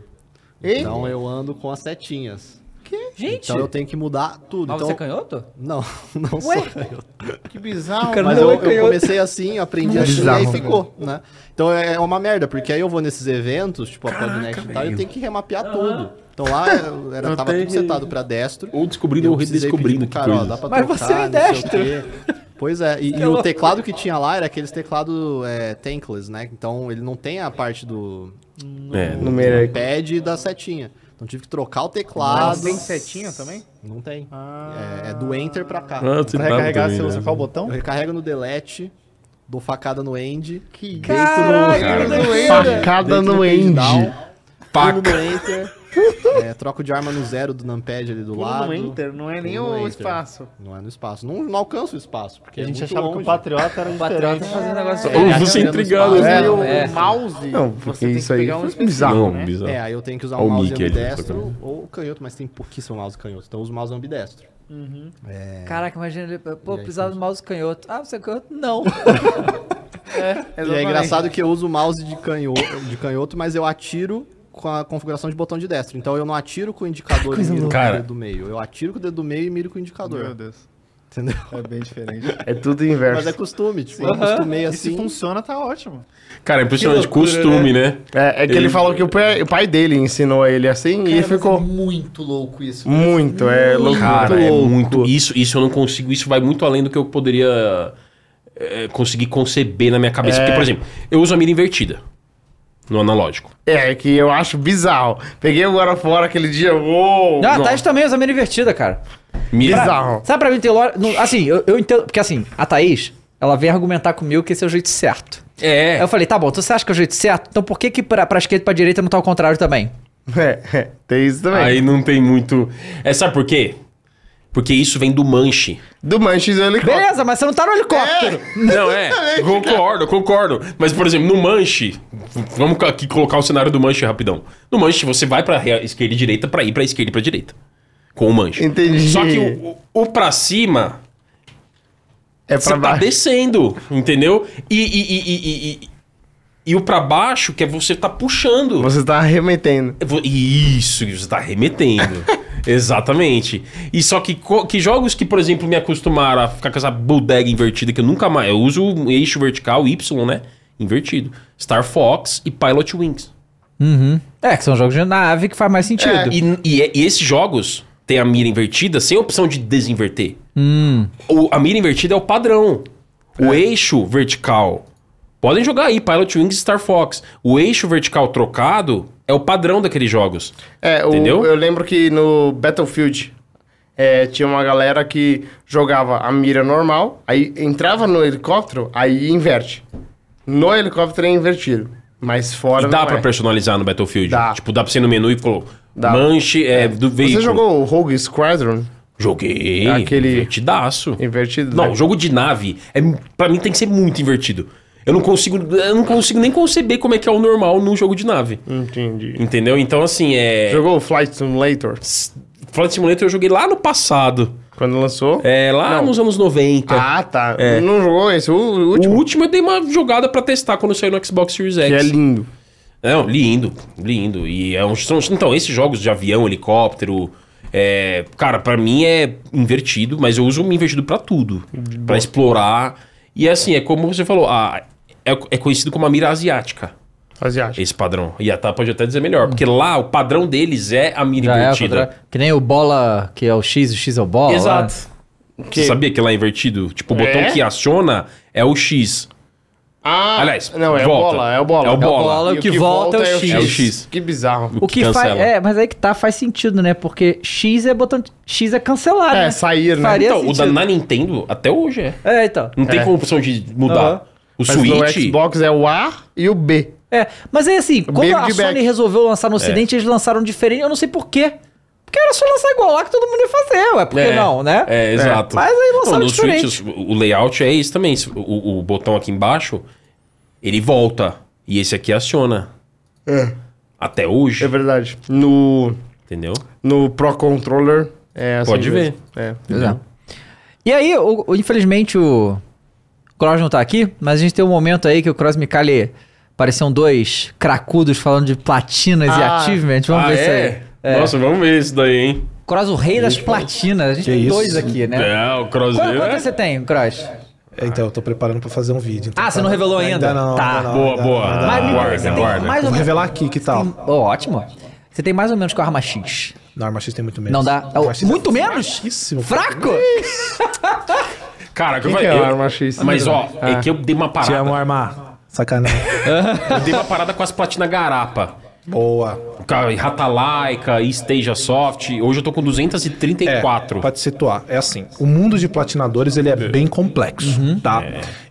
S15: Ei.
S16: Então eu ando com as setinhas.
S1: Que? Gente!
S16: Então eu tenho que mudar tudo.
S1: Mas
S16: então...
S1: você é canhoto?
S16: Não, não
S1: Ué?
S16: sou canhoto.
S15: Que bizarro.
S16: Mas eu, eu comecei assim, aprendi
S15: Que
S16: a xingar e
S15: bizarro,
S16: ficou, né? Então é uma merda, porque aí eu vou nesses eventos, tipo a PubNet e tal, e eu tenho que remapear tudo. Então lá eu era,
S3: Eu
S16: tava tudo
S3: até-
S16: setado pra destro.
S3: Ou descobrindo ou redescobrindo que
S16: cara, ó,
S3: coisas.
S16: dá pra
S3: Mas
S16: trocar,
S3: você é
S16: não sei o
S3: destro.
S16: quê. Pois é, e,
S3: Que
S16: e o
S3: loucura.
S16: teclado que tinha lá era aqueles teclados é, tankless, né? Então ele não tem a parte do,
S3: É.
S16: do,
S3: Numérico.
S16: do pad e da setinha. Então tive que trocar o
S15: Mas
S16: teclado.
S15: tem setinha também?
S16: Não tem. É, é do Enter pra cá.
S15: Ah, você Pra tá recarregar, doido. você usa qual botão?
S16: Eu recarrego no Delete, dou facada no End. Que
S2: Caralho, que doideira. Facada no end.
S16: Paca.
S2: Paca.
S16: no Enter. é, troco de arma no zero do numpad ali do
S15: Pulo no
S16: lado.
S15: Enter, não é
S16: Pulo
S15: nem
S16: no
S15: o
S16: Enter.
S15: espaço.
S16: Não é no espaço. Não, não alcança o espaço. Porque
S15: A gente
S16: é muito
S15: achava que o
S16: longe.
S15: Patriota era O Patriota diferente. fazia um negócio
S16: É,
S15: diferente.
S16: a
S15: Você
S16: câmera no
S15: intrigado,
S16: espaço.
S15: né? Não, é. Não, porque isso aí foi bizarro, Não, né? bizarro.
S16: É, aí eu tenho que usar
S15: Olha
S16: um
S15: o
S16: mouse
S15: Mickey ali,
S16: ambidestro
S15: tocando.
S16: ou canhoto, mas tem pouquíssimo mouse canhoto. Então eu uso mouse ambidestro. É...
S1: Caraca, imagina ele. Pô,
S16: E aí,
S1: precisava do mouse canhoto. Ah, você é canhoto? Não.
S16: E é engraçado que eu uso o mouse de canhoto, de canhoto, mas eu atiro com a configuração de botão de destro. Então eu não atiro com o indicador e
S15: Coisa
S16: miro
S15: louca.
S16: com o
S15: Cara.
S16: dedo do meio. Eu atiro com o dedo do meio e miro com o indicador.
S15: Meu Deus.
S16: Entendeu?
S15: É bem diferente.
S2: É tudo inverso.
S16: Mas é costume, tipo, eu
S15: Aham.
S16: acostumei
S15: E se
S16: assim.
S15: funciona, tá ótimo.
S3: Cara, é impressionante.
S15: Que loucura,
S3: costume, né?
S2: É, é que ele, falou que o pai, o pai dele ensinou ele assim e ele ficou
S16: muito louco isso.
S2: muito, é louco.
S3: Cara, é muito. Isso, isso eu não consigo. Isso vai muito além do que eu poderia é, conseguir conceber na minha cabeça.
S2: É.
S3: Porque, por exemplo, eu uso a mira invertida. no analógico.
S2: É, que eu acho bizarro. Peguei agora fora aquele dia. Uou,
S1: Ah, a Thaís também usa mira invertida, cara.
S2: Mira-
S1: Pra-
S2: Bizarro.
S1: sabe pra mim, tem hora- não- Assim, eu, eu entendo. Porque assim, a Thaís, ela vem argumentar comigo que esse é o jeito certo.
S3: É.
S1: Aí eu falei, tá bom, então você acha que é o jeito certo? Então por que que pra, pra esquerda e pra direita não tá ao contrário também?
S2: É, tem isso também.
S3: Aí não tem muito. É, sabe por quê? Porque isso vem do manche.
S2: Do manche do helicóptero.
S1: Beleza, mas você não tá no helicóptero.
S3: Não, é. Concordo, concordo. Mas, por exemplo, no manche, vamos ca- aqui colocar o cenário do manche rapidão. No manche, você vai pra rea- esquerda e direita pra ir pra esquerda e pra direita. Com o manche.
S2: Entendi.
S3: Só que o, o, o pra cima.
S2: É
S3: pra tá
S2: baixo.
S3: descendo, entendeu? E, e, e, e, e- e- e o pra baixo, que é você tá puxando.
S2: Você tá arremetendo.
S3: Isso, você tá remetendo. Exatamente. E só que, co- que jogos que, por exemplo, me acostumaram a ficar com essa bodega invertida que eu nunca mais. Eu uso o eixo vertical Y, né? Invertido. Star Fox e Pilot Wings. É,
S1: Uhum. É, que são jogos de nave que faz mais sentido.
S3: E, e- e esses jogos têm a mira invertida sem opção de desinverter.
S1: Hum.
S3: O- a mira invertida é o padrão.
S2: É.
S3: O eixo vertical. Podem jogar aí, Pilot Wings e Star Fox. O eixo vertical trocado é o padrão daqueles jogos.
S2: É, o-
S3: Entendeu?
S2: eu lembro que no Battlefield é, tinha uma galera que jogava a mira normal, aí entrava no helicóptero, aí inverte. No helicóptero é invertido, mas fora
S3: E dá
S2: não
S3: pra
S2: é.
S3: personalizar no Battlefield? Tipo, dá pra você ir no menu e falou,
S2: Dá.
S3: manche é, do
S2: Você
S3: veículo.
S2: jogou o Rogue Squadron?
S3: Joguei.
S2: Aquele-
S3: Invertidaço.
S2: Invertido.
S3: Não,
S2: né?
S3: jogo de nave, é, pra mim tem que ser muito invertido. Eu não consigo. Eu não consigo nem conceber como é que é o normal num jogo de nave.
S2: Entendi.
S3: Entendeu? Então, assim, é.
S2: Jogou o Flight Simulator?
S3: Flight Simulator eu joguei lá no passado.
S2: Quando lançou?
S3: É, lá
S2: Não.
S3: nos anos 90.
S2: Ah, tá.
S3: É.
S2: Não jogou esse? O, o último?
S3: O último eu dei uma jogada pra testar quando saiu no Xbox Series X.
S2: Que é lindo.
S3: Não, lindo, lindo. E é um, são, então, esses jogos de avião, helicóptero. é, cara, pra mim é invertido, mas eu uso o invertido pra tudo. Pra explorar. E assim, é como você falou, a- é, é conhecido como a mira asiática.
S2: Asiática.
S3: Esse padrão. E a TAP pode até dizer melhor, porque lá o padrão deles é a mira
S1: Já é,
S3: invertida.
S1: contra- que nem o bola, que é o X, o X é o bola.
S3: Exato.
S1: né?
S3: Você sabia que lá é invertido? Tipo, o
S1: É?
S3: botão que aciona é o X.
S2: Ah,
S3: Aliás,
S2: não, é
S3: volta.
S2: o bola, é o bola.
S3: É o bola.
S1: o que volta é o X.
S3: É o X.
S2: Que bizarro.
S1: O que faz. É, mas aí que tá, faz sentido, né? Porque X é botão. de- X é cancelar, né? Faria
S3: Então, o da
S1: sentido.
S3: na Nintendo até hoje é.
S1: É, então.
S3: Não tem
S1: É.
S3: como opção de mudar.
S1: Aham.
S3: O
S1: Mas
S3: Switch.
S1: no
S2: Xbox é o A e o B.
S1: É, mas é assim, quando a
S2: de
S1: Sony
S2: back.
S1: resolveu lançar
S3: É.
S1: no Ocidente, eles lançaram diferente, eu não sei por quê. Porque era só lançar igual lá que todo mundo ia fazer, ué, por que
S3: É,
S1: não, né?
S3: É, exato.
S1: Mas aí lançaram
S3: Não, no
S1: diferente.
S3: Switch, o o layout é isso também. Se- O, o botão aqui embaixo, ele volta. E esse aqui aciona.
S2: É.
S3: Até hoje.
S2: É verdade. No,
S3: Entendeu?
S2: no Pro Controller é assim
S3: Pode ver.
S2: mesmo. É.
S1: Exato. E aí, o- o- infelizmente, o Cross não tá aqui, mas a gente tem um momento aí que o Cross e Micali pareciam dois cracudos falando de platinas e
S3: Ah.
S1: achievements. Vamos
S3: Ah,
S1: ver
S3: é?
S1: se é.
S3: Nossa, vamos ver isso daí, hein?
S1: Cross, o rei das platinas. A gente tem dois aqui, né?
S3: É, o Cross
S1: Qual- quanto você tem, Cross?
S14: É, então, eu tô preparando pra fazer um vídeo. então
S1: Ah, você não revelou ainda?
S14: não,
S1: Tá.
S14: ainda não,
S1: Boa,
S14: ainda
S1: boa.
S14: não, ainda
S1: Mas
S14: não,
S1: me-
S14: ainda
S1: você
S14: não.
S1: tem mais um ou
S14: Vou
S1: menos-
S14: revelar aqui, que tal?
S1: Ó, ótimo. Você tem mais ou menos com a arma X.
S14: Não, Arma X tem muito menos.
S1: Não dá.
S14: Arma X é
S1: muito menos? Fraco?
S3: Cara,
S14: Quem
S3: eu
S14: que é
S3: eu-
S14: o Arma X?
S3: Mas ó,
S14: Ah.
S3: é que eu dei uma
S14: Te
S3: parada.
S14: amo, Arma. Sacanagem.
S3: Eu dei uma parada com as platinas garapa.
S14: Boa.
S3: Ratalaika, Stasia Soft. Hoje eu tô com 234.
S14: Pra te situar, é assim, o mundo de platinadores ele é
S3: Uhum.
S14: bem complexo,
S1: Uhum.
S14: tá?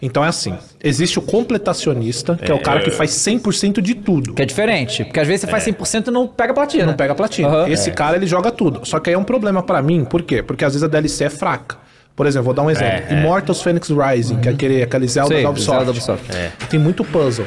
S14: Então é assim, existe o completacionista, que é, o cara que faz 100% de tudo. Que
S1: é diferente, porque às vezes você
S3: É.
S1: faz 100% e não pega platina.
S14: Não pega platina.
S1: Aham.
S14: Esse
S1: É.
S14: cara ele joga tudo. Só que aí é um problema pra mim, por quê? Porque às vezes a DLC é fraca. Por exemplo, vou dar um exemplo.
S3: É, é.
S14: Immortals Phoenix Rising, que é aquele, aquele Zelda
S1: Sei,
S14: da Ubisoft.
S1: Zelda Ubisoft.
S3: É.
S14: Tem muito puzzle.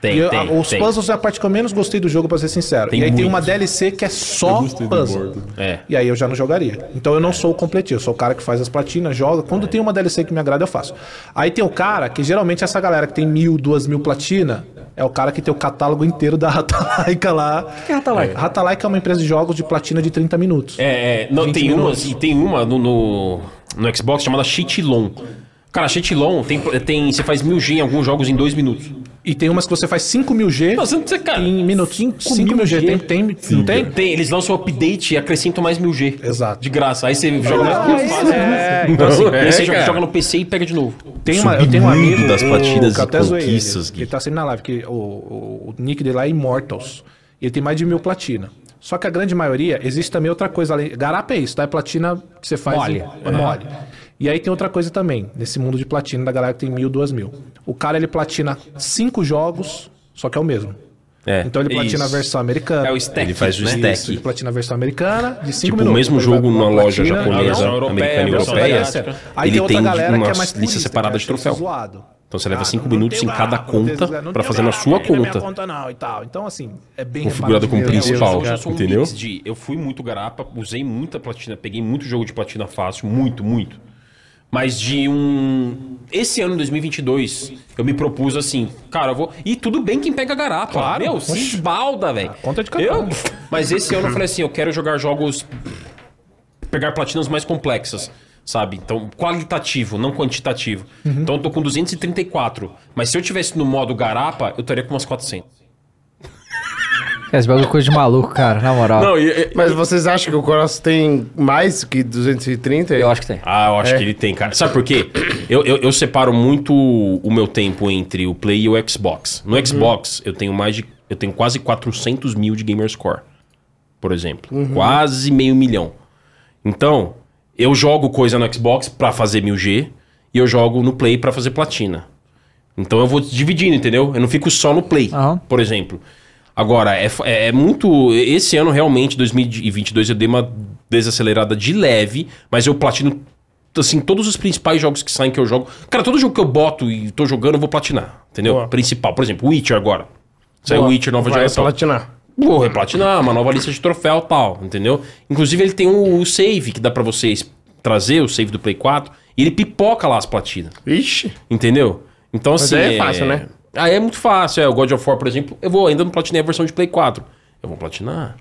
S3: Tem,
S14: E eu-
S3: tem,
S14: os
S3: tem.
S14: puzzles é a parte que eu menos gostei do jogo, pra ser sincero.
S3: Tem
S14: e aí tem
S3: muito.
S14: uma DLC que é só puzzle.
S3: É.
S14: E aí eu já não jogaria. Então eu não sou o completista, eu sou o cara que faz as platinas, joga. Quando tem uma DLC que me agrada, eu faço. Aí tem o cara, que geralmente essa galera que tem mil, duas mil platina, é o cara que tem o catálogo inteiro da Ratalaika lá. O que é Ratalaika? Ratalaika é uma empresa de jogos de platina de 30 minutos.
S3: É, é, não,
S14: 20
S3: tem
S14: minutos.
S3: uma, e tem uma no, no, no Xbox chamada Chitilon. Cara, Chitilon tem, tem. Você faz 1000G em alguns jogos em dois minutos.
S14: E tem umas que você faz 5000G em minutos. 5000G tem, tem, não tem?
S3: Tem, eles lançam um update e acrescentam mais 1000G.
S14: Exato.
S3: De graça. Aí você joga
S14: Ah,
S3: mais
S14: isso
S3: fácil.
S14: é-
S3: Então, assim,
S14: Não,
S3: aí você
S14: é,
S3: joga,
S14: cara.
S3: joga no PC e pega de novo.
S14: Tem uma, eu tenho um amigo das platinas que eu até zoei ele, que ele tá sempre na live, que o, o, o nick dele lá é Immortals. Ele tem mais de mil platina. Só que a grande maioria, existe também outra coisa além. Garapa é isso, tá? É platina que você faz.
S1: Mole.
S14: é mole. E aí tem outra coisa também, nesse mundo de platina da galera que tem mil, duas mil. O cara ele platina cinco jogos, só que é o mesmo.
S3: É,
S14: então ele platina a
S3: isso.
S14: versão americana.
S3: É o stack, Ele faz o né? stack.
S14: Isso, ele platina a versão americana de 5
S3: Tipo,
S14: minutos.
S3: o mesmo
S14: Ele
S3: jogo
S14: vai pra
S3: na
S14: uma
S3: loja
S14: platina- né?
S3: japonesa,
S14: Não, não.
S3: americana e
S14: Versão
S3: europeia, né? é.
S14: asiática.
S3: ele
S14: outra
S3: tem
S14: galera
S3: uma
S14: que é mais
S3: lista
S14: purista,
S3: separada
S14: que
S3: de
S14: acha isso
S3: troféu.
S14: zoado.
S3: Então
S14: Ah,
S3: você leva cinco minutos em cada conta
S14: um Não
S3: pra
S14: tem
S3: fazer na
S14: nada,
S3: sua
S14: não tem
S3: conta.
S14: minha conta não e tal. Então assim, é bem
S3: configurado
S14: repartido.
S3: como principal,
S14: Meu Deus, cara.
S3: entendeu? um de, eu fui muito garapa, usei muita platina, peguei muito jogo de platina fácil, muito, muito. Mas de um... Esse ano, 2022, eu me propus assim, cara, eu vou... E tudo bem quem pega garapa.
S14: Claro.
S3: Meu, se
S14: Oxe.
S3: esbalda, velho. Ah, Conta de um. eu... Mas esse ano eu falei assim, eu quero jogar jogos... Pegar platinas mais complexas, sabe? Então, qualitativo, não quantitativo.
S11: Uhum.
S3: Então eu tô com 234. Mas se eu tivesse no modo garapa, eu estaria com umas 400.
S1: Esse bagulho é coisa de maluco, cara, na
S3: Ah.
S1: moral.
S2: Mas vocês acham que o Cross tem mais que 230? Eu
S1: acho que tem.
S3: Ah, eu acho
S2: É.
S3: que ele tem, cara. Sabe por quê? Eu, eu, eu separo muito o meu tempo entre o Play e o Xbox. No Xbox, eu tenho mais de. Eu tenho quase 400 mil de Gamerscore, por exemplo.
S11: Uhum.
S3: Quase meio milhão. Então, eu jogo coisa no Xbox pra fazer 1000G e eu jogo no Play pra fazer platina. Então eu vou dividindo, entendeu? Eu não fico só no Play, por exemplo. Agora, é, fa- é- é muito. Esse ano, realmente, 2022, eu dei uma desacelerada de leve, mas eu platino, assim, todos os principais jogos que saem que eu jogo. Cara, todo jogo que eu boto e tô jogando, eu vou platinar, entendeu?
S2: Boa.
S3: Principal. Por exemplo, Witcher agora. Saiu
S2: Boa.
S3: Witcher nova
S2: Vai
S3: geração.
S2: platinar.
S3: Vou replatinar, é uma nova lista de troféu e tal, entendeu? Inclusive, ele tem o o save que dá pra vocês trazer, o save do Play 4, e ele pipoca lá as platinas.
S2: Ixi.
S3: Entendeu? Então,
S2: Mas
S3: assim.
S2: aí é fácil, né?
S3: Aí é muito fácil. É, o God of War, por exemplo, eu vou ainda não platinei a versão de Play 4. Eu vou platinar.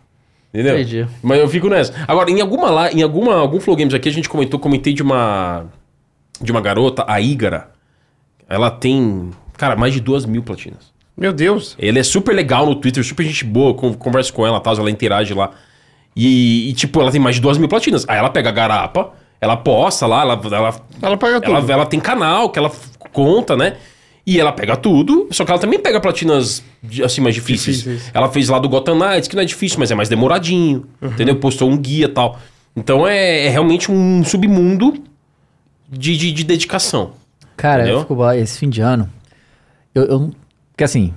S3: Entendeu?
S1: Entendi.
S3: Mas eu fico nessa. Agora, em alguma lá, em alguma, algum Flow Games aqui, a gente comentou, comentei de uma. De uma garota, a Ígara. Ela tem, cara, mais de duas mil platinas.
S2: Meu Deus.
S3: Ela é super legal no Twitter, super gente boa, con- converso com ela, tal, ela interage lá. E, e, tipo, ela tem mais de duas mil platinas. Aí ela pega a garapa, ela posta lá, ela. Ela,
S2: ela paga
S3: Ela, tem canal que ela f- conta, né? E ela pega tudo, só que ela também pega platinas de- assim mais difíceis. Ela fez lá do Gotham Knights, que não é difícil, mas é mais demoradinho,
S2: Uhum.
S3: entendeu? Postou um guia e tal. Então é, é realmente um submundo de, de, de dedicação.
S1: Cara,
S3: Entendeu?
S1: eu fico bolado. esse fim de ano. Eu, eu. Porque assim.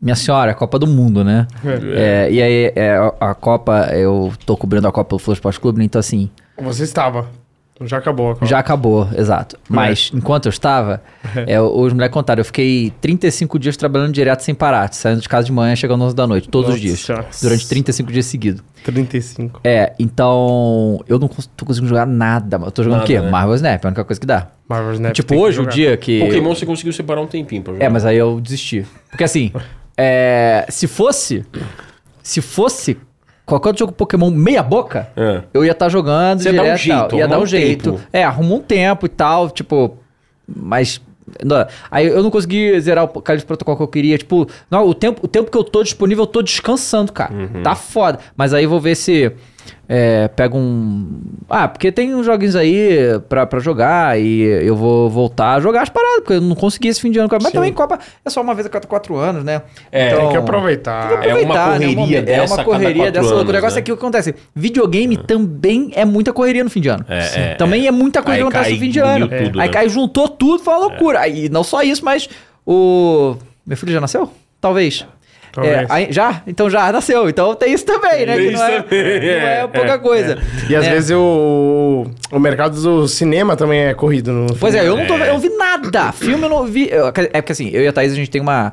S1: Minha senhora, a Copa do Mundo, né?
S2: É.
S1: É, e aí, é, a- a Copa, eu tô cobrindo a Copa do Flow Esporte Clube, né? então assim.
S2: Você estava. Então Já acabou a Copa.
S1: Já acabou, exato. Mas enquanto eu estava, é, os moleques contaram, eu fiquei 35 dias trabalhando direto sem parar, saindo de casa de manhã, chegando às 11 da noite, todos os dias. Durante 35 dias seguidos.
S2: 35.
S1: É, então eu não cons- tô conseguindo jogar nada. mano. Eu tô jogando
S3: Nada,
S1: o quê?
S3: né?
S1: Marvel Snap, é a única coisa que dá.
S2: Marvel Snap.
S1: Tipo, hoje, o dia que.
S3: Pokémon você conseguiu separar um tempinho pra jogar.
S1: É, mas aí eu desisti. Porque assim, é, se fosse. Se fosse qualquer outro jogo Pokémon meia boca, eu ia estar jogando
S3: É. Você ia dar um
S1: direto e tal.
S3: jeito,
S1: Ia dar
S3: arrumar
S1: um
S3: um
S1: jeito.
S3: tempo.
S1: É, arruma um tempo e tal, tipo. Mas. não, aí eu não consegui zerar o Calixto Protocol que eu queria. Tipo, não, o tempo, o tempo que eu tô disponível, eu tô descansando, cara.
S3: Uhum.
S1: Tá foda. Mas aí eu vou ver se. É, pega um. Ah, porque tem uns joguinhos aí pra, pra jogar e eu vou voltar a jogar as paradas, porque eu não consegui esse fim de ano. Mas também Copa é só uma vez a cada quatro anos, né?
S3: É,
S1: Então,
S3: tem que
S2: aproveitar.
S1: tem que aproveitar, né, o momento. É uma correria dessa loucura. O negócio é
S3: que
S1: que o que acontece? Videogame também é muita correria no fim de ano.
S3: É,
S1: Sim.
S3: é,
S1: também é muita coisa
S3: Aí
S1: que acontece
S3: cai
S1: no fim de ano.
S3: uniu tudo, né?
S1: aí
S3: É.
S1: cai, juntou tudo, foi uma loucura. Aí, não só isso, mas o. Meu filho já nasceu? Talvez.
S2: Talvez.
S1: É, aí- já? Então já nasceu. Então tem isso também, né?
S2: Tem
S1: Que não
S2: isso
S1: é,
S2: também,
S1: não é
S2: é,
S1: pouca
S2: é,
S1: coisa.
S2: E às
S1: É.
S2: vezes o, o mercado do cinema também é corrido. No
S1: Pois é, eu não, tô, eu não vi nada. Filme eu não vi. eu- É porque assim, eu e a Thaís, a gente tem uma,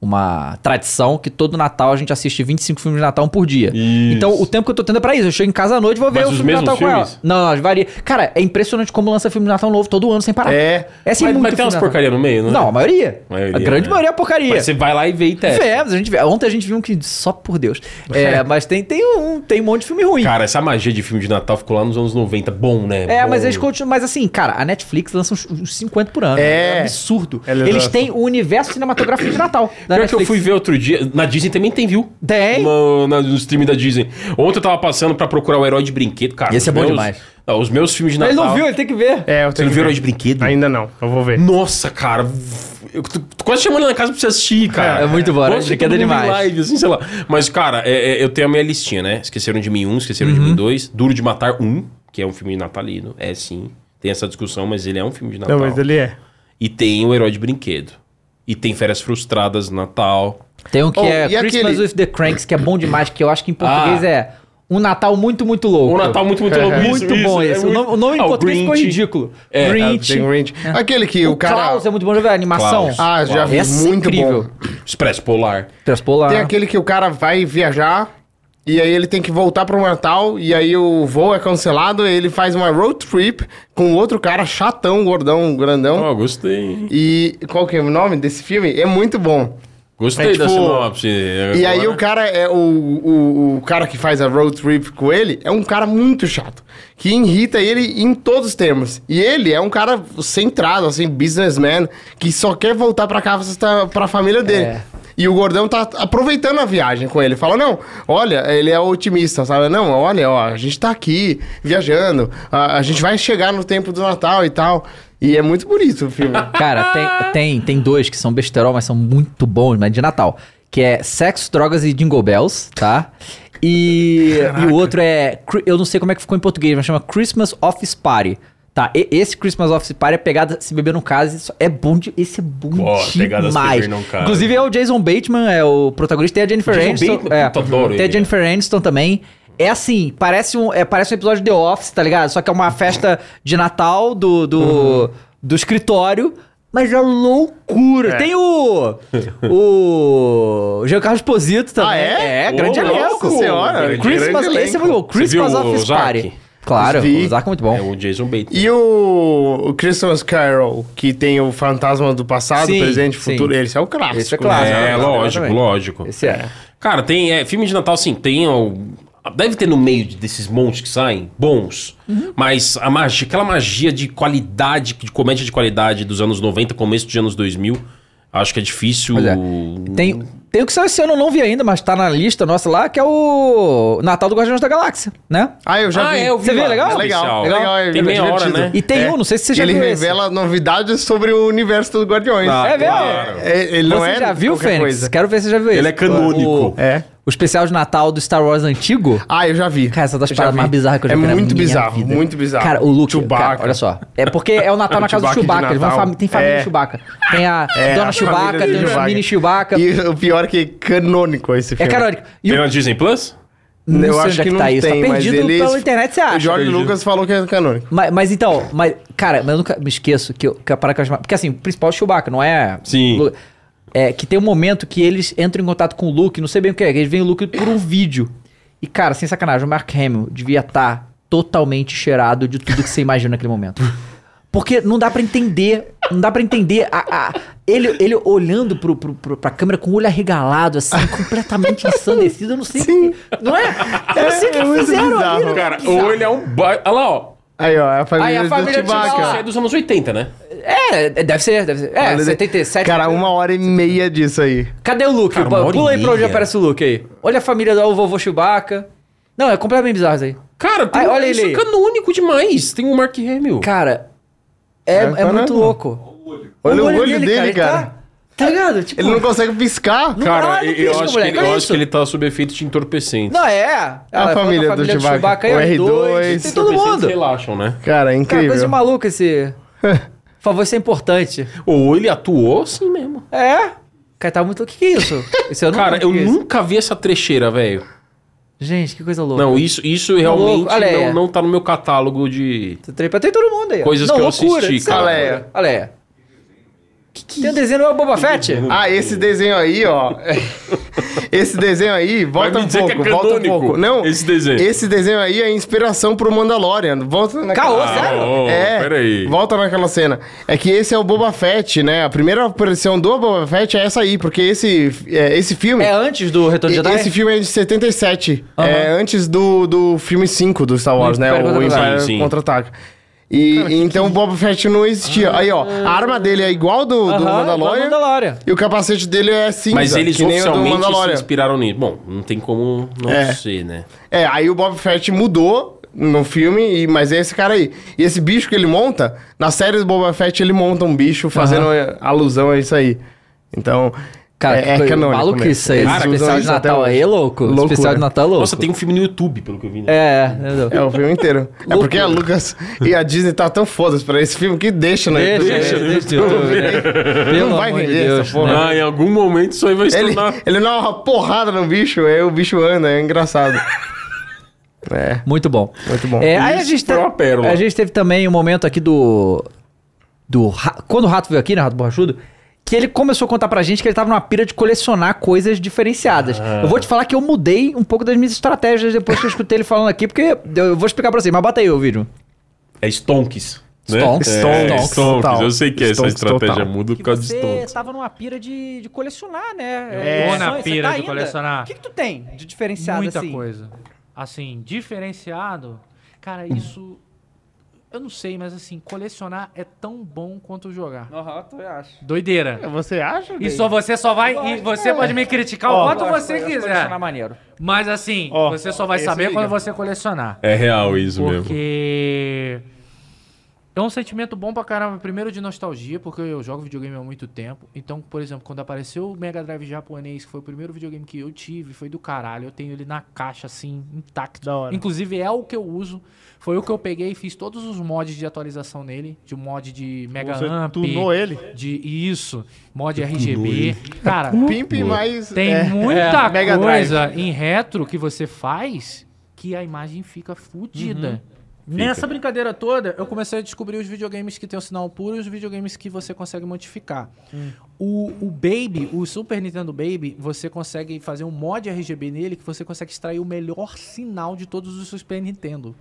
S1: uma tradição que todo Natal a gente assiste 25 filmes de Natal um por dia. Então o tempo que eu tô tendo é pra isso. Eu chego em casa à noite e vou ver
S3: Mas
S1: o
S3: os
S1: filme de
S3: mesmos
S1: Natal com
S3: filmes?
S1: ela. Não, não, varia. Cara, é impressionante como lança filme de Natal novo todo ano sem parar.
S2: É.
S1: É assim,
S3: mas,
S1: muito
S3: mas tem
S1: filme de
S3: umas
S1: Natal.
S3: porcaria no meio, não é?
S1: Não, a maioria. A grande
S3: né?
S1: maioria é porcaria.
S3: Mas você vai lá e vê e testa.
S1: Vemos, a gente vê. Ontem a gente viu um que só por Deus. É, mas tem, tem, um, tem um monte de filme ruim.
S3: Cara, essa magia de filme de Natal ficou lá nos anos 90. Bom, né?
S1: É,
S3: Bom.
S1: mas eles continuam. Mas assim, cara, a Netflix lança uns, uns 50 por ano.
S3: É.
S1: absurdo.
S3: Ela
S1: Eles
S3: lança.
S1: têm o universo cinematográfico de Natal. é
S3: Pior que eu fui ver outro dia. Na Disney também tem, viu? Tem. No, na- no stream da Disney. Ontem eu tava passando pra procurar o herói de brinquedo, cara.
S1: Esse é
S3: Os
S1: bom
S3: meus-
S1: demais.
S3: Não, os meus filmes de
S1: Ele
S3: Natal.
S1: não viu, ele tem que ver.
S3: É, eu Você não viu Herói de Brinquedo?
S2: Ainda não, eu vou ver.
S3: Nossa, cara. Eu tô, tô quase chamando ele na casa pra você assistir, cara.
S1: É, é muito bom, Herói de
S3: Nossa,
S1: Brinquedo é
S3: todo mundo em
S1: demais.
S3: Live, assim, sei lá. Mas, cara, é- é- eu tenho a minha listinha, né? Esqueceram de mim um, esqueceram
S1: Uhum.
S3: de mim dois. Duro de Matar um, que é um filme natalino. É sim. Tem essa discussão, mas ele é um filme de Natal.
S2: Não, mas ele é.
S3: E tem o Herói de Brinquedo. E tem Férias Frustradas, Natal.
S1: Tem
S2: Oh,
S1: um que é Christmas with the Cranks, que é bom demais, que eu acho que em português
S3: Oh, Ah.
S1: é Um Natal Muito, Muito Louco.
S3: Um Natal Muito, Muito Louco, isso,
S1: Muito
S3: isso,
S1: bom
S3: é
S1: esse. o
S3: muito-
S1: nome, o nome em
S3: Ah, o
S1: português ficou
S3: Grinch.
S1: ridículo.
S3: É,
S1: Grinch.
S3: é, tem Grinch.
S1: É.
S3: Aquele que o cara-
S1: Klaus é muito bom, velho. a Animação.
S3: Klaus.
S2: Ah,
S3: Klaus.
S1: Esse é incrível.
S3: Expresso Polar.
S1: Expresso Polar.
S2: Tem aquele que o cara vai viajar e aí ele tem que voltar pro Natal e aí o voo é cancelado e ele faz uma road trip com outro cara chatão, gordão, grandão.
S3: Ó, gostei.
S2: E qual que é o nome desse filme? É muito bom.
S3: Gostei
S2: É, tipo,
S3: da sinopse.
S2: E aí o cara é o, o, o cara que faz a road trip com ele é um cara muito chato, que irrita ele em todos os termos. E ele é um cara centrado, assim, businessman, que só quer voltar pra casa tá- pra família dele. E o gordão tá aproveitando a viagem com ele. Fala, não, olha, ele é otimista, sabe? Não, olha, ó, a gente tá aqui viajando, a, a gente vai chegar no tempo do Natal e tal. E é muito bonito o filme.
S1: Cara, tem, tem, tem dois que são besterol, mas são muito bons, mas de Natal. Que é Sexo, Drogas e Jingle Bells, tá? E, e o outro é. Cri- Eu não sei como é que ficou em português, mas chama Christmas Office Party. Tá, E- esse Christmas Office Party é pegada se beber não casa. isso é bom de, esse é bom
S3: Ó, pegada
S1: demais.
S3: Se Beber Não Case.
S1: Inclusive é o Jason Bateman, é o protagonista, e a Jennifer
S3: Jason
S1: Aniston.
S3: Bateman,
S1: é,
S3: puta, adoro
S1: tem a
S3: ele.
S1: Jennifer Aniston também. É assim, parece um, é, parece um episódio de The Office, tá ligado? Só que é uma festa de Natal do, do, do escritório, mas é loucura.
S15: É.
S1: Tem o. O. Jean Carlos Posito
S3: Ah,
S1: também. é?
S15: Ô,
S1: grande
S15: nossa
S1: elenco.
S15: senhora,
S1: Grande Christmas,
S15: grande
S1: esse é
S15: elenco.
S1: o
S3: Você viu
S1: Christmas
S3: o
S1: Office
S3: Ozark?
S1: Party. Claro,
S2: Vi.
S1: o Zark é muito bom.
S3: É o Jason Bateman.
S2: E o, o Christmas Carol, que tem o fantasma do passado,
S3: Sim,
S2: presente,
S3: sim.
S2: futuro, esse é o clássico.
S3: Esse é clássico.
S2: né?
S3: É, lógico, lógico.
S1: Esse é.
S3: Cara, tem. é, filme de Natal, sim, tem. ó, deve ter no meio de- desses montes que saem, bons.
S1: Uhum.
S3: Mas a magia, aquela magia de qualidade, de comédia de qualidade dos anos 90, começo dos anos 2000, acho que é difícil.
S2: Uhum.
S1: Tem, é tem o que saiu esse ano, eu não vi ainda, mas tá na lista nossa lá, que é o Natal do Guardiões da Galáxia, né?
S2: Ah, eu já vi.
S1: Você viu, é legal?
S2: É legal, é legal. é
S1: Tem meia hora,
S2: divertido. É.
S1: né? E tem um, não sei se você já
S2: ele
S1: viu
S2: Ele
S1: esse.
S2: revela novidades sobre o universo dos Guardiões.
S1: Ah, É mesmo?
S2: É, é, ele não
S1: Você
S2: é
S1: já viu,
S2: qualquer
S1: Fênix?
S2: coisa.
S1: Quero ver se você já viu ele.
S2: é canônico.
S1: O, é. o especial de Natal do Star Wars antigo.
S2: Ah, eu já vi.
S1: Cara, essa é das
S2: Eu já
S1: paradas
S2: vi.
S1: mais bizarras que eu já
S2: É
S1: vi na
S2: muito
S1: minha
S2: bizarro,
S1: vida.
S2: muito bizarro.
S1: Cara, o Luke,
S2: Chewbacca.
S1: cara, olha só. É porque é o Natal na casa do
S2: Chewbacca de
S1: Chewbacca. Eles vão
S2: Natal.
S1: fami- tem família
S2: É.
S1: Chewbacca. Tem a
S2: É,
S1: Dona
S2: a família
S1: Chewbacca,
S2: do
S1: tem os mini Chewbacca. É
S2: E o pior é que é canônico esse filme.
S1: canônico.
S3: E tem na Disney Plus?
S1: Não
S2: eu
S1: sei
S2: acho
S1: onde é
S2: que
S1: que
S2: não
S1: tá
S2: tem,
S1: isso, tá
S2: mas
S1: perdido
S2: ele...
S1: pela internet, você acha?
S2: O Jorge
S1: Perdido.
S2: Lucas falou que é canônico.
S1: Mas, mas então, mas, cara, mas eu nunca me esqueço que, eu, que a parada que eu acho mais- Porque assim, o principal é o Chewbacca, não é. Sim. É que tem um momento que eles entram em contato com o Luke, não sei bem o que é, que eles veem o Luke por um vídeo. E, cara, sem sacanagem, o Mark Hamill devia estar totalmente cheirado de tudo que você imagina naquele momento. Porque não dá pra entender, não dá pra entender a, a- ele, ele olhando pro, pro, pro, pra câmera com o olho arregalado, assim, completamente ensandecido, eu não sei. o que- Não é? Eu não sei o que fizeram ali, né?
S3: Cara,
S1: Bizarro.
S3: ou ele é um. Ba... Olha lá, ó.
S2: Aí, ó, é a
S1: família Aí a do família do Chewbacca. Chewbacca.
S3: é dos anos 80, né?
S1: É, deve ser, deve ser. É,
S2: Olha,
S1: 77.
S2: Cara, uma hora e meia disso aí.
S1: Cadê o Luke?
S2: Cara, uma hora
S1: Pula
S2: e
S1: aí pra onde
S2: meia.
S1: aparece o Luke aí. Olha a família do vovô Chewbacca. Não, é completamente bizarro isso aí.
S3: Cara, um
S1: Ai, olha ele aí.
S3: é canônico demais. Tem o Mark Hamill.
S1: Cara, é, é,
S3: caramba.
S1: muito louco.
S2: tá Olha o
S1: olho
S2: olho
S1: dele,
S2: dele,
S1: cara, ele
S2: cara.
S1: Tá ligado? Tipo, tá
S2: Ele não consegue piscar.
S3: Cara, eu, eu acho, que, ele, eu
S1: olha
S3: acho que ele tá sob efeito de entorpecente.
S1: Não, é. Ela falou que
S2: família do Chewbacca,
S1: aí,
S2: o
S1: R2,
S2: R2,
S1: Tem todo
S3: Entorpecentes
S1: mundo.
S3: relaxam, né?
S2: Cara, é
S1: Cara, coisa de
S2: incrível.
S1: maluco esse... Por favor, isso é importante.
S3: Ou ele atuou assim mesmo.
S1: É. Cara, tá muito... O que que é isso? Isso eu não
S3: Cara, eu
S1: o que que é isso?
S3: nunca vi essa trecheira, velho.
S1: Gente, que coisa louca.
S3: Não, isso, isso
S1: Tá
S3: realmente
S1: louco? Olha aí.
S3: não, não tá no meu catálogo de.
S1: Tem todo mundo aí. ó.
S3: Coisas
S1: Não,
S3: que eu
S1: loucura,
S3: assisti,
S1: isso é
S3: cara.
S1: loucura. Olha aí. Tem o desenho do é o Boba Fett?
S3: um
S2: Ah, esse desenho aí, ó. esse desenho aí, volta
S3: Vai me
S2: um
S3: dizer que é
S2: pouco, volta um
S3: canônico,
S2: pouco. Não,
S3: esse desenho.
S2: Esse desenho aí é inspiração pro Mandalorian. Volta naquela...
S3: Caô, sério? Caô,
S2: É,
S3: peraí.
S2: volta naquela cena. É que esse é o Boba Fett, né? A primeira aparição do Boba Fett é essa aí, porque esse, é, esse filme... É
S1: antes do Retorno de Jedi?
S2: Esse filme é de 77.
S1: Aham.
S2: É antes do, do filme 5 do Star né? Wars, né?
S1: Império
S2: O
S1: Contra-Ataca.
S2: Império
S1: Sim, sim.
S2: Contra-Ataca. E então o Boba Fett não existia. Aí, ó, a arma dele é igual do, do
S1: Aham, igual
S2: Mandalorian.
S1: do Mandalorian.
S2: E o capacete dele é cinza.
S3: Mas eles
S2: que nem o do
S3: oficialmente se
S2: Mandalorian.
S3: inspiraram nisso. Bom, não tem como não
S2: É.
S3: ser, né?
S2: É, aí o Boba Fett mudou no filme, e- mas é esse cara aí. E esse bicho que ele monta, na série do Boba Fett, ele monta um bicho fazendo
S1: Aham.
S2: alusão a isso aí. Então,
S1: Cara,
S2: é, é
S1: que foi
S2: canônico.
S1: maluco
S2: mesmo.
S1: isso aí. Esse
S2: Eles usam
S1: especial de
S2: isso até
S1: Natal
S2: hoje.
S1: aí é louco. Esse
S2: Loucura.
S1: especial de Natal é louco.
S3: Nossa, tem um filme no YouTube, pelo que eu vi. Né?
S1: É,
S2: é o filme inteiro. é porque a Lucas e a Disney tá tão fodas pra esse filme que deixa, né?
S3: Deixa, deixa, Pelo
S2: Não vai
S3: amor de
S2: vender
S3: Deus,
S2: essa porra.
S3: né? Ah, em algum momento isso aí vai né?
S2: ele,
S3: estourar.
S2: ele dá uma porrada no bicho, aí o bicho anda, é engraçado. é.
S1: Muito bom.
S2: Muito bom.
S1: É, aí a gente, te- a gente teve também um momento aqui do. do Ra- Quando o rato veio aqui, né, Rato Borrachudo, que ele começou a contar pra gente que ele tava numa pira de colecionar coisas diferenciadas.
S17: Ah.
S1: Eu vou te falar que eu mudei um pouco das minhas estratégias depois que eu escutei ele falando aqui, porque eu eu vou explicar pra você, mas bota aí o vídeo.
S3: É Stonks. Né?
S1: Stonks.
S3: É,
S1: Stonks.
S3: Stonks. Eu sei que essa
S1: Stonks
S3: estratégia
S1: total.
S3: muda por causa de Stonks.
S1: tava numa pira de, de colecionar, né?
S13: Eu
S1: É,
S13: vou na
S1: coleções, você
S13: pira
S1: tá
S13: de
S1: ainda?
S13: colecionar.
S1: O que, que tu tem de diferenciado
S13: Muita
S1: assim?
S13: coisa. Assim, diferenciado, cara, isso. Eu não sei, mas assim, colecionar é tão bom quanto jogar.
S1: Aham, tu acha.
S13: Doideira.
S10: Você acha?
S13: E só você só vai. e você pode
S3: É.
S13: me criticar o quanto você quiser.
S1: maneiro.
S13: Mas assim, você só vai
S1: esse né?
S13: saber
S1: liga.
S13: quando você colecionar.
S3: É real isso mesmo.
S13: Porque. É um sentimento bom pra caramba. Primeiro de nostalgia, porque eu jogo videogame há muito tempo. Então, por exemplo, quando apareceu o Mega Drive japonês, que foi o primeiro videogame que eu tive, foi do caralho. Eu tenho ele na caixa, assim, intacto.
S10: Da hora.
S13: Inclusive, é o que eu uso. Foi o que eu peguei e fiz todos os mods de atualização nele. De mod de Mega
S10: Você
S13: Amp.
S10: tunou ele?
S13: De isso. Mod
S10: Você tunou
S13: RGB.
S10: ele.
S13: Cara,
S10: Um pimp mais-
S13: Tem
S10: é.
S13: muita
S10: É, Mega Drive.
S13: coisa em retro que você faz que a imagem fica fodida.
S10: Uhum.
S13: Nessa
S10: Fica.
S13: brincadeira toda, eu comecei a descobrir os videogames que tem o sinal puro e os videogames que você consegue modificar. O, o Baby, o Super Nintendo Baby, você consegue fazer um mod RGB nele que você consegue extrair o melhor sinal de todos os Super Nintendo.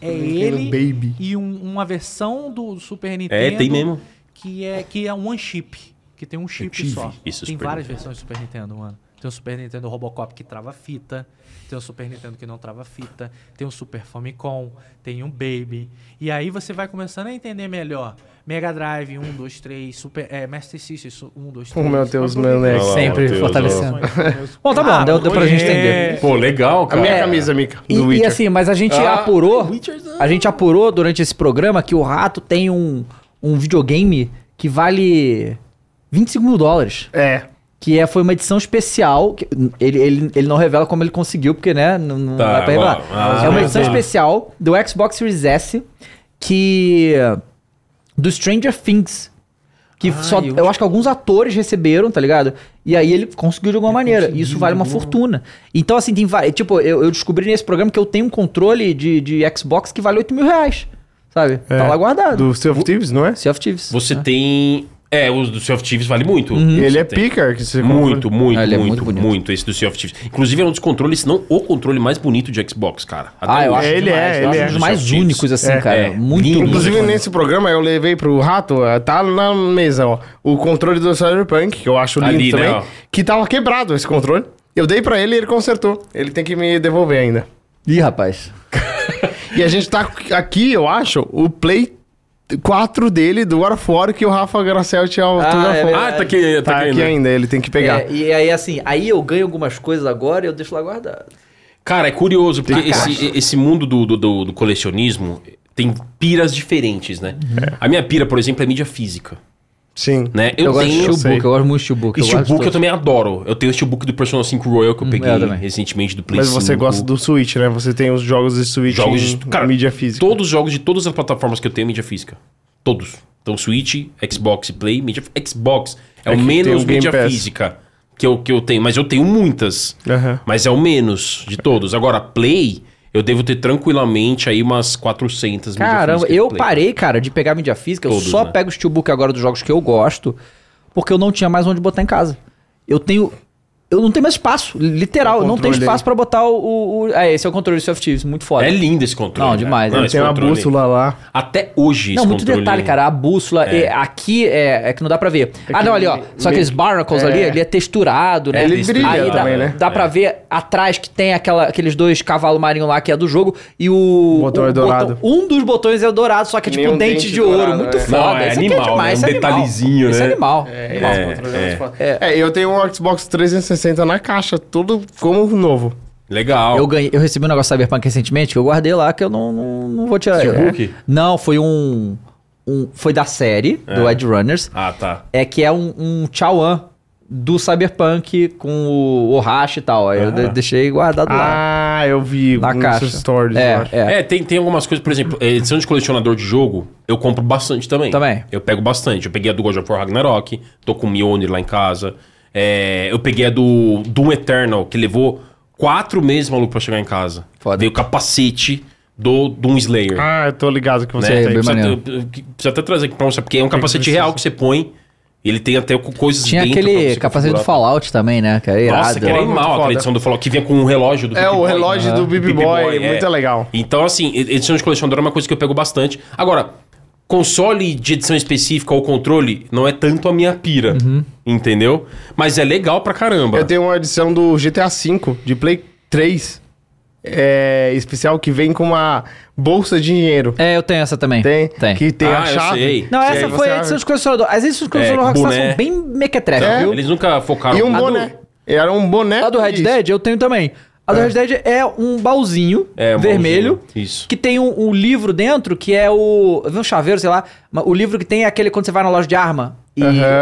S13: é
S10: Nintendo
S13: ele
S10: Baby.
S13: e um- uma versão do Super Nintendo
S3: É, tem mesmo.
S13: que é que é um one chip, que tem um chip
S3: tive
S13: só.
S3: esse
S13: tem
S3: Super
S13: várias
S3: Nintendo.
S13: versões do Super Nintendo, mano. Tem o Super Nintendo Robocop que trava fita, tem o Super Nintendo que não trava fita, tem o Super Famicom, tem um Baby. E aí você vai começando a entender melhor. Mega Drive 1, 2, 3, Super, é, Master System um, su- 1, 2, 3.
S2: meu Deus, meu moleque.
S1: Sempre
S2: Deus,
S1: fortalecendo.
S2: ó.
S1: Bom, tá bom,
S2: Ah,
S1: deu, deu pra gente
S2: é.
S1: entender.
S3: Pô, legal, cara.
S2: A minha
S1: É.
S2: camisa, Mica.
S1: E,
S2: do
S1: e
S2: Witcher.
S1: assim, mas a gente
S2: Ah,
S1: apurou. A gente apurou durante esse programa que o rato tem um, um videogame que vale 25 mil dólares.
S2: É.
S1: Que é, foi uma edição especial. que ele, ele, ele não revela como ele conseguiu, porque, né? Não, não
S17: Tá,
S1: dá pra
S17: bom.
S1: revelar.
S17: Ah,
S1: é uma
S17: tá.
S1: edição especial do Xbox Series S que. Do Stranger Things. Que
S2: Ah,
S1: só. Eu, acho que alguns atores receberam, tá ligado? E aí ele conseguiu de alguma maneira. E isso vale uma fortuna. Então, assim, tem várias. Tipo, eu, eu descobri nesse programa que eu tenho um controle de, de Xbox que vale 8 mil reais. Sabe?
S2: É,
S1: Tá lá guardado.
S2: Do Sea of Thieves, não é?
S1: Sea of Thieves.
S3: Você tem. É, o do Sea of Thieves vale muito.
S2: Uhum. E ele
S3: Você
S2: é
S3: tem.
S2: pica que você
S3: Muito,
S2: compra.
S3: muito,
S2: Ah, ele é muito
S3: muito, muito, Esse do Sea of Thieves. Inclusive é um dos controles, se não o controle mais bonito de Xbox, cara. Até
S1: Ah, eu
S3: hoje.
S1: acho Ele demais, é, eu ele acho é. um dos
S3: Do
S1: mais
S3: Sea of Thieves. É,
S1: únicos, assim, cara. Muito
S3: lindo.
S2: é.
S3: né?
S2: Inclusive, nesse programa, eu levei pro rato, eh, tá na mesa, ó, o controle do Cyberpunk, que eu acho lindo
S3: Ali, né,
S2: também,
S3: ó.
S2: que tava quebrado esse controle. Eu dei pra ele e ele consertou. Ele tem que me devolver ainda.
S1: Ih, rapaz.
S2: e a gente tá aqui, eu acho, o Play 4 dele do War of War que o Rafa Gracel
S1: Ah,
S2: tinha autografou.
S3: Ah,
S2: Tá aqui ainda, ele tem que pegar.
S1: É, e aí, assim, aí eu ganho algumas coisas agora e eu deixo lá guardado.
S3: Cara, é curioso, porque
S1: Tem caixa.
S3: esse, esse mundo do, do- do- do colecionismo tem piras diferentes, né?
S1: Uhum.
S3: A minha pira, por exemplo, é mídia física.
S2: Sim.
S3: Né? Eu,
S1: gosto
S3: tenho...
S1: de steelbook, eu gosto muito de steelbook.
S3: E
S1: gosto de
S3: steelbook eu
S1: todos. Hum,
S3: também adoro. Eu tenho o steelbook do Persona 5 Royal que eu peguei
S1: eu também.
S3: recentemente do Play
S2: Mas você
S3: 5.
S2: gosta do Switch, né? Você tem os jogos de Switch
S3: jogos
S2: em
S3: de, cara,
S2: mídia física.
S3: Todos os jogos de todas as plataformas que eu tenho mídia física. Todos. Então Switch, Xbox e Play, mídia Xbox é,
S2: É
S3: o
S2: que tem
S3: menos
S2: o Game
S3: mídia
S2: Pass.
S3: física que eu, que eu tenho, mas eu tenho muitas.
S2: Aham.
S3: Mas é o menos de todos. Agora Play, eu devo ter tranquilamente aí umas 400 mídia
S1: Caramba,
S3: física de
S1: eu
S3: Play.
S1: parei, cara, de pegar mídia física.
S3: Todos,
S1: eu só
S3: né?
S1: pego steelbook agora dos jogos que eu gosto, porque eu não tinha mais onde botar em casa. Eu tenho Eu não tenho mais espaço, literal.
S3: É o
S1: não tem
S3: controle
S1: espaço pra botar o, o, o- Ah, esse é o controle do Sea of Thieves, muito foda.
S3: É lindo esse controle.
S1: Não,
S3: cara.
S1: demais. é
S3: esse controle. Até hoje
S1: Não,
S3: esse
S1: muito
S3: controle-
S1: detalhe, cara. A bússola
S3: É.
S1: é, aqui é, é que não dá pra ver. ah,
S3: que
S1: não, ali, ó.
S3: ele-
S1: Só que
S3: meio-
S1: os barnacles
S3: é.
S1: ali, ele é texturado, né?
S3: É, ele brilha
S1: Aí
S3: também,
S1: dá,
S3: né?
S1: Dá pra ver atrás que tem aquela- aqueles dois cavalos marinhos lá que é do jogo e o...
S3: botão
S1: o
S3: é dourado.
S1: um dos botões é o dourado, só que é tipo
S3: Nem
S1: um
S3: um
S1: dente,
S3: dente
S1: de ouro.
S3: dourado,
S1: muito
S3: é.
S1: foda.
S3: Não, é
S1: Isso aqui
S3: animal,
S1: demais,
S3: né? Um
S1: isso animal.
S3: detalhezinho,
S1: Isso
S3: né?
S1: é animal.
S3: É,
S1: Animal.
S3: é.
S2: É. eu tenho um Xbox 360 na caixa, todo como novo.
S3: Legal.
S1: Eu, ganhei, eu recebi um negócio de Cyberpunk recentemente que eu guardei lá, que eu não, não, não vou tirar. É.
S3: Steelbook?
S1: Não, foi um, um- Foi da série,
S3: É.
S1: do Edge Runners.
S3: Ah, tá.
S1: É que é um, um Chawan do Cyberpunk com o Ohashi e tal. Aí Eu de- deixei guardado lá.
S2: Ah, eu vi.
S1: Na
S2: nos
S1: caixa.
S2: stories,
S1: é,
S2: eu acho.
S1: é.
S3: É, tem, tem algumas coisas, por exemplo, eh, edição de colecionador de jogo, eu compro bastante também. Também. Eu pego bastante. Eu peguei a do God of War Ragnarok, tô com o Mjolnir lá em casa. É, eu peguei a do Doom Eternal, que levou quatro meses, maluco, pra chegar em casa. Foda. Veio o capacete do Doom Slayer.
S2: Ah, eu tô ligado que você
S3: né?
S2: tem.
S3: Precisa, ter- que- precisa até trazer aqui pra você, porque é um capacete real que você põe. Ele tem até co- coisas
S1: Tinha
S3: dentro pra
S1: aquele
S3: você
S1: capacete do
S3: configurar.
S1: Fallout também, né? Que era irado.
S3: Nossa, que era animal aquela edição do Fallout, que vinha com um relógio do né?
S2: É,
S3: Pip-Boy.
S2: o relógio do Pip-Boy, muito legal.
S3: Então, assim, e- edição de colecionador é uma coisa que eu pego bastante. Agora, console de edição específica ou controle não é tanto a minha pira,
S1: Uhum.
S3: entendeu? Mas é legal pra caramba.
S2: Eu tenho uma edição do GTA V de Play 3. é, especial que vem com uma bolsa de dinheiro.
S1: É, eu tenho essa também.
S2: Tem? Tem. Que tem
S3: Ah,
S2: a chave.
S1: Não,
S2: E
S1: essa
S2: aí
S1: foi
S2: você
S1: a edição
S2: abre.
S1: de colecionador. As edições de
S2: É,
S1: colecionador Rockstar
S2: boné.
S1: são bem mequetrefe,
S2: É.
S1: viu?
S3: Eles nunca focaram...
S2: E um
S3: A do-
S2: boné. Era um boné.
S1: A do Red Dead eu tenho também. A do Red Dead é um baúzinho
S3: É, um
S1: vermelho.
S3: baúzinho. Isso.
S1: Que tem um, um livro dentro que é o. Um chaveiro, sei lá. mas O livro que tem é aquele quando você vai na loja de arma. E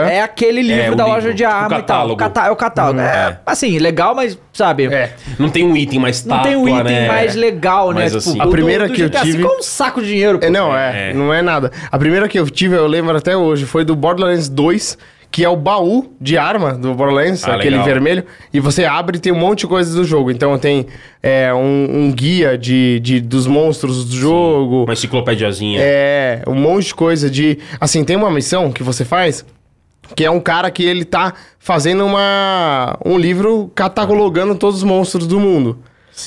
S1: é aquele livro
S3: É, o
S1: da
S3: livro,
S1: loja de
S3: tipo
S1: arma e tal. O
S3: catálogo.
S1: catá- é o catálogo. É, assim, legal, mas, sabe.
S2: É.
S3: Não tem um item mais
S1: Não tem um
S3: tátua,
S1: item
S3: né?
S1: mais legal, né?
S3: Mas
S1: Tipo,
S3: assim-
S2: A
S1: o do-
S2: primeira
S1: do
S2: que eu
S1: GTA V
S2: tive.
S1: é um saco de dinheiro, pô.
S2: É, não, é, Não é nada. A primeira que eu tive, eu lembro até hoje, foi do Borderlands 2, que é o baú de arma do Borderlands,
S3: Ah,
S2: aquele
S3: legal.
S2: vermelho. E você abre e tem um monte de coisas do jogo. Então tem é, um, um guia de, de- dos monstros do jogo.
S3: Uma enciclopédiazinha.
S2: É, um monte de coisa de. Assim, tem uma missão que você faz. Que é um cara que ele tá fazendo uma, um livro catalogando todos os monstros do mundo.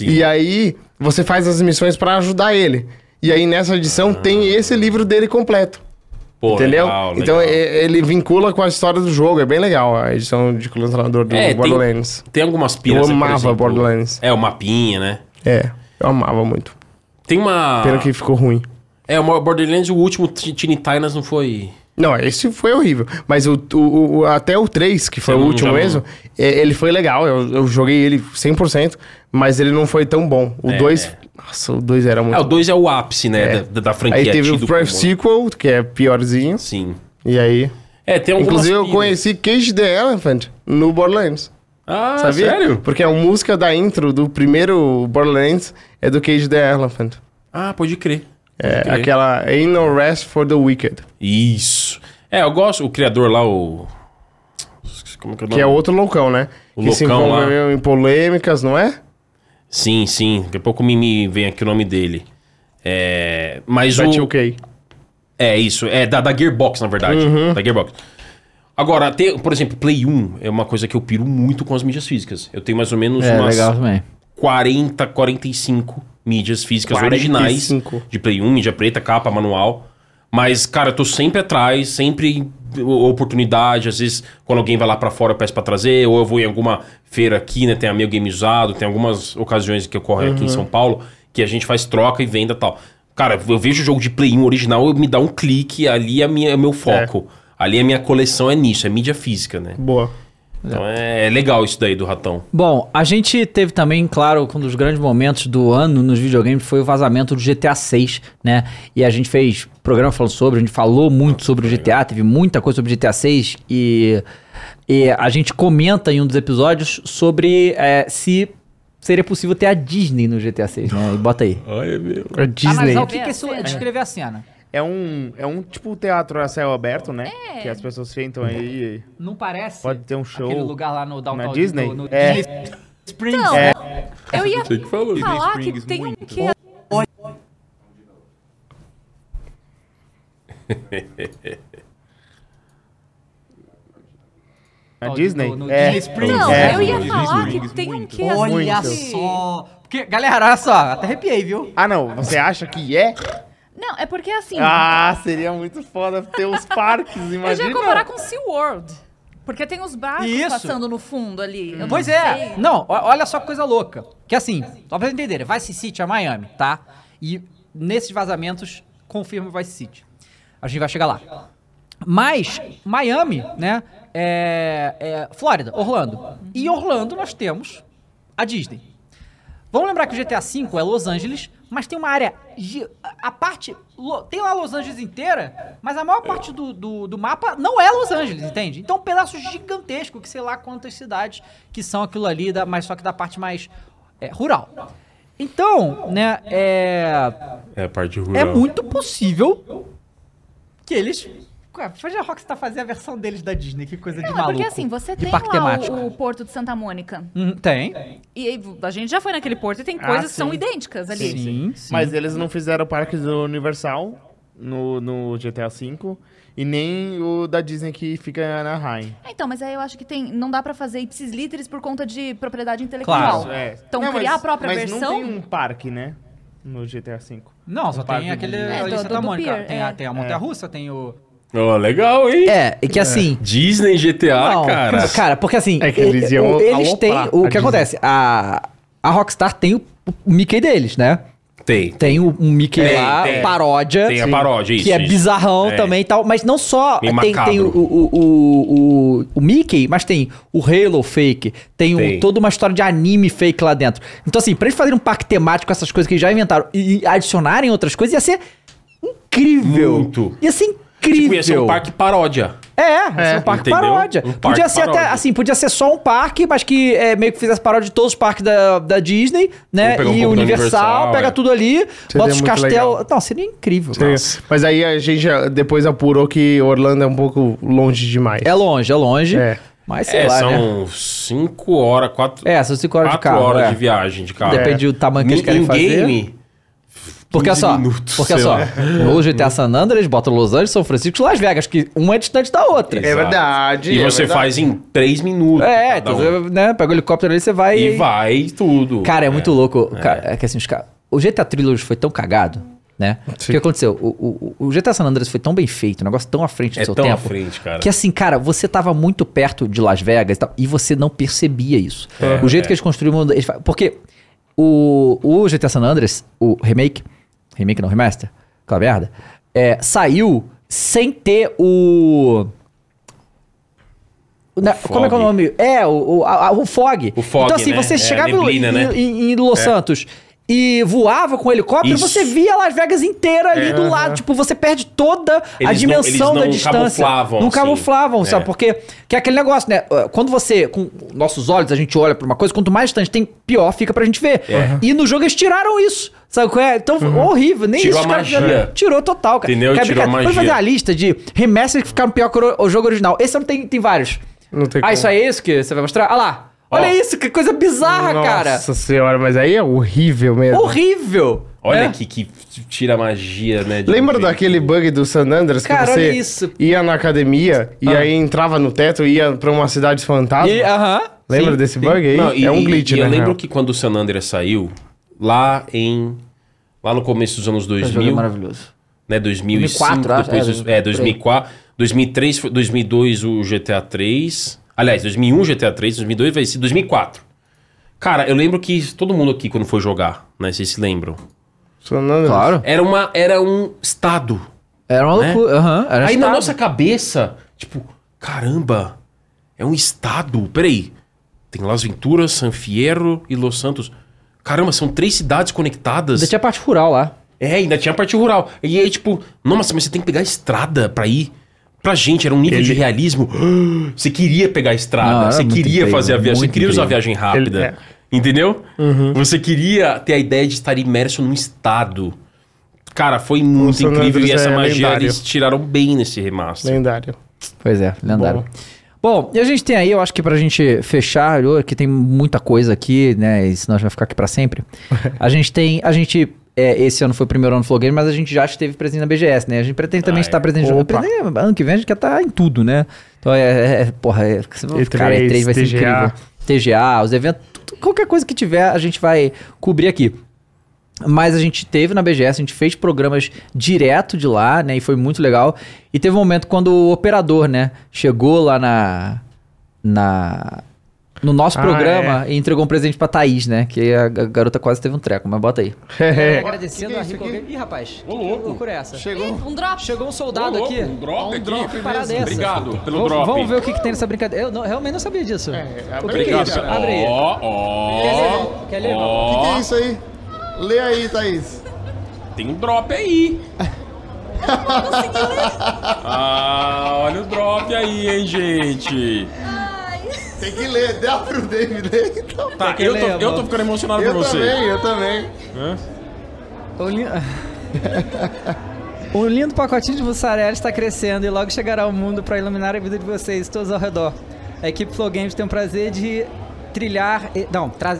S2: E aí você faz as missões pra ajudar ele. E aí nessa edição tem esse livro dele completo.
S3: Ah. Pô,
S2: entendeu?
S3: legal,
S2: então
S3: legal.
S2: e- ele vincula com a história do jogo. É bem legal a edição de colecionador do
S3: É, tem,
S2: Borderlands.
S3: tem algumas piras. assim,
S2: Eu
S3: por
S2: amava
S3: exemplo,
S2: Borderlands.
S3: É, o mapinha, né?
S2: É, eu amava muito.
S3: Tem uma...
S2: Pena que ficou ruim.
S3: É, o Borderlands, o último T- Teen Titans não foi...
S2: Não, esse foi horrível. Mas o, o- o- até o 3, que foi
S3: Você
S2: o
S3: não-
S2: último
S3: já não-
S2: mesmo, é, ele foi legal. Eu, eu joguei ele 100%, mas ele não foi tão bom. O
S3: É,
S2: 2.
S3: é.
S2: Nossa, o 2 era muito.
S3: É, o 2 é o ápice, né?
S2: É.
S3: Da, da franquia.
S2: Aí teve o
S3: tido
S2: Prime
S3: como-
S2: Sequel, que é piorzinho.
S3: Sim.
S2: E aí.
S3: É, tem algumas
S2: Inclusive, eu
S3: pilhas.
S2: conheci Cage the Elephant no Borderlands.
S3: Ah, sério?
S2: Porque a música da intro do primeiro Borderlands é do Cage the Elephant.
S3: Ah, pode crer.
S2: É,
S3: crer.
S2: aquela Ain't No Rest for the Wicked.
S3: Isso. É, eu gosto. O criador lá, o. Como que é o nome?
S2: Que é outro loucão, né?
S3: O
S2: que se
S3: loucão lá.
S2: envolveu em polêmicas, não é?
S3: Sim, sim. Daqui a pouco me, me vem aqui o nome dele. É. Mas
S2: Da
S3: o.
S2: 2K.
S3: É, isso. É da, da Gearbox, na verdade.
S2: Uhum.
S3: Da Gearbox. Agora, tem, por exemplo, Play 1 é uma coisa que eu piro muito com as mídias físicas. Eu tenho mais ou menos
S1: É,
S3: umas
S1: legal também.
S3: 40, 45 mídias físicas
S1: 45.
S3: originais de Play 1, mídia preta, capa, manual. Mas, cara, eu tô sempre atrás, sempre o- oportunidade. Às vezes, quando alguém vai lá pra fora, eu peço pra trazer. Ou eu vou em alguma feira aqui, né? Tem a Meu Game Usado, tem algumas ocasiões que ocorrem aqui em
S11: Uhum.
S3: São Paulo que a gente faz troca e venda e tal. Cara, eu vejo o jogo de Play 1 original, eu- me dá um clique, ali é, minha, é meu foco. Ali a minha coleção é nisso, é mídia física, né?
S2: Boa.
S3: Então é, é legal isso daí do ratão.
S1: Bom, a gente teve também, claro, que um dos grandes momentos do ano nos videogames foi o vazamento do GTA 6, né? E a gente fez programa falando sobre, a gente falou muito sobre o GTA, teve muita coisa sobre o GTA 6 e, e a gente comenta em um dos episódios sobre eh, se seria possível ter a Disney no GTA 6, né? E bota aí.
S3: Olha, meu.
S1: A Disney. Ah, o que, que isso
S2: É.
S1: descrever a cena?
S15: É um, é um tipo teatro a céu aberto, né? Que as pessoas sentam aí. e
S1: É. Não parece?
S15: Pode ter um show.
S1: Aquele lugar lá no Downtown
S15: Na Disney?
S1: no- no
S15: é.
S1: Disney Springs.
S15: Então,
S1: É.
S6: Eu ia
S15: Você que falou.
S6: falar
S15: Disney
S6: que
S15: Springs
S6: tem um
S15: muito.
S6: que...
S3: É
S15: é- Na Disney?
S12: No, no
S15: É.
S12: Disney Springs.
S15: Não,
S12: né?
S15: eu ia
S12: Disney
S15: falar que
S12: Springs,
S15: tem um
S12: muito.
S15: quê
S6: é
S12: Olha
S15: assim.
S12: só. Porque, galera, olha só, até arrepiei, viu?
S15: Ah, não. Você acha que é?
S6: Não, é porque assim.
S15: Ah, seria muito foda ter os parques, imagina.
S6: eu já ia comparar com SeaWorld. Porque tem os barcos
S1: Isso.
S6: passando no fundo ali. eu não
S1: Pois
S6: sei.
S1: é. Não, o- olha só que coisa louca. Que assim, só pra vocês entenderem, Vice City é Miami, tá? E nesses vazamentos, confirma Vice City. A gente vai chegar lá. Mas, Miami, né? É, é Flórida, Orlando. E em Orlando nós temos a Disney. Vamos lembrar que o GTA V é Los Angeles, mas tem uma área. gi- A parte. lo- Tem lá Los Angeles inteira, mas a maior parte do, do, do mapa não é Los Angeles, entende? Então, um pedaço gigantesco, que sei lá quantas cidades que são aquilo ali, da, mas só que da parte mais é, rural. Então, né, é.
S3: É a parte rural.
S1: É muito possível que eles. Ué, Foi a Rockstar fazer a versão deles da Disney, que coisa de
S6: Não, é
S1: maluco.
S6: porque assim, você
S1: de
S6: tem
S1: parque
S6: lá
S1: temático.
S6: o, o Porto de Santa Mônica.
S1: Hum, tem.
S6: E aí, a gente já foi naquele porto e tem
S15: Ah,
S6: coisas que são
S15: sim.
S6: idênticas ali.
S15: Mas eles não fizeram o parque do Universal no, no GTA V e nem o da Disney que fica em Anaheim.
S6: Ah, Então, mas aí eu acho que tem, não dá pra fazer ipsis literis por conta de propriedade intelectual. Então,
S15: É. Não,
S6: criar
S15: mas-
S6: a própria
S15: mas
S6: versão.
S15: não tem um parque, né? No GTA V.
S1: Não, só
S15: Um
S1: tem
S15: parque
S1: aquele.
S15: de-
S1: É,
S6: do-
S1: Santa
S6: do- do
S1: Mônica.
S6: pier,
S1: tem, a,
S6: é.
S1: tem a Montanha Russa, tem o.
S3: Ó, legal, hein?
S1: É, e que assim-
S3: Disney GTA,
S1: Não,
S3: Ah, cara.
S1: Cara, porque assim,
S3: É que eles
S1: e-
S3: iam
S1: o- eles
S3: aloprar
S1: têm.
S3: a
S1: O que
S3: Disney.
S1: acontece? A, a Rockstar tem o, o Mickey deles, né?
S3: Tem.
S1: Tem o, um Mickey
S3: Tem,
S1: lá,
S3: tem.
S1: paródia.
S3: Tem a paródia,
S1: Que
S3: isso,
S1: é
S3: isso.
S1: bizarrão
S3: É.
S1: também e tal. Mas não só
S3: Meio
S1: tem, tem o,
S3: macabro.
S1: o, o, o, o Mickey, mas tem o Halo fake. Tem,
S3: Tem.
S1: O, toda uma história de anime fake lá dentro. Então, assim, pra eles fazerem um parque temático com essas coisas que eles já inventaram e, e adicionarem outras coisas, ia ser incrível.
S3: Muito.
S1: Ia ser incrível.
S3: Tipo, ia ser um parque paródia.
S1: É, é,
S3: É.
S1: um parque
S3: Entendeu?
S1: paródia.
S3: Um parque
S1: podia ser até,
S3: paródia.
S1: assim, podia ser só um parque, mas que é, meio que fizesse paródia de todos os parques da, da Disney, né?
S15: Vamos pegar um
S1: e
S15: pouco da
S1: Universal,
S15: Universal,
S1: pega
S15: é.
S1: tudo ali, bota os
S15: muito
S1: castelos.
S15: legal.
S1: Não, seria incrível.
S15: Sim. Mas aí a gente já- depois apurou que Orlando é um pouco longe demais. É
S1: longe, é longe.
S3: É,
S1: Mas sei lá, né?
S3: são 5 horas, 4
S1: É, são cinco horas de carro,
S3: horas
S1: é.
S3: de viagem de carro. É.
S1: Depende do tamanho que eles querem fazer.
S3: Game,
S1: Porque
S3: 15
S1: só,
S3: minutos,
S1: porque
S3: sei
S1: só,
S3: lá.
S1: no GTA San Andreas, bota Los Angeles, São Francisco e Las Vegas, que uma é distante da outra.
S3: Exato. E você faz em 3 minutos.
S1: É,
S3: cada
S1: então,
S3: um.
S1: você, né? Pega o helicóptero ali, você vai.
S3: E vai tudo.
S1: Cara, é, muito louco. Cara, é que assim, os ca- o GTA Trilogy foi tão cagado, né? O que aconteceu? O, o, o GTA San Andreas foi tão bem feito, um negócio tão à frente do
S3: É
S1: seu
S3: tão à
S1: tempo.
S3: frente, cara.
S1: Que
S15: é
S1: assim, cara, você tava muito perto de Las Vegas e tal, e você não percebia isso.
S3: É,
S1: o jeito
S3: é.
S1: que eles construíram. o mundo- eles fa- Porque o, o GTA San Andreas, o remake. Remake não, remaster? Aquela merda. É, saiu sem ter o. o na- como é que é o
S3: fog.
S1: nome? É, o, o, a- a- o Fog.
S3: O fog,
S1: Então, assim,
S3: né?
S1: você
S3: É, a
S1: chegava em-
S3: neblina,
S1: em,
S3: né?
S1: em- em Los
S3: É.
S1: Santos e voava com o helicóptero,
S3: Isso.
S1: você via Las Vegas inteira ali
S3: É.
S1: do lado.
S3: Aham.
S1: Tipo, você perde toda a
S3: Eles não- eles
S1: dimensão
S3: não
S1: da distância.
S3: camuflavam,
S1: não
S3: assim.
S1: camuflavam,
S3: É.
S1: sabe? Porque que é aquele negócio, né? Uh, Quando você, com nossos olhos, a gente olha pra uma coisa, quanto mais distante tem, pior fica pra gente ver.
S3: É. Uhum.
S1: E no jogo eles tiraram isso. Sabe qual é? Então, horrível. Nem
S3: Tirou
S1: isso
S3: a
S1: os caras
S3: magia.
S1: fizeram. Tirou total, cara.
S3: Entendeu?
S1: Cara,
S3: Tirou a
S1: brincadeira. Vamos
S3: magia.
S1: fazer a lista de remessas que ficaram pior que o o jogo original. Esse ano tem, tem vários. Não
S15: tem
S1: ah,
S15: como.
S1: isso aí é isso que você vai mostrar? Ah lá.
S15: Ó.
S1: Olha isso, que coisa bizarra, Ah, cara.
S15: Nossa senhora, mas aí é horrível mesmo.
S1: Horrível!
S3: Olha
S15: É.
S3: aqui que tira a magia, né? de-
S15: Lembra daquele bug do San Andreas que
S1: Cara,
S15: você
S1: olha isso.
S15: ia na academia e
S3: Ah.
S15: aí entrava no teto e ia pra uma cidade fantasma?
S1: E- aham.
S15: Lembra desse bug aí?
S3: Não, e-
S15: é um
S3: e-
S15: glitch,
S3: e
S15: né?
S3: Eu lembro
S15: real?
S3: que quando o San Andreas saiu, lá em. Lá no começo dos anos 2000.
S1: jogo é maravilhoso.
S3: Né, 2005,
S1: 2004, acho,
S3: depois
S1: é,
S3: dos- é, 2004, 2003, foi- 2002 o GTA 3. Aliás, 2001 GTA 3, 2002 vai ser 2004. Cara, eu lembro que todo mundo aqui quando foi jogar, né, vocês se lembram?
S15: San Andreas.
S3: Era uma era um estado.
S1: Era uma
S3: né?
S1: loucura. aham, era um
S3: Aí na
S1: estado.
S3: nossa cabeça, tipo, caramba, é um estado. Peraí, tem Las Venturas, San Fierro e Los Santos. Caramba, são três cidades conectadas. Ainda
S1: tinha parte rural lá.
S3: É, ainda tinha parte rural. E aí, tipo, nossa, mas você tem que pegar a estrada pra ir. Pra gente era um nível de realismo. Você queria pegar a estrada,
S11: Não, era
S3: você
S11: muito
S3: queria
S11: incrível,
S3: fazer a viagem, você
S11: muito
S3: queria usar a
S11: incrível.
S3: viagem rápida.
S11: Ele- é.
S3: Entendeu? Uhum. Você queria ter a ideia de estar imerso num estado. Cara, foi muito
S15: San
S3: incrível e
S15: Andreas
S3: essa
S15: é
S3: magia
S15: lendário.
S3: eles tiraram bem nesse remaster.
S15: Lendário.
S1: Pois é, lendário. Bom, e a gente tem aí, eu acho que pra gente fechar, eu- que tem muita coisa aqui, né? E senão a gente vai ficar aqui pra sempre. A gente tem. A gente. é, esse ano foi o primeiro ano do Flow Game, mas a gente já esteve presente na BGS, né? A gente pretende também
S12: Ah,
S1: estar
S12: é.
S1: presente.
S12: Opa.
S1: Pretende, ano que vem a gente quer estar em tudo, né? Então é, é- porra, é, você vai-
S16: E3,
S1: cara, E3 vai ser
S16: TGA.
S1: incrível. TGA, os eventos, tudo- qualquer coisa que tiver, a gente vai cobrir aqui. Mas a gente teve na BGS, a gente fez programas direto de lá, né? E foi muito legal. E teve um momento quando o operador, né, chegou lá na. na no nosso
S16: Ah,
S1: programa e entregou um presente pra Thaís, né? Que a ga- garota quase teve um treco, mas bota aí.
S16: Que
S1: Agradecendo
S16: que é
S1: a
S16: isso
S1: Rico. Ih, rapaz, que loucura é essa?
S16: Chegou.
S1: um drop. Chegou um soldado
S16: Ô, louco,
S1: aqui.
S16: um drop
S1: Um
S16: aqui,
S1: drop, que parada
S16: beleza.
S1: é essa?
S16: Obrigado pelo
S1: Vamos-
S16: drop.
S1: Vamos ver o que, que tem nessa brincadeira. Eu não- realmente não sabia disso. o que, que é
S16: obrigado,
S1: isso?
S16: cara.
S1: Abre aí.
S16: Ó,
S1: ó. Quer ler?
S16: ó.
S1: Quer ler?
S16: Que que é
S1: isso aí?
S2: Lê aí, Thaís.
S3: Tem um drop aí. Ah, olha o drop aí, hein, gente.
S2: Tem que ler, dá pro David ler então.
S3: Tá, eu tô, eu tô ficando emocionado
S2: Eu
S3: por você.
S2: também, eu também.
S3: Hã?
S1: O, li- O lindo pacotinho de mussarela está crescendo e logo chegará ao mundo para iluminar a vida de vocês, todos ao redor. A equipe Flow Games tem o prazer de trilhar. e- Não, tra...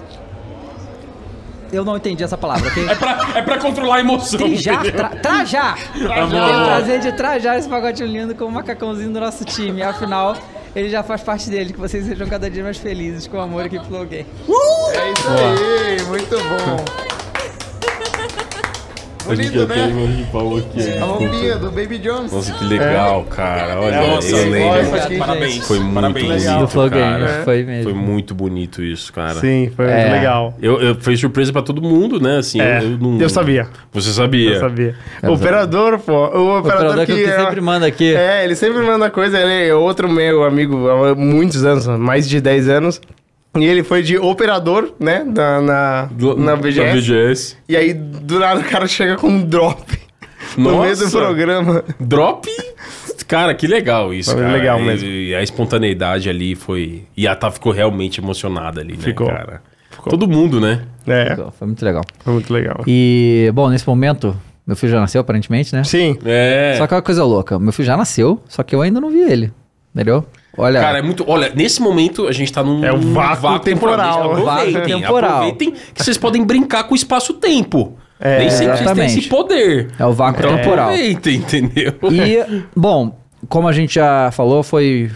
S1: Eu não entendi essa palavra, ok?
S3: É pra, é pra controlar a emoção.
S1: Trijar,
S3: entendeu?
S1: tra- trajar!
S2: Ah,
S3: Tá bom.
S1: Tem o prazer de trajar esse pacotinho lindo com o macacãozinho do nosso time. Afinal, ele já faz parte dele. Que vocês sejam cada dia mais felizes com o amor equipe Flow Games.
S2: É isso aí, muito bom. Bonito, né? A roupinha do Baby Jones. É.
S3: Nossa, que legal, cara. Olha,
S2: Nossa,
S3: excelente.
S2: olha isso aqui, gente. É.
S3: parabéns. Foi muito
S2: Parabéns.
S3: bonito,
S2: Do Flow
S3: cara.
S2: Games, foi mesmo. É.
S3: Foi muito bonito isso, cara.
S2: Sim, foi muito legal.
S3: Eu, eu- foi surpresa pra todo mundo, né? Assim,
S2: É,
S3: eu, não-
S2: eu sabia.
S3: Você sabia?
S2: Eu sabia. O operador, pô. O operador,
S1: operador que
S2: que,
S1: eu que sempre manda aqui.
S2: É, ele sempre manda coisa. Ele é outro meu amigo há muitos anos, mais de 10 anos. E ele foi de operador, né? Na, na, na BGS.
S3: Na BGS.
S2: E aí, do nada, o cara chega com um drop. No meio do
S3: Nossa.
S2: programa.
S3: Drop? Cara, que legal isso,
S2: Foi
S3: cara.
S2: legal
S3: E-
S2: mesmo.
S3: E a espontaneidade ali foi... E a Tá ficou realmente emocionada ali, né,
S2: Ficou.
S3: cara? Todo mundo, né?
S2: É.
S1: Foi muito legal.
S2: Foi muito legal.
S1: E, bom, nesse momento, meu filho já nasceu, aparentemente, né?
S2: Sim.
S3: É.
S1: Só que é uma coisa louca. Meu filho já nasceu, só que eu ainda não vi ele. Entendeu? Olha.
S3: Cara, é muito. Olha, nesse momento a gente tá num.
S1: É o
S3: num
S1: vácuo temporal.
S3: Aproveitem,
S1: É Vácuo temporal.
S3: aproveitem que vocês podem brincar com o espaço-tempo.
S1: É,
S3: Nem sempre vocês têm
S1: exatamente.
S3: esse poder.
S1: É o vácuo
S3: Então
S1: temporal.
S3: Aproveitem, entendeu?
S1: E, bom, como a gente já falou, foi.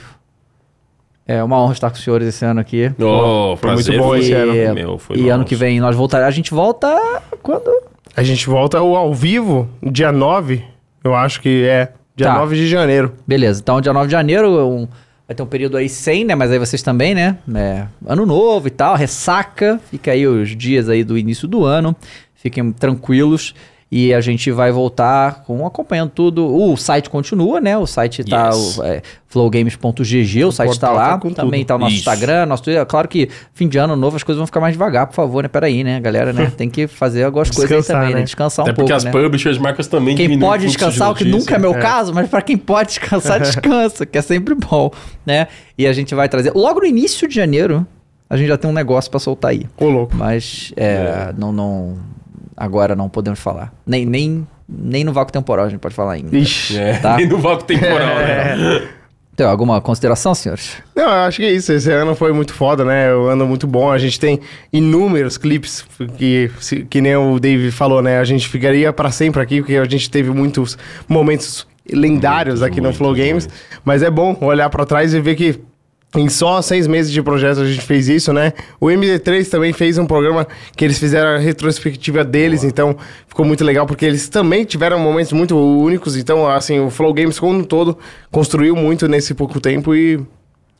S1: É uma honra estar com os senhores esse ano aqui.
S3: Oh,
S1: Foi
S3: prazer
S1: muito bom
S3: foi
S1: esse ano.
S3: meu, foi
S1: e
S3: nosso.
S1: ano que vem nós voltaremos. A gente volta quando?
S2: A gente volta ao, ao vivo, dia 9, eu acho que é. Dia
S1: Tá.
S2: 9 de janeiro.
S1: Beleza, então dia 9 de janeiro um- vai ter um período aí sem, né? Mas aí vocês também, né? É, ano novo e tal, ressaca. Fica aí os dias aí do início do ano. Fiquem tranquilos. E a gente vai voltar com acompanhando tudo. O site continua, né? O site tá
S16: Yes.
S1: o, é, flowgames.gg, o, site tá
S16: portal tá
S1: lá.
S16: com
S1: também
S16: tudo.
S1: tá o nosso
S16: Isso.
S1: Instagram, nosso Twitter. É Claro que fim de ano novo as coisas vão ficar mais devagar, por favor, né? Peraí, né, galera, né? Tem que fazer algumas coisas aí
S3: Descansar,
S1: também, né?
S3: né?
S1: Descansar um
S3: Até
S1: pouco,
S3: porque as
S1: né?
S3: publishers, marcas também
S1: Quem
S3: diminuem
S1: pode
S3: o fluxo de
S1: descansar, o que
S3: notícia.
S1: nunca é meu
S3: É.
S1: caso, mas pra quem pode descansar, descansa, que é sempre bom, né? E a gente vai trazer. Logo no início de janeiro, a gente já tem um negócio pra soltar aí.
S2: Ô, louco.
S1: Mas é, não, não. Agora não podemos falar. Nem, nem, nem no vácuo temporal a gente pode falar ainda. tá?
S2: Ixi.
S3: É, nem no vácuo temporal, né?
S1: Então, alguma consideração, senhores?
S2: Não, eu acho que é isso. Esse ano foi muito foda, né? Um ano muito bom. A gente tem inúmeros clipes que, se- que nem o Dave falou, né? A gente ficaria pra sempre aqui, porque a gente teve muitos momentos lendários aqui no Flow Games. Mas é bom olhar pra trás e ver que em só seis meses de projeto a gente fez isso, né? O MD3 também fez um programa que eles fizeram a retrospectiva deles, então ficou muito legal, porque eles também tiveram momentos muito únicos. Então, assim, o Flow Games como um todo construiu muito nesse pouco tempo e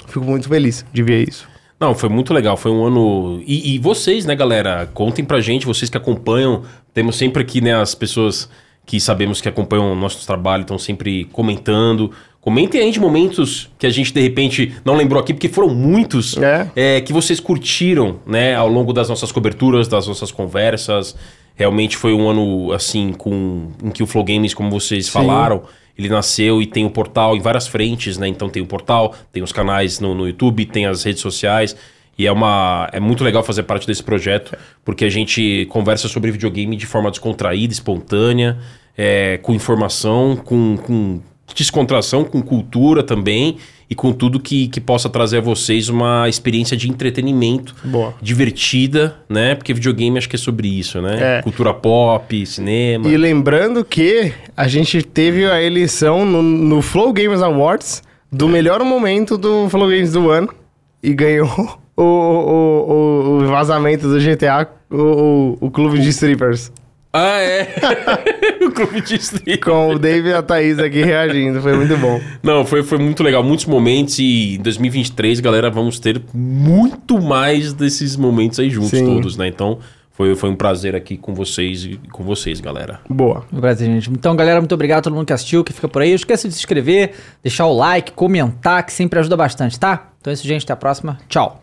S2: Fico muito feliz de ver isso.
S3: Não, foi muito legal. Foi um ano. E, e vocês, né, galera? Contem pra gente, vocês que acompanham. Temos sempre aqui, né, as pessoas que sabemos que acompanham o nosso trabalho, estão sempre comentando. Comentem aí de momentos que a gente, de repente, não lembrou aqui, porque foram muitos é, que vocês curtiram, né, ao longo das nossas coberturas, das nossas conversas. Realmente foi um ano, assim, com, em que o Flow Games, como vocês falaram, ele nasceu e tem o portal em várias frentes, né? Então tem o portal, tem os canais no, no YouTube, tem as redes sociais. E é, uma, é muito legal fazer parte desse projeto, porque a gente conversa sobre videogame de forma descontraída, espontânea, é, com informação, com, com descontração, com cultura também, e com tudo que, que possa trazer a vocês uma experiência de entretenimento
S2: Boa.
S3: divertida, né? Porque videogame acho que é sobre isso, né?
S2: É.
S3: Cultura pop, cinema.
S2: E lembrando que a gente teve a eleição no, no Flow Games Awards do melhor momento do Flow Games do ano e ganhou o, o, o- o vazamento do GTA, o, o- o clube de strippers.
S3: Ah, é? o clube de streaming.
S2: Com o David e a Thaís aqui reagindo, foi muito bom.
S3: Não, foi, foi muito legal, muitos momentos e em 2023, galera, vamos ter muito mais desses momentos aí juntos
S2: Sim.
S3: todos, né? Então, foi, foi um prazer aqui com vocês e com vocês, galera.
S2: Boa.
S1: Prazer, gente. Então, galera, muito obrigado a todo mundo que assistiu, que fica por aí. Não esqueça de se inscrever, deixar o like, comentar, que sempre ajuda bastante, tá? Então é isso, gente. Até a próxima. Tchau.